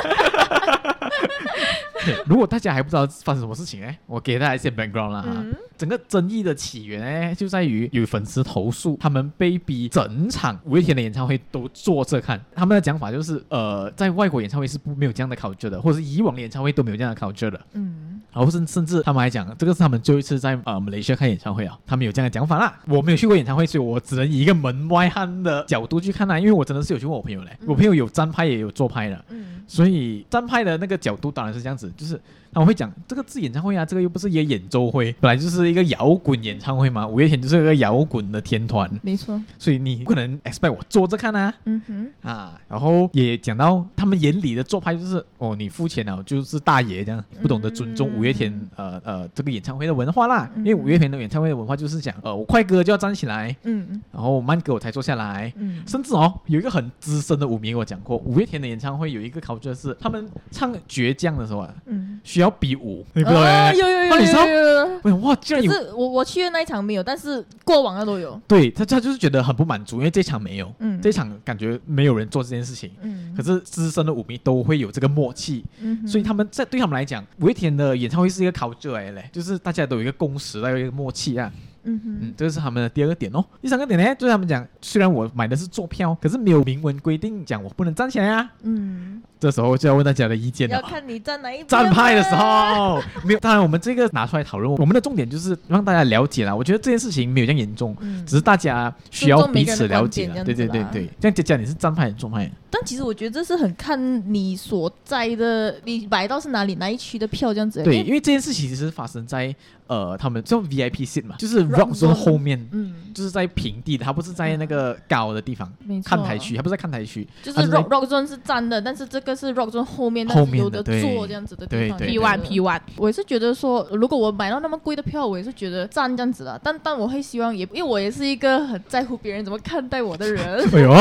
Speaker 1: 对如果大家还不知道发生什么事情呢，我给大家一些 background 啦哈。
Speaker 5: 嗯，
Speaker 1: 整个争议的起源呢，就在于有粉丝投诉，他们被逼整场五月天的演唱会都坐着看。他们的讲法就是，呃，在外国演唱会是不没有这样的 culture 的，或者是以往的演唱会都没有这样的 culture 的。
Speaker 5: 嗯，
Speaker 1: 然后甚甚至他们还讲，这个是他们最后一次在呃马来西亚看演唱会啊，他们有这样的讲法啦。我没有去过演唱会，所以我只能以一个门外汉的角度去看啊啦、因为我真的是有去问我朋友嘞，
Speaker 5: 嗯
Speaker 1: 我朋友有站拍也有坐拍的，
Speaker 5: 嗯，
Speaker 1: 所以站拍的那个角度当然是这样子，就是他们会讲这个是演唱会啊，这个又不是一个演奏会，本来就是一个摇滚演唱会嘛，五月天就是一个摇滚的天团，
Speaker 5: 没错，
Speaker 1: 所以你不可能 expect 我坐着看啊。
Speaker 5: 嗯哼，
Speaker 1: 啊，然后也讲到他们眼里的做派就是哦，你付钱了就是大爷这样，不懂得尊重
Speaker 5: 嗯
Speaker 1: 五月天呃呃这个演唱会的文化啦，因为五月天的演唱会的文化就是讲呃我快歌就要站起来，
Speaker 3: 嗯
Speaker 1: 然后慢歌我才坐下来。
Speaker 3: 嗯
Speaker 1: 甚至哦，有一个很资深的舞迷跟我讲过，五月天的演唱会有一个 culture 是他们唱倔强的时候啊，
Speaker 3: 嗯，
Speaker 1: 需要比武，你不懂
Speaker 3: 哦，
Speaker 1: 哎、
Speaker 3: 有有有
Speaker 1: 那你知道
Speaker 3: 有有有有。
Speaker 1: 喂哇，居
Speaker 3: 可
Speaker 1: 然有
Speaker 3: 是我我去的那一场没有，但是过往的都有。
Speaker 1: 对他，他就是觉得很不满足，因为这场没有，
Speaker 3: 嗯，
Speaker 1: 这场感觉没有人做这件事情。
Speaker 3: 嗯，
Speaker 1: 可是资深的舞迷都会有这个默契，
Speaker 3: 嗯哼
Speaker 1: 所以他们在对他们来讲，五月天的演唱会是一个 culture 来的嘞，就是大家都有一个共识，还有一个默契啊。
Speaker 3: 嗯哼
Speaker 1: 嗯，这个是他们的第二个点哦。第三个点呢，就是他们讲，虽然我买的是坐票，可是没有明文规定讲我不能站起来啊。
Speaker 3: 嗯，
Speaker 1: 这时候就要问大家的意见
Speaker 3: 要
Speaker 1: 了。
Speaker 3: 看你站哪一边
Speaker 1: 站派的时
Speaker 3: 啊，
Speaker 1: 候，没有。当然，我们这个拿出来讨论，我们的重点就是让大家了解啦。我觉得这件事情没有这样严重，
Speaker 3: 嗯
Speaker 1: 只是大家需要彼此了解啦。对对
Speaker 3: 尊重每个人的观点这
Speaker 1: 对
Speaker 3: 样子啦
Speaker 1: 对，这样讲讲你是站派还是重派？
Speaker 3: 但其实我觉得这是很
Speaker 5: 看你所在的，你买到是哪里哪一区的票这样子。
Speaker 1: 对，，因为这件事情其实发生在呃他们叫 VIP seat 嘛，就是 rock
Speaker 5: Rock
Speaker 1: zone
Speaker 5: zone
Speaker 1: 后面，
Speaker 5: 嗯，
Speaker 1: 就是在平地的，它不是在那个高的地方。
Speaker 5: 没错。
Speaker 1: 看台区，它不是在看台区，
Speaker 5: 就是
Speaker 1: 它是在
Speaker 5: rock rock zone 是站的，但是这个是 rock zone 后面，
Speaker 1: 后
Speaker 5: 但是
Speaker 1: 面
Speaker 5: 有
Speaker 1: 的
Speaker 5: 的
Speaker 1: 对
Speaker 5: 坐这样子的地方。
Speaker 1: 对
Speaker 2: P
Speaker 1: 对
Speaker 2: one P one，
Speaker 5: 我也是觉得说，如果我买到那么贵的票，我也是觉得站这样子了。但但我会希望也，因为我也是一个很在乎别人怎么看待我的人，
Speaker 1: 哎呦，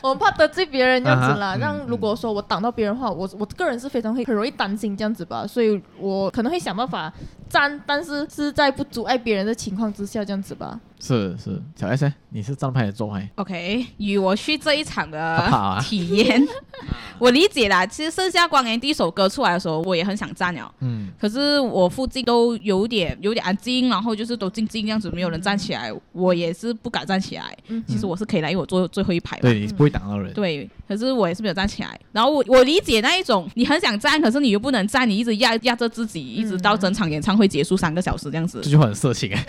Speaker 5: 我怕得罪别人这样子
Speaker 1: 啊哈
Speaker 5: 啦。
Speaker 1: 嗯
Speaker 5: 让、如果说我挡到别人的话，我我个人是非常会很容易担心这样子吧，所以我可能会想办法站，但是是在不阻碍别人的情况之下这样子吧。
Speaker 1: 是是，小 S，呢你是站派还是坐派？
Speaker 2: OK，与我去这一场
Speaker 1: 他怕
Speaker 2: 的
Speaker 1: 啊，
Speaker 2: 体 验， 我理解啦。其实《盛夏光年》第一首歌出来的时候，我也很想哦站了，
Speaker 1: 嗯，
Speaker 2: 可是我附近都有点有点安静，然后就是都静静这样子，没有人站起来，我也是不敢站起来。
Speaker 5: 嗯
Speaker 2: 其实我是可以来，因为我坐最后一排嘛。
Speaker 1: 对，你是不会挡到人，
Speaker 2: 对，可是我也是没有站起来。然后我我理解那一种，你很想站，可是你又不能站，你一直压压着自己，一直到整场演唱会结束三个小时这样子
Speaker 1: 这。句话很色 情哎。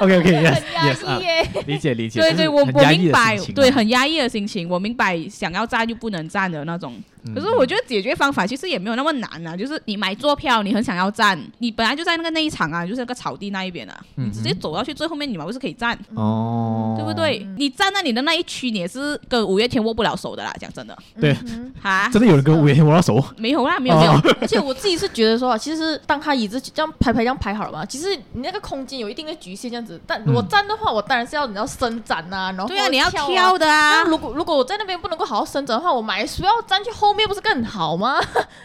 Speaker 1: OK OK yes
Speaker 5: 压
Speaker 1: yes 啊
Speaker 5: 抑，耶，
Speaker 1: 理解理解，
Speaker 2: 对
Speaker 1: 就是
Speaker 2: 对，我
Speaker 1: 很
Speaker 2: 我
Speaker 1: 压抑
Speaker 2: 明
Speaker 1: 的
Speaker 2: 白
Speaker 1: 心情，啊
Speaker 2: 对，很压抑的心情，我明白想要站又不能站的那种。
Speaker 1: 嗯
Speaker 2: 可是我觉得解决方法其实也没有那么难啊，就是你买坐票，你很想要站，你本来就在那个内场啊，就是那个草地那一边啊，
Speaker 1: 嗯
Speaker 2: 你直接走到去最后面，你嘛不是可以站，
Speaker 1: 哦，
Speaker 2: 对不？对？你站在你的那一区，你也是跟五月天握不了手的啦，讲真的，
Speaker 5: 嗯
Speaker 1: 对，
Speaker 2: 哈，
Speaker 1: 真的有人跟五月天握到手？
Speaker 2: 没有啦，没有没有
Speaker 1: 哦，
Speaker 5: 而且我自己是觉得说啊，其实当他椅子这样排排这样排好了嘛，其实你那个空间有一定的局限这样子。但
Speaker 1: 嗯
Speaker 5: 我站的话，我当然是要你要伸展呐、然后
Speaker 2: 对啊，你要
Speaker 5: 跳
Speaker 2: 挑的啊
Speaker 1: 嗯
Speaker 5: 那，如果如果我在那边不能够好好伸展的话，我买书要站去后面不是更好吗？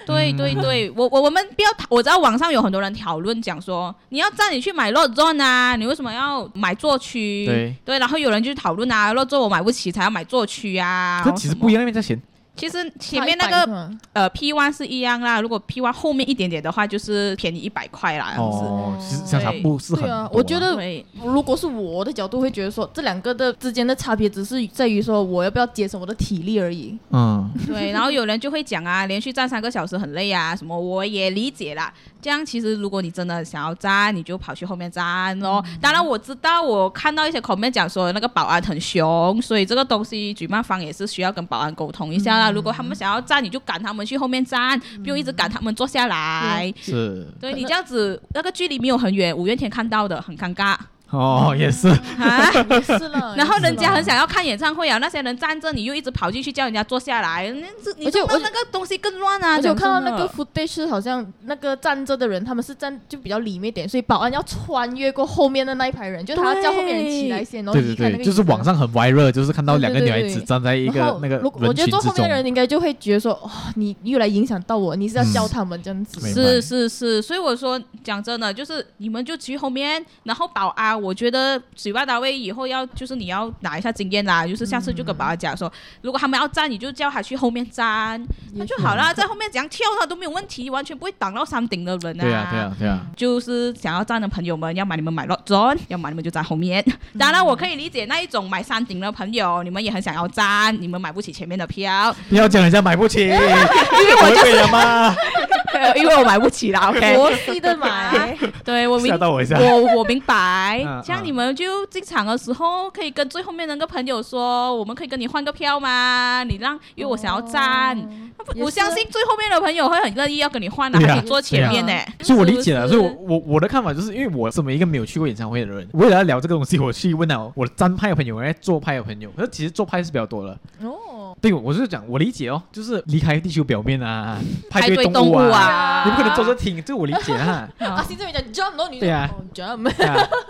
Speaker 2: 对对对，我我我们不要讨，我知道网上有很多人讨论讲说，你要站你去买落钻啊，你为什么要买座区？
Speaker 1: 对
Speaker 2: 然后有人就讨论啊，落座我买不起才要买座区啊。
Speaker 1: 可其实不一
Speaker 2: 样，
Speaker 1: 样，那边在前，
Speaker 2: 其实前面那
Speaker 5: 差一百
Speaker 2: 个
Speaker 5: 是吗
Speaker 2: 呃 P one 是一样啦，如果 P one 后面一点点的话，就是便宜一百块啦，这样子。
Speaker 1: 哦，其实相差不是很
Speaker 5: 对
Speaker 1: 多
Speaker 5: 啊
Speaker 1: 啊。
Speaker 5: 我觉得
Speaker 2: 对
Speaker 5: 如果是我的角度，会觉得说这两个的之间的差别，只是在于说我要不要节省我的体力而已。
Speaker 1: 嗯，
Speaker 2: 对，然后有人就会讲啊， 连续站三个小时很累啊，什么我也理解啦。这样其实如果你真的想要站，你就跑去后面站咯。当然我知道，我看到一些 comment 讲说那个保安很凶，所以这个东西举办方也是需要跟保安沟通一下啦。如果他们想要站，你就赶他们去后面站，不用一直赶他们坐下来。
Speaker 1: 是
Speaker 2: 对你这样子，那个距离没有很远，五月天看到的很尴尬
Speaker 1: 哦，也 是，
Speaker 2: 啊。
Speaker 5: 也是了，
Speaker 2: 然后
Speaker 5: 也是
Speaker 2: 人家
Speaker 5: 啦
Speaker 2: 很想要看演唱会啊，那些人站着，你又一直跑进去叫人家坐下来，那这你
Speaker 5: 而且
Speaker 2: 就
Speaker 5: 我
Speaker 2: 那个东西更乱啊！
Speaker 5: 而且我看
Speaker 2: 讲
Speaker 5: 到
Speaker 2: 真
Speaker 5: 那
Speaker 2: 的
Speaker 5: 个 footage 是好像那个站着的人，他们是站就比较里面一点，所以保安要穿越过后面的那一排人，就是他要叫后面人起来先，然后
Speaker 1: 对对
Speaker 5: 离开那
Speaker 1: 对，
Speaker 5: 个
Speaker 1: 就是
Speaker 5: 椅子
Speaker 1: 网。上很 viral，就是看到
Speaker 5: 对
Speaker 1: 两个
Speaker 5: 对
Speaker 1: 女
Speaker 5: 对
Speaker 1: 孩
Speaker 5: 对
Speaker 1: 子站在一
Speaker 5: 然
Speaker 1: 个
Speaker 5: 后
Speaker 1: 那个
Speaker 5: 如果我
Speaker 1: 人
Speaker 5: 觉
Speaker 1: 群
Speaker 5: 得坐
Speaker 1: 之
Speaker 5: 后面
Speaker 1: 中
Speaker 5: 的，人应该就会觉得说，哇、你又来影响到我，你是要教他们这样子。
Speaker 1: 明白
Speaker 2: 是是是，所以我说讲真的，就是你们就去后面，然后保安，我觉得水坝单位以后要就是你要拿一下经验啦，就是下次就跟保安讲说，如果他们要站，你就叫他去后面站，那就好
Speaker 5: 嗯
Speaker 2: 啦，在后面怎样跳他都没有问题，完全不会挡到山顶的人
Speaker 1: 对啊对啊对 啊，
Speaker 2: 就是想要站的朋友们，要买你们买 Lot Zone，要买你们就站后面。当然，我可以理解那一种买山顶的朋友，你们也很想要站，你们买不起前面的 票，
Speaker 1: 不要讲人家买不 起，因为我就是了吗？
Speaker 2: 因为我买不 起啦。OK，啊
Speaker 5: 佛系的买，
Speaker 2: 对我明
Speaker 1: 吓到我一下，
Speaker 2: 我我明白
Speaker 1: 嗯，
Speaker 2: 这样
Speaker 1: 嗯
Speaker 2: 你们就进场的时候可以跟最后面那个朋友说，我们可以跟你换个票吗？你让，因为我想要站。那不
Speaker 5: 也
Speaker 2: 我
Speaker 5: 是
Speaker 2: 相信最后面的朋友会很乐意要跟你换的，
Speaker 1: 对啊
Speaker 2: 还可以坐前面呢
Speaker 5: 对。
Speaker 1: 所以我理解
Speaker 2: 啊是
Speaker 1: 了，所
Speaker 2: 不是
Speaker 1: 以我我我的看法就是，因为我这么一个没有去过演唱会的人，为了 要聊这个东西，我去问了我的站派的朋友，我在做派的朋友，可是其实做派是比较多了。
Speaker 5: 哦，
Speaker 1: 对，我是讲我理解哦，就是离开地球表面啊，
Speaker 2: 排
Speaker 1: 派对
Speaker 2: 队
Speaker 1: 物
Speaker 2: 物
Speaker 1: 啊，
Speaker 2: 啊，
Speaker 1: 你不可能坐着听，这我理解哈、啊
Speaker 5: 啊，行政员讲 jump，然后你就
Speaker 1: 对啊
Speaker 5: 哦 jump，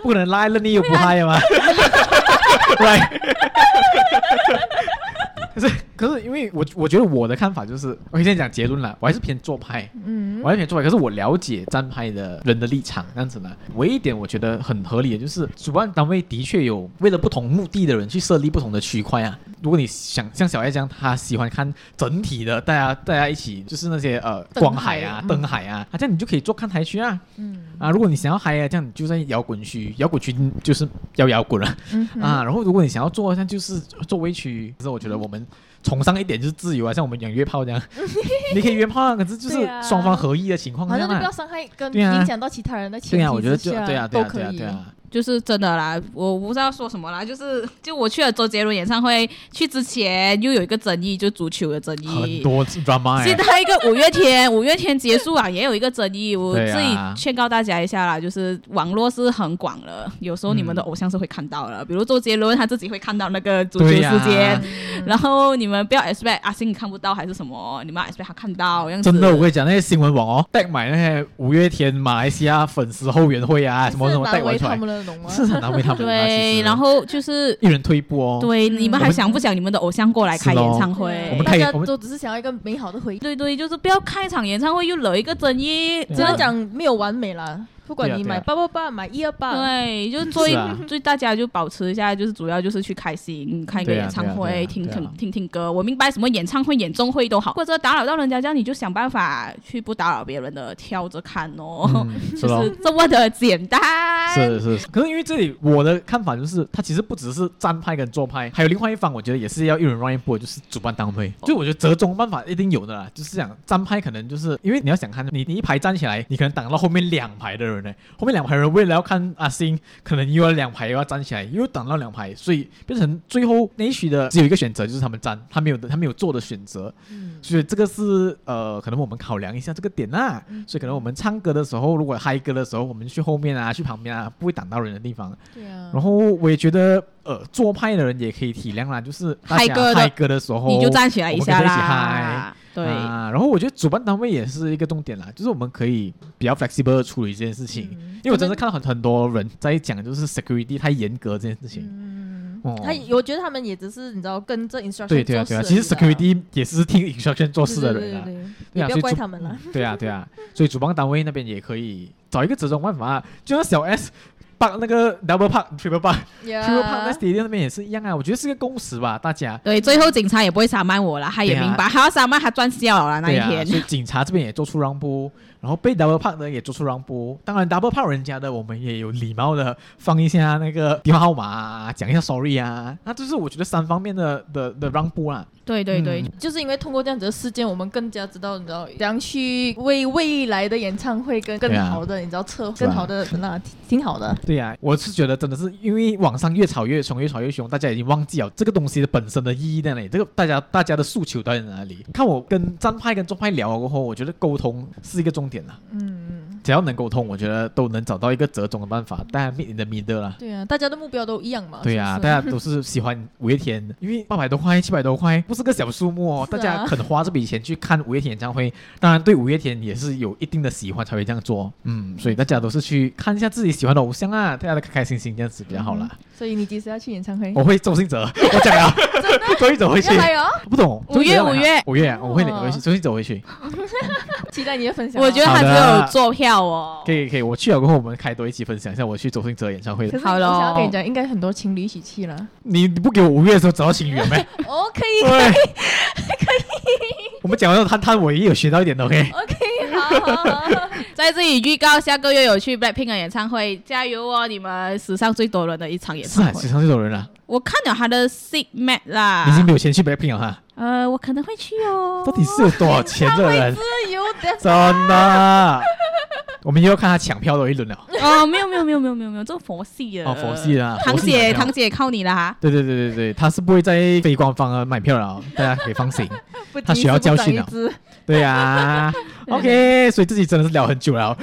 Speaker 1: 不可能拉了你又不嗨啊嘛，对。 可是，可是，因为我我觉得我的看法就是，我现在讲结论了，我还是偏做派，
Speaker 5: 嗯
Speaker 1: 我完全做派，可是我了解站派的人的立场，这样子呢。唯一一点我觉得很合理的就是，主办单位的确有为了不同目的的人去设立不同的区块啊。如果你想像小爱这样，他喜欢看整体的，大家大家一起就是那些呃
Speaker 5: 灯
Speaker 1: 光海啊
Speaker 5: 海、嗯
Speaker 1: 灯海啊，啊这样你就可以做看台区啊。
Speaker 5: 嗯
Speaker 1: 啊，如果你想要嗨啊，这样你就在摇滚区，摇滚区就是要摇滚了、
Speaker 5: 嗯哼
Speaker 1: 啊。然后如果你想要做，像就是做微区，可是我觉得我们崇尚一点就是自由啊，像我们讲约炮 这样，你可以约炮啊，可是就是
Speaker 5: 对啊
Speaker 1: 双方合意的情况
Speaker 5: 反
Speaker 1: 下
Speaker 5: 正就
Speaker 1: 嘛
Speaker 5: 不要。伤害跟
Speaker 1: 对啊
Speaker 5: 影响到其他人的前提
Speaker 1: 对啊，我觉得
Speaker 5: 之
Speaker 1: 就
Speaker 5: 下
Speaker 1: 对啊，对
Speaker 5: 都
Speaker 1: 啊，对
Speaker 5: 可
Speaker 1: 啊，
Speaker 5: 以
Speaker 1: 对。啊。
Speaker 2: 就是真的啦，我不知道说什么啦，就是就我去了周杰伦演唱会，去之前又有一个争议，就足球的争
Speaker 1: 很
Speaker 2: 议。
Speaker 1: 多 drama 哎、
Speaker 2: 现在一个五月天， 五月天结束啊，也有一个争议，我
Speaker 1: 对啊
Speaker 2: 自己劝告大家一下啦，就是网络是很广的，有时候你们的偶像是会看到的，比如周杰伦他自己会看到那个足球
Speaker 1: 对啊
Speaker 2: 事
Speaker 1: 呀
Speaker 2: 件，然后你们不要 expect 阿信你看不到还是什么，你们要 expect 他看到这样子。
Speaker 1: 真的，我跟你讲，那些新闻网哦，带买那些五月天马来西亚粉丝后援会啊，什么什么带
Speaker 5: 难为
Speaker 1: 完出
Speaker 5: 他
Speaker 1: 来，
Speaker 5: 们了，懂吗？
Speaker 1: 是很难为他们啊。其
Speaker 2: 对，
Speaker 1: 实
Speaker 2: 然后就是
Speaker 1: 一人退一步哦。
Speaker 2: 对，你们
Speaker 1: 我
Speaker 2: 还
Speaker 1: 们
Speaker 2: 想不想你们的偶像过来开
Speaker 1: 是咯
Speaker 2: 演唱
Speaker 1: 我
Speaker 2: 会
Speaker 1: 们？
Speaker 5: 大
Speaker 1: 看
Speaker 5: 家
Speaker 1: 我们
Speaker 5: 都只是想要一个美好的回忆。
Speaker 2: 对对，就是不要开场演唱会又惹一个争议，
Speaker 1: 对啊
Speaker 5: 只能讲没有完美啦，不
Speaker 1: 对啊
Speaker 5: 管你
Speaker 1: 对啊
Speaker 5: 买八八八，买一二八，
Speaker 2: 对，就是所以
Speaker 1: 是啊
Speaker 2: 所以大家就保持一下，就是主要就是去开心，看一个
Speaker 1: 对啊
Speaker 2: 演唱
Speaker 1: 对
Speaker 2: 会，
Speaker 1: 啊对啊
Speaker 2: 听
Speaker 1: 对啊
Speaker 2: 听听听歌。我明白什么演唱会、演奏会都好，或者打扰到人家，这样你就想办法去不打扰别人的，挑着看哦，
Speaker 1: 嗯，是
Speaker 2: 就
Speaker 1: 咯
Speaker 2: 是这么的简单。
Speaker 1: 是是是，可是因为这里我的看法就是，他其实不只是站派跟坐派，还有另外一方，我觉得也是要一人让一步，就是主办单位。就我觉得折中办法一定有的啦，就是讲站派可能就是因为你要想看，你你一排站起来，你可能挡到后面两排的人呢，后面两排人为了要看阿星，可能又要两排又要站起来，又挡到两排，所以变成最后那一区的只有一个选择，就是他们站，他没有他没有做的选择。
Speaker 5: 嗯
Speaker 1: 所以这个是呃，可能我们考量一下这个点啦。
Speaker 5: 嗯
Speaker 1: 所以可能我们唱歌的时候，如果嗨歌的时候，我们去后面啊，去旁边啊，不会挡到人的地方。
Speaker 5: 对啊
Speaker 1: 然后我也觉得呃，做派的人也可以体谅啦，就是大
Speaker 2: 嗨
Speaker 1: 家
Speaker 2: 歌的
Speaker 1: 嗨歌的时候，
Speaker 2: 你就站起来
Speaker 1: 哦我们
Speaker 2: 下
Speaker 1: 可以一起
Speaker 2: 啦
Speaker 1: 嗨，
Speaker 2: 对，
Speaker 1: 啊，然后我觉得主办单位也是一个重点啦，就是我们可以比较 flexible 地处理这件事情，
Speaker 5: 嗯
Speaker 1: 因为我真的看到很很多人在讲，就是 security 太严格这件事情。
Speaker 5: 嗯，
Speaker 1: 哦，
Speaker 5: 他我觉得他们也只是你知道跟着 instruction
Speaker 1: 对对啊
Speaker 5: 做
Speaker 1: 对啊，
Speaker 5: 事而
Speaker 1: 其实
Speaker 5: 已啦
Speaker 1: security 也是听 instruction 做事的人啊
Speaker 5: 对，对对
Speaker 1: 对
Speaker 5: 对
Speaker 1: 啊，
Speaker 5: 也
Speaker 1: 所
Speaker 5: 不要
Speaker 1: 以
Speaker 5: 怪
Speaker 1: 主
Speaker 5: 他们啦。
Speaker 1: 对啊，对啊，所以主办单位那边也可以找一个折中办法啊，就像小 S 把那个 double park、triple park、triple park
Speaker 5: 啊
Speaker 1: 在 stadium 那边也是一样啊，我觉得是个共识吧，大家。
Speaker 2: 对，最后警察也不会杀卖我了，他也
Speaker 1: 对啊
Speaker 2: 明白，他要杀卖他赚笑了啦那一
Speaker 1: 对啊，
Speaker 2: 天。
Speaker 1: 所以警察这边也做出让步，然后被 double park 的也做出让步。当然 double park 人家的，我们也有礼貌的放一下那个电话号码、啊，讲一下 sorry 啊。那这是我觉得三方面的的的让步啊。
Speaker 2: 对对对，
Speaker 1: 嗯
Speaker 5: 就是因为通过这样子的事件，我们更加知道你知道怎样去为未来的演唱会跟更
Speaker 1: 对啊
Speaker 5: 好的、你知道策
Speaker 1: 是啊
Speaker 5: 更好的那挺挺好的。
Speaker 1: 对呀、我是觉得真的是因为网上越吵越凶，越吵越凶，大家已经忘记了这个东西的本身的意义在哪里，这个大家大家的诉求到底在哪里。看我跟站派跟中派聊了过后，我觉得沟通是一个重点啦。
Speaker 5: 嗯，
Speaker 1: 只要能沟通，我觉得都能找到一个折中的办法，大家 meet in the middle 啦。
Speaker 5: 对啊，大家的目标都一样嘛。
Speaker 1: 对呀、啊
Speaker 5: 哦是不
Speaker 1: 大
Speaker 5: 是
Speaker 1: 家都 是喜欢五月天，因为八百多块、七百多块不是个小数目哦，大
Speaker 5: 是啊
Speaker 1: 家肯花这笔钱去看五月天演唱会，当然对五月天也是有一定的喜欢才会这样做。嗯，所以大家都是去看一下自己喜欢的偶像啊，大家都开开心心这样子比较好啦。
Speaker 5: 嗯所以你几时要去演唱会？
Speaker 1: 我会周星哲，我讲啊了，
Speaker 5: 啊
Speaker 1: 周星哲回去
Speaker 5: 要，来哦，
Speaker 1: 不懂。
Speaker 2: 五
Speaker 1: 周星
Speaker 2: 月
Speaker 1: 哲要来啊五月啊，
Speaker 5: 哦
Speaker 1: 我会领回去，周星哲回去，
Speaker 5: 期待你的分享哦。
Speaker 2: 我觉得他
Speaker 1: 好
Speaker 2: 只
Speaker 1: 的
Speaker 2: 有坐票哦
Speaker 1: 可。以可以，我去了过后，我们开多一期分享一下我去周星哲演唱会
Speaker 5: 可
Speaker 1: 的。
Speaker 5: 是
Speaker 2: 好
Speaker 5: 我
Speaker 2: 咯
Speaker 5: 想要跟你讲，应该很多情侣一起去 了。
Speaker 1: 你你不给我五月的时候找到情侣了没？
Speaker 5: 哦， 可
Speaker 1: 对，
Speaker 5: 以，
Speaker 1: 可以。我们讲完之后，探探我也有学到一点的，OK？
Speaker 5: 好好好。
Speaker 2: 在这里预告，下个月有去 Blackpink 的演唱会，加油哦！你们史上最多人的一场演
Speaker 1: 是
Speaker 2: 唱
Speaker 1: 啊，
Speaker 2: 会。
Speaker 1: 史上这种人啊，
Speaker 2: 我看了他的 Sick Map 啦
Speaker 1: 已，经没有钱去 Blackpink 了哈。
Speaker 2: 呃，我可能会去哦。
Speaker 1: 到底是有多少钱的 人？
Speaker 5: 自由的
Speaker 1: 真的，啊我们又要看他抢票都一轮了。
Speaker 2: 哦，没有没有没有没有没有没有，这佛系啊的。
Speaker 1: 哦，佛系。啦，
Speaker 2: 呃堂
Speaker 1: 佛系买
Speaker 2: 姐，
Speaker 1: 票
Speaker 2: 堂姐靠你了哈。
Speaker 1: 对对对对对，他是不会在非官方啊买票了哦，大家可以放心。他学到教训了
Speaker 5: 不仅是不长一只
Speaker 1: 对呀、 OK，所以自己真的是聊很久了哦。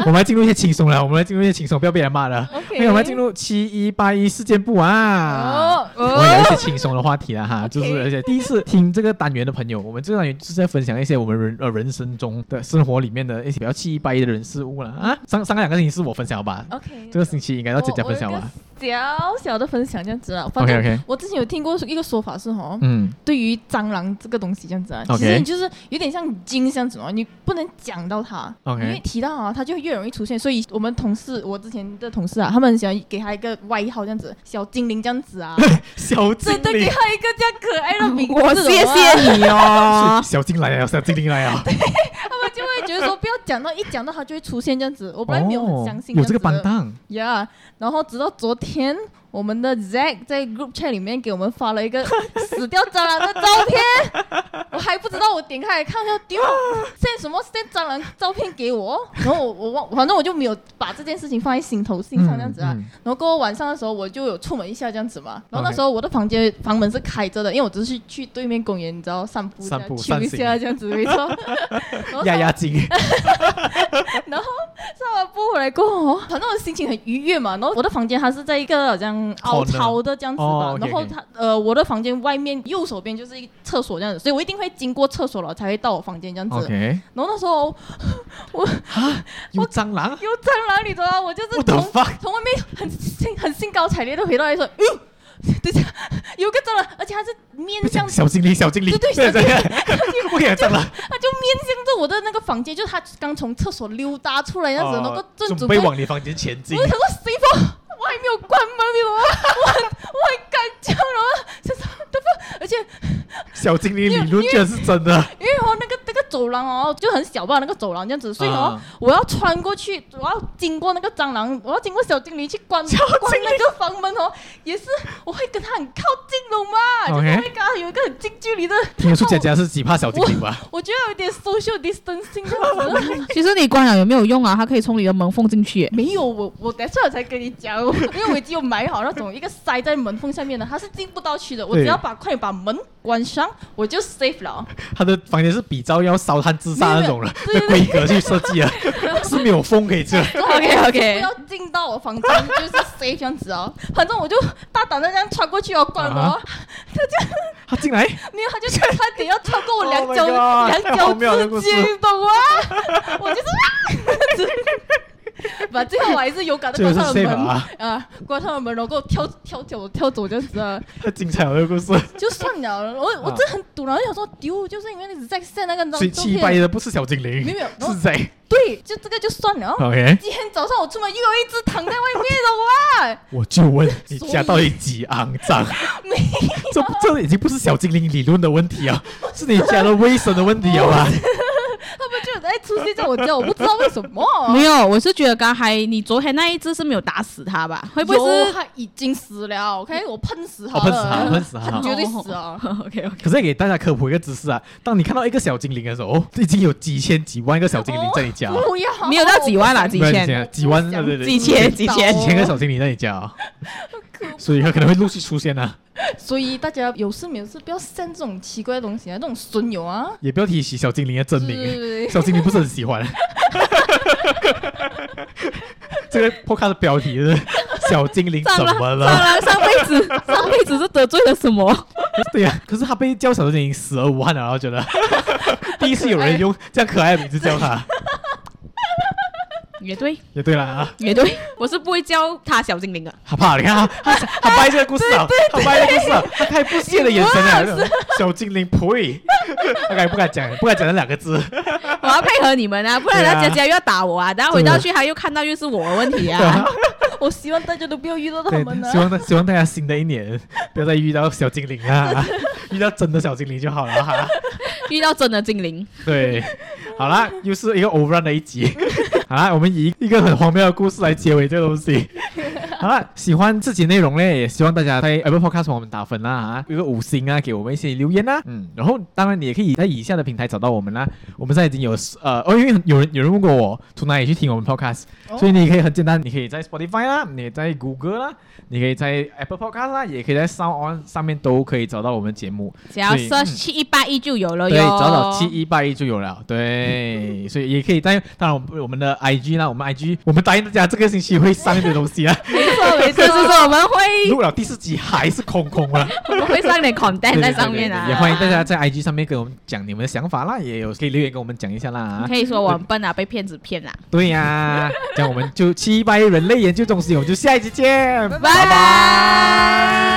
Speaker 1: 我们来进入一些轻松了，我们来进入一些轻松，不要被人骂了。哎
Speaker 5: OK，
Speaker 1: 那我们来进入七一八一事件部啊。
Speaker 5: 哦，
Speaker 1: 我们有一些轻松的话题了哈，就是而且第一次听这个单元的朋友，我们这个单元就是在分享一些我们人呃人生中的生活里面的一些比较七一八一的人事物了啊。上上个两个星期是我分享吧，
Speaker 5: OK，
Speaker 1: 这个星期应该到姐姐分享吧。
Speaker 5: 我有一个小小的分享这样子啦，反
Speaker 1: OK
Speaker 5: 正
Speaker 1: OK，
Speaker 5: 我之前有听过一个说法是哈，
Speaker 1: 嗯
Speaker 5: 对于蟑螂这个东西这样子啊
Speaker 1: OK
Speaker 5: 其实你就是有点像金这样子哦，你不能讲到它
Speaker 1: OK
Speaker 5: 因为提到啊，它就会越容易出现。所以我们同事，我之前的同事啊，他们很喜欢给他一个外号这样子，小精灵这样子啊，
Speaker 1: 小精
Speaker 5: 真的给
Speaker 1: 灵，。
Speaker 5: 他一个这样可爱的名字、啊
Speaker 3: 我谢谢你哦
Speaker 1: 小精灵来了，小精灵来了。
Speaker 5: 他们就会觉得说不要讲到，一讲到它就会出现这样子。我本来没有很相信
Speaker 1: 有哦这个
Speaker 5: 样
Speaker 1: 板
Speaker 5: 子的
Speaker 1: 凳，
Speaker 5: 呀。然后直到昨天，我们的 Zack 在 group chat 里面给我们发了 一个死掉蟑螂的照片，我还不知道，我点开来看，我就 丢 send 什么 send 蟑螂照片给我，然后我我忘，反正我就没有把这件事情放在心头心上这样子啊。
Speaker 1: 嗯
Speaker 5: 然后过后晚上的时候，我就有出门一下这样子嘛。然后那
Speaker 1: OK
Speaker 5: 时候我的房间房门是开着的，因为我只是去对面公园，你知道散步一下
Speaker 1: 散 步
Speaker 5: chill 一
Speaker 1: 散心
Speaker 5: 下这样子，没 错。然后
Speaker 1: 嗯压压惊。
Speaker 5: 上完步回来过哦后，反正我心情很愉悦嘛。然后我的房间它是在一个好像凹
Speaker 1: Corner
Speaker 5: 槽的这样子吧
Speaker 1: 哦，OK，OK
Speaker 5: 然后它呃我的房间外面右手边就是一个厕所这样子，所以我一定会经过厕所了才会到我房间这样子。
Speaker 1: OK，
Speaker 5: 然后那时候我
Speaker 1: 有蟑螂
Speaker 5: 有蟑螂，你知道吗？我就是
Speaker 1: ，What
Speaker 5: 从
Speaker 1: the fuck？
Speaker 5: 从外面很兴很兴高采烈的回到来说，哟、等一下有个蟑螂，而且它是面
Speaker 1: 不
Speaker 5: 向
Speaker 1: 讲小精灵，小精灵，
Speaker 5: 对对小精
Speaker 1: 对，不讲蟑螂，
Speaker 5: 它啊就面向着我的那个房间，就是它刚从厕所溜达出来这样子，然后
Speaker 1: 哦
Speaker 5: 正准
Speaker 1: 准
Speaker 5: 备
Speaker 1: 备往你房间前进
Speaker 5: 我。想说谁放？我还没有关门，你懂吗？我很我很敢讲，然后就是对不？而且
Speaker 1: 小精灵理论居然是真的，
Speaker 5: 因为哦那个那个走廊哦就很小吧，那个走廊这样子，所以哦、
Speaker 1: 啊
Speaker 5: 我要穿过去，我要经过那个蟑螂，我要经过小精灵去关关那个房门哦，也是我会跟他很靠近，懂吗？就是
Speaker 1: OK
Speaker 5: 我会跟他有一个很近距离的，
Speaker 1: 听得出佳佳是极怕小精灵吧？
Speaker 5: 我觉得有点 social distancing 这样子。
Speaker 2: 其实你关了有没有用啊？它可以从你的门缝进去耶。
Speaker 5: 没有，我我等一下才跟你讲， 因为我已经有买好那种一个塞在门缝下面的，它是进不到去的。我
Speaker 1: 对
Speaker 5: 只要把快点把门关上，我就 safe 了。
Speaker 1: 他的房间是比照要烧炭自杀那种了
Speaker 5: 没有
Speaker 1: 的规格去设计了，是没有风可以吹。
Speaker 5: OK OK，不要 进到我房间，就是 safe 这样子哦。 反正我就大胆的这样穿过去哦，关门
Speaker 1: 啊
Speaker 5: 哦。
Speaker 1: 他进来，
Speaker 5: 没有，他就差点要穿过我两 脚
Speaker 1: Oh my god，
Speaker 5: 两
Speaker 1: 好妙的
Speaker 5: 脚
Speaker 1: 故
Speaker 5: 之
Speaker 1: 事
Speaker 5: 间，你懂吗？我就是 啊，把最后我还是勇敢的
Speaker 1: 这个
Speaker 5: 关
Speaker 1: 是
Speaker 5: 上了
Speaker 1: safe
Speaker 5: 门
Speaker 1: 啊，
Speaker 5: 啊，关上了门，然后跳跳走跳走这样子啊。
Speaker 1: 太精彩了这个故事。
Speaker 5: 就算了，我我
Speaker 1: 啊
Speaker 5: 真的很堵然后想说丢，就是因为你在晒那个
Speaker 1: 所以
Speaker 5: 张照
Speaker 1: 七八一
Speaker 5: 片，
Speaker 1: 的不是小精灵，
Speaker 5: 没有没有然后哦
Speaker 1: 是谁
Speaker 5: 对，就这个就算了。
Speaker 1: ？OK，
Speaker 5: 今天早上我出门又有一只躺在外面的
Speaker 1: 我就问你
Speaker 5: 所以
Speaker 1: 家到底几肮脏？
Speaker 5: 没
Speaker 1: 这不这已经不是小精灵理论的问题啊，是你家的卫生的问题 好吧？
Speaker 5: 哇！他们就在出现在我家，我不知道为什么。
Speaker 2: 没有，我是觉得刚才你昨天那一只是没有打死它吧？会不会
Speaker 5: 有
Speaker 2: 是
Speaker 5: 它已经死了？OK，我喷死它
Speaker 1: 我哦喷死他，
Speaker 5: 了，
Speaker 1: 喷死
Speaker 2: 哦
Speaker 1: 他！
Speaker 5: 绝对死啊！
Speaker 2: ？OK OK，
Speaker 1: 可是也给大家科普一个知识啊，当你看到一个小精灵的时候，已经有几千几万个小精灵在你家，
Speaker 5: 不要，
Speaker 2: 哦没有到几万啦，啊几
Speaker 1: 没有
Speaker 2: 千，
Speaker 1: 几万
Speaker 5: 我不
Speaker 1: 对
Speaker 5: 想
Speaker 1: 对对，
Speaker 2: 哦几千，几千
Speaker 5: 知道。
Speaker 1: 几千个小精灵在你家啊，所以它可能会陆续出现啊，
Speaker 5: 所以大家有事没事不要晒这种奇怪的东西啊，这种损友啊。
Speaker 1: 也不要提起小精灵的真名，
Speaker 5: 对，
Speaker 1: 小精灵不是很喜 欢。这个 podcast 的标题是“小精灵怎么
Speaker 2: 当
Speaker 1: 了
Speaker 2: 然，上辈子上辈子是得罪了什么？”？
Speaker 1: 对呀、可是他被叫小精灵死而无憾了，然后 觉得第一次有人用这样可爱的名字叫他，
Speaker 2: 也对，
Speaker 1: 也对了啊。
Speaker 2: 也对，我是不会叫它小精灵的。
Speaker 1: 他怕，你看他，他他掰这个故事啊，他掰这个故事啊，他太不屑的眼神了，那种啊小精灵呸，他敢不敢讲，不敢讲那两个字，
Speaker 2: 我要配合你们啊，不然
Speaker 1: 对
Speaker 2: 他
Speaker 1: 啊
Speaker 2: 佳佳又要打我啊，等下回到去他又看到又是我的问题啊。
Speaker 5: 我希望大家都不要遇到他
Speaker 1: 对
Speaker 5: 们，啊呢
Speaker 1: 希。望大希望大家新的一年不要再遇到小精灵啊，遇到真的小精灵就好了哈。
Speaker 2: 遇到真的精灵，
Speaker 1: 对，好啦，又 是一个 overrun 的一集，好啦，我们以一个很荒谬的故事来结尾这个东西。 好了，喜欢自己内容呢，也希望大家在 Apple Podcast 帮我们打分啦啊，有个五星啊，给我们一些留言啦。嗯，然后当然你也可以在以下的平台找到我们啦。我们现在已经有呃，哦，因为有人有人问过我从哪里去听我们 Podcast，、
Speaker 5: 哦
Speaker 1: 所以你可以很简单，你可以在 Spotify 啦，你可以在谷歌啦，你可以在 Apple Podcast 啦，也可以在 Sound On 上面都可以找到我们节目。
Speaker 2: 只要
Speaker 1: 所以
Speaker 2: search 七一八一就呃有了哟。
Speaker 1: 对，找找七一八一就有了。对，所以也可以在当然我们我们的 IG 啦，我们 IG 我们答应大家这个星期会上面的东 西啊，
Speaker 2: 没错没错，就是我们会
Speaker 1: 录了第四集还是空空啊。
Speaker 2: 我们会上一点 content
Speaker 1: 对
Speaker 2: 在
Speaker 1: 对
Speaker 2: 上
Speaker 1: 对
Speaker 2: 面
Speaker 1: 对
Speaker 2: 啊。
Speaker 1: 也欢迎大家在 IG 上面跟我们讲你们的想法啦，也有可以留言跟我们讲一下啦啊。
Speaker 2: 可以说我很笨啊，被骗子骗啦。
Speaker 1: 对呀、这样我们就七一八一人类研究中心，我们就下一集见，
Speaker 2: 拜拜。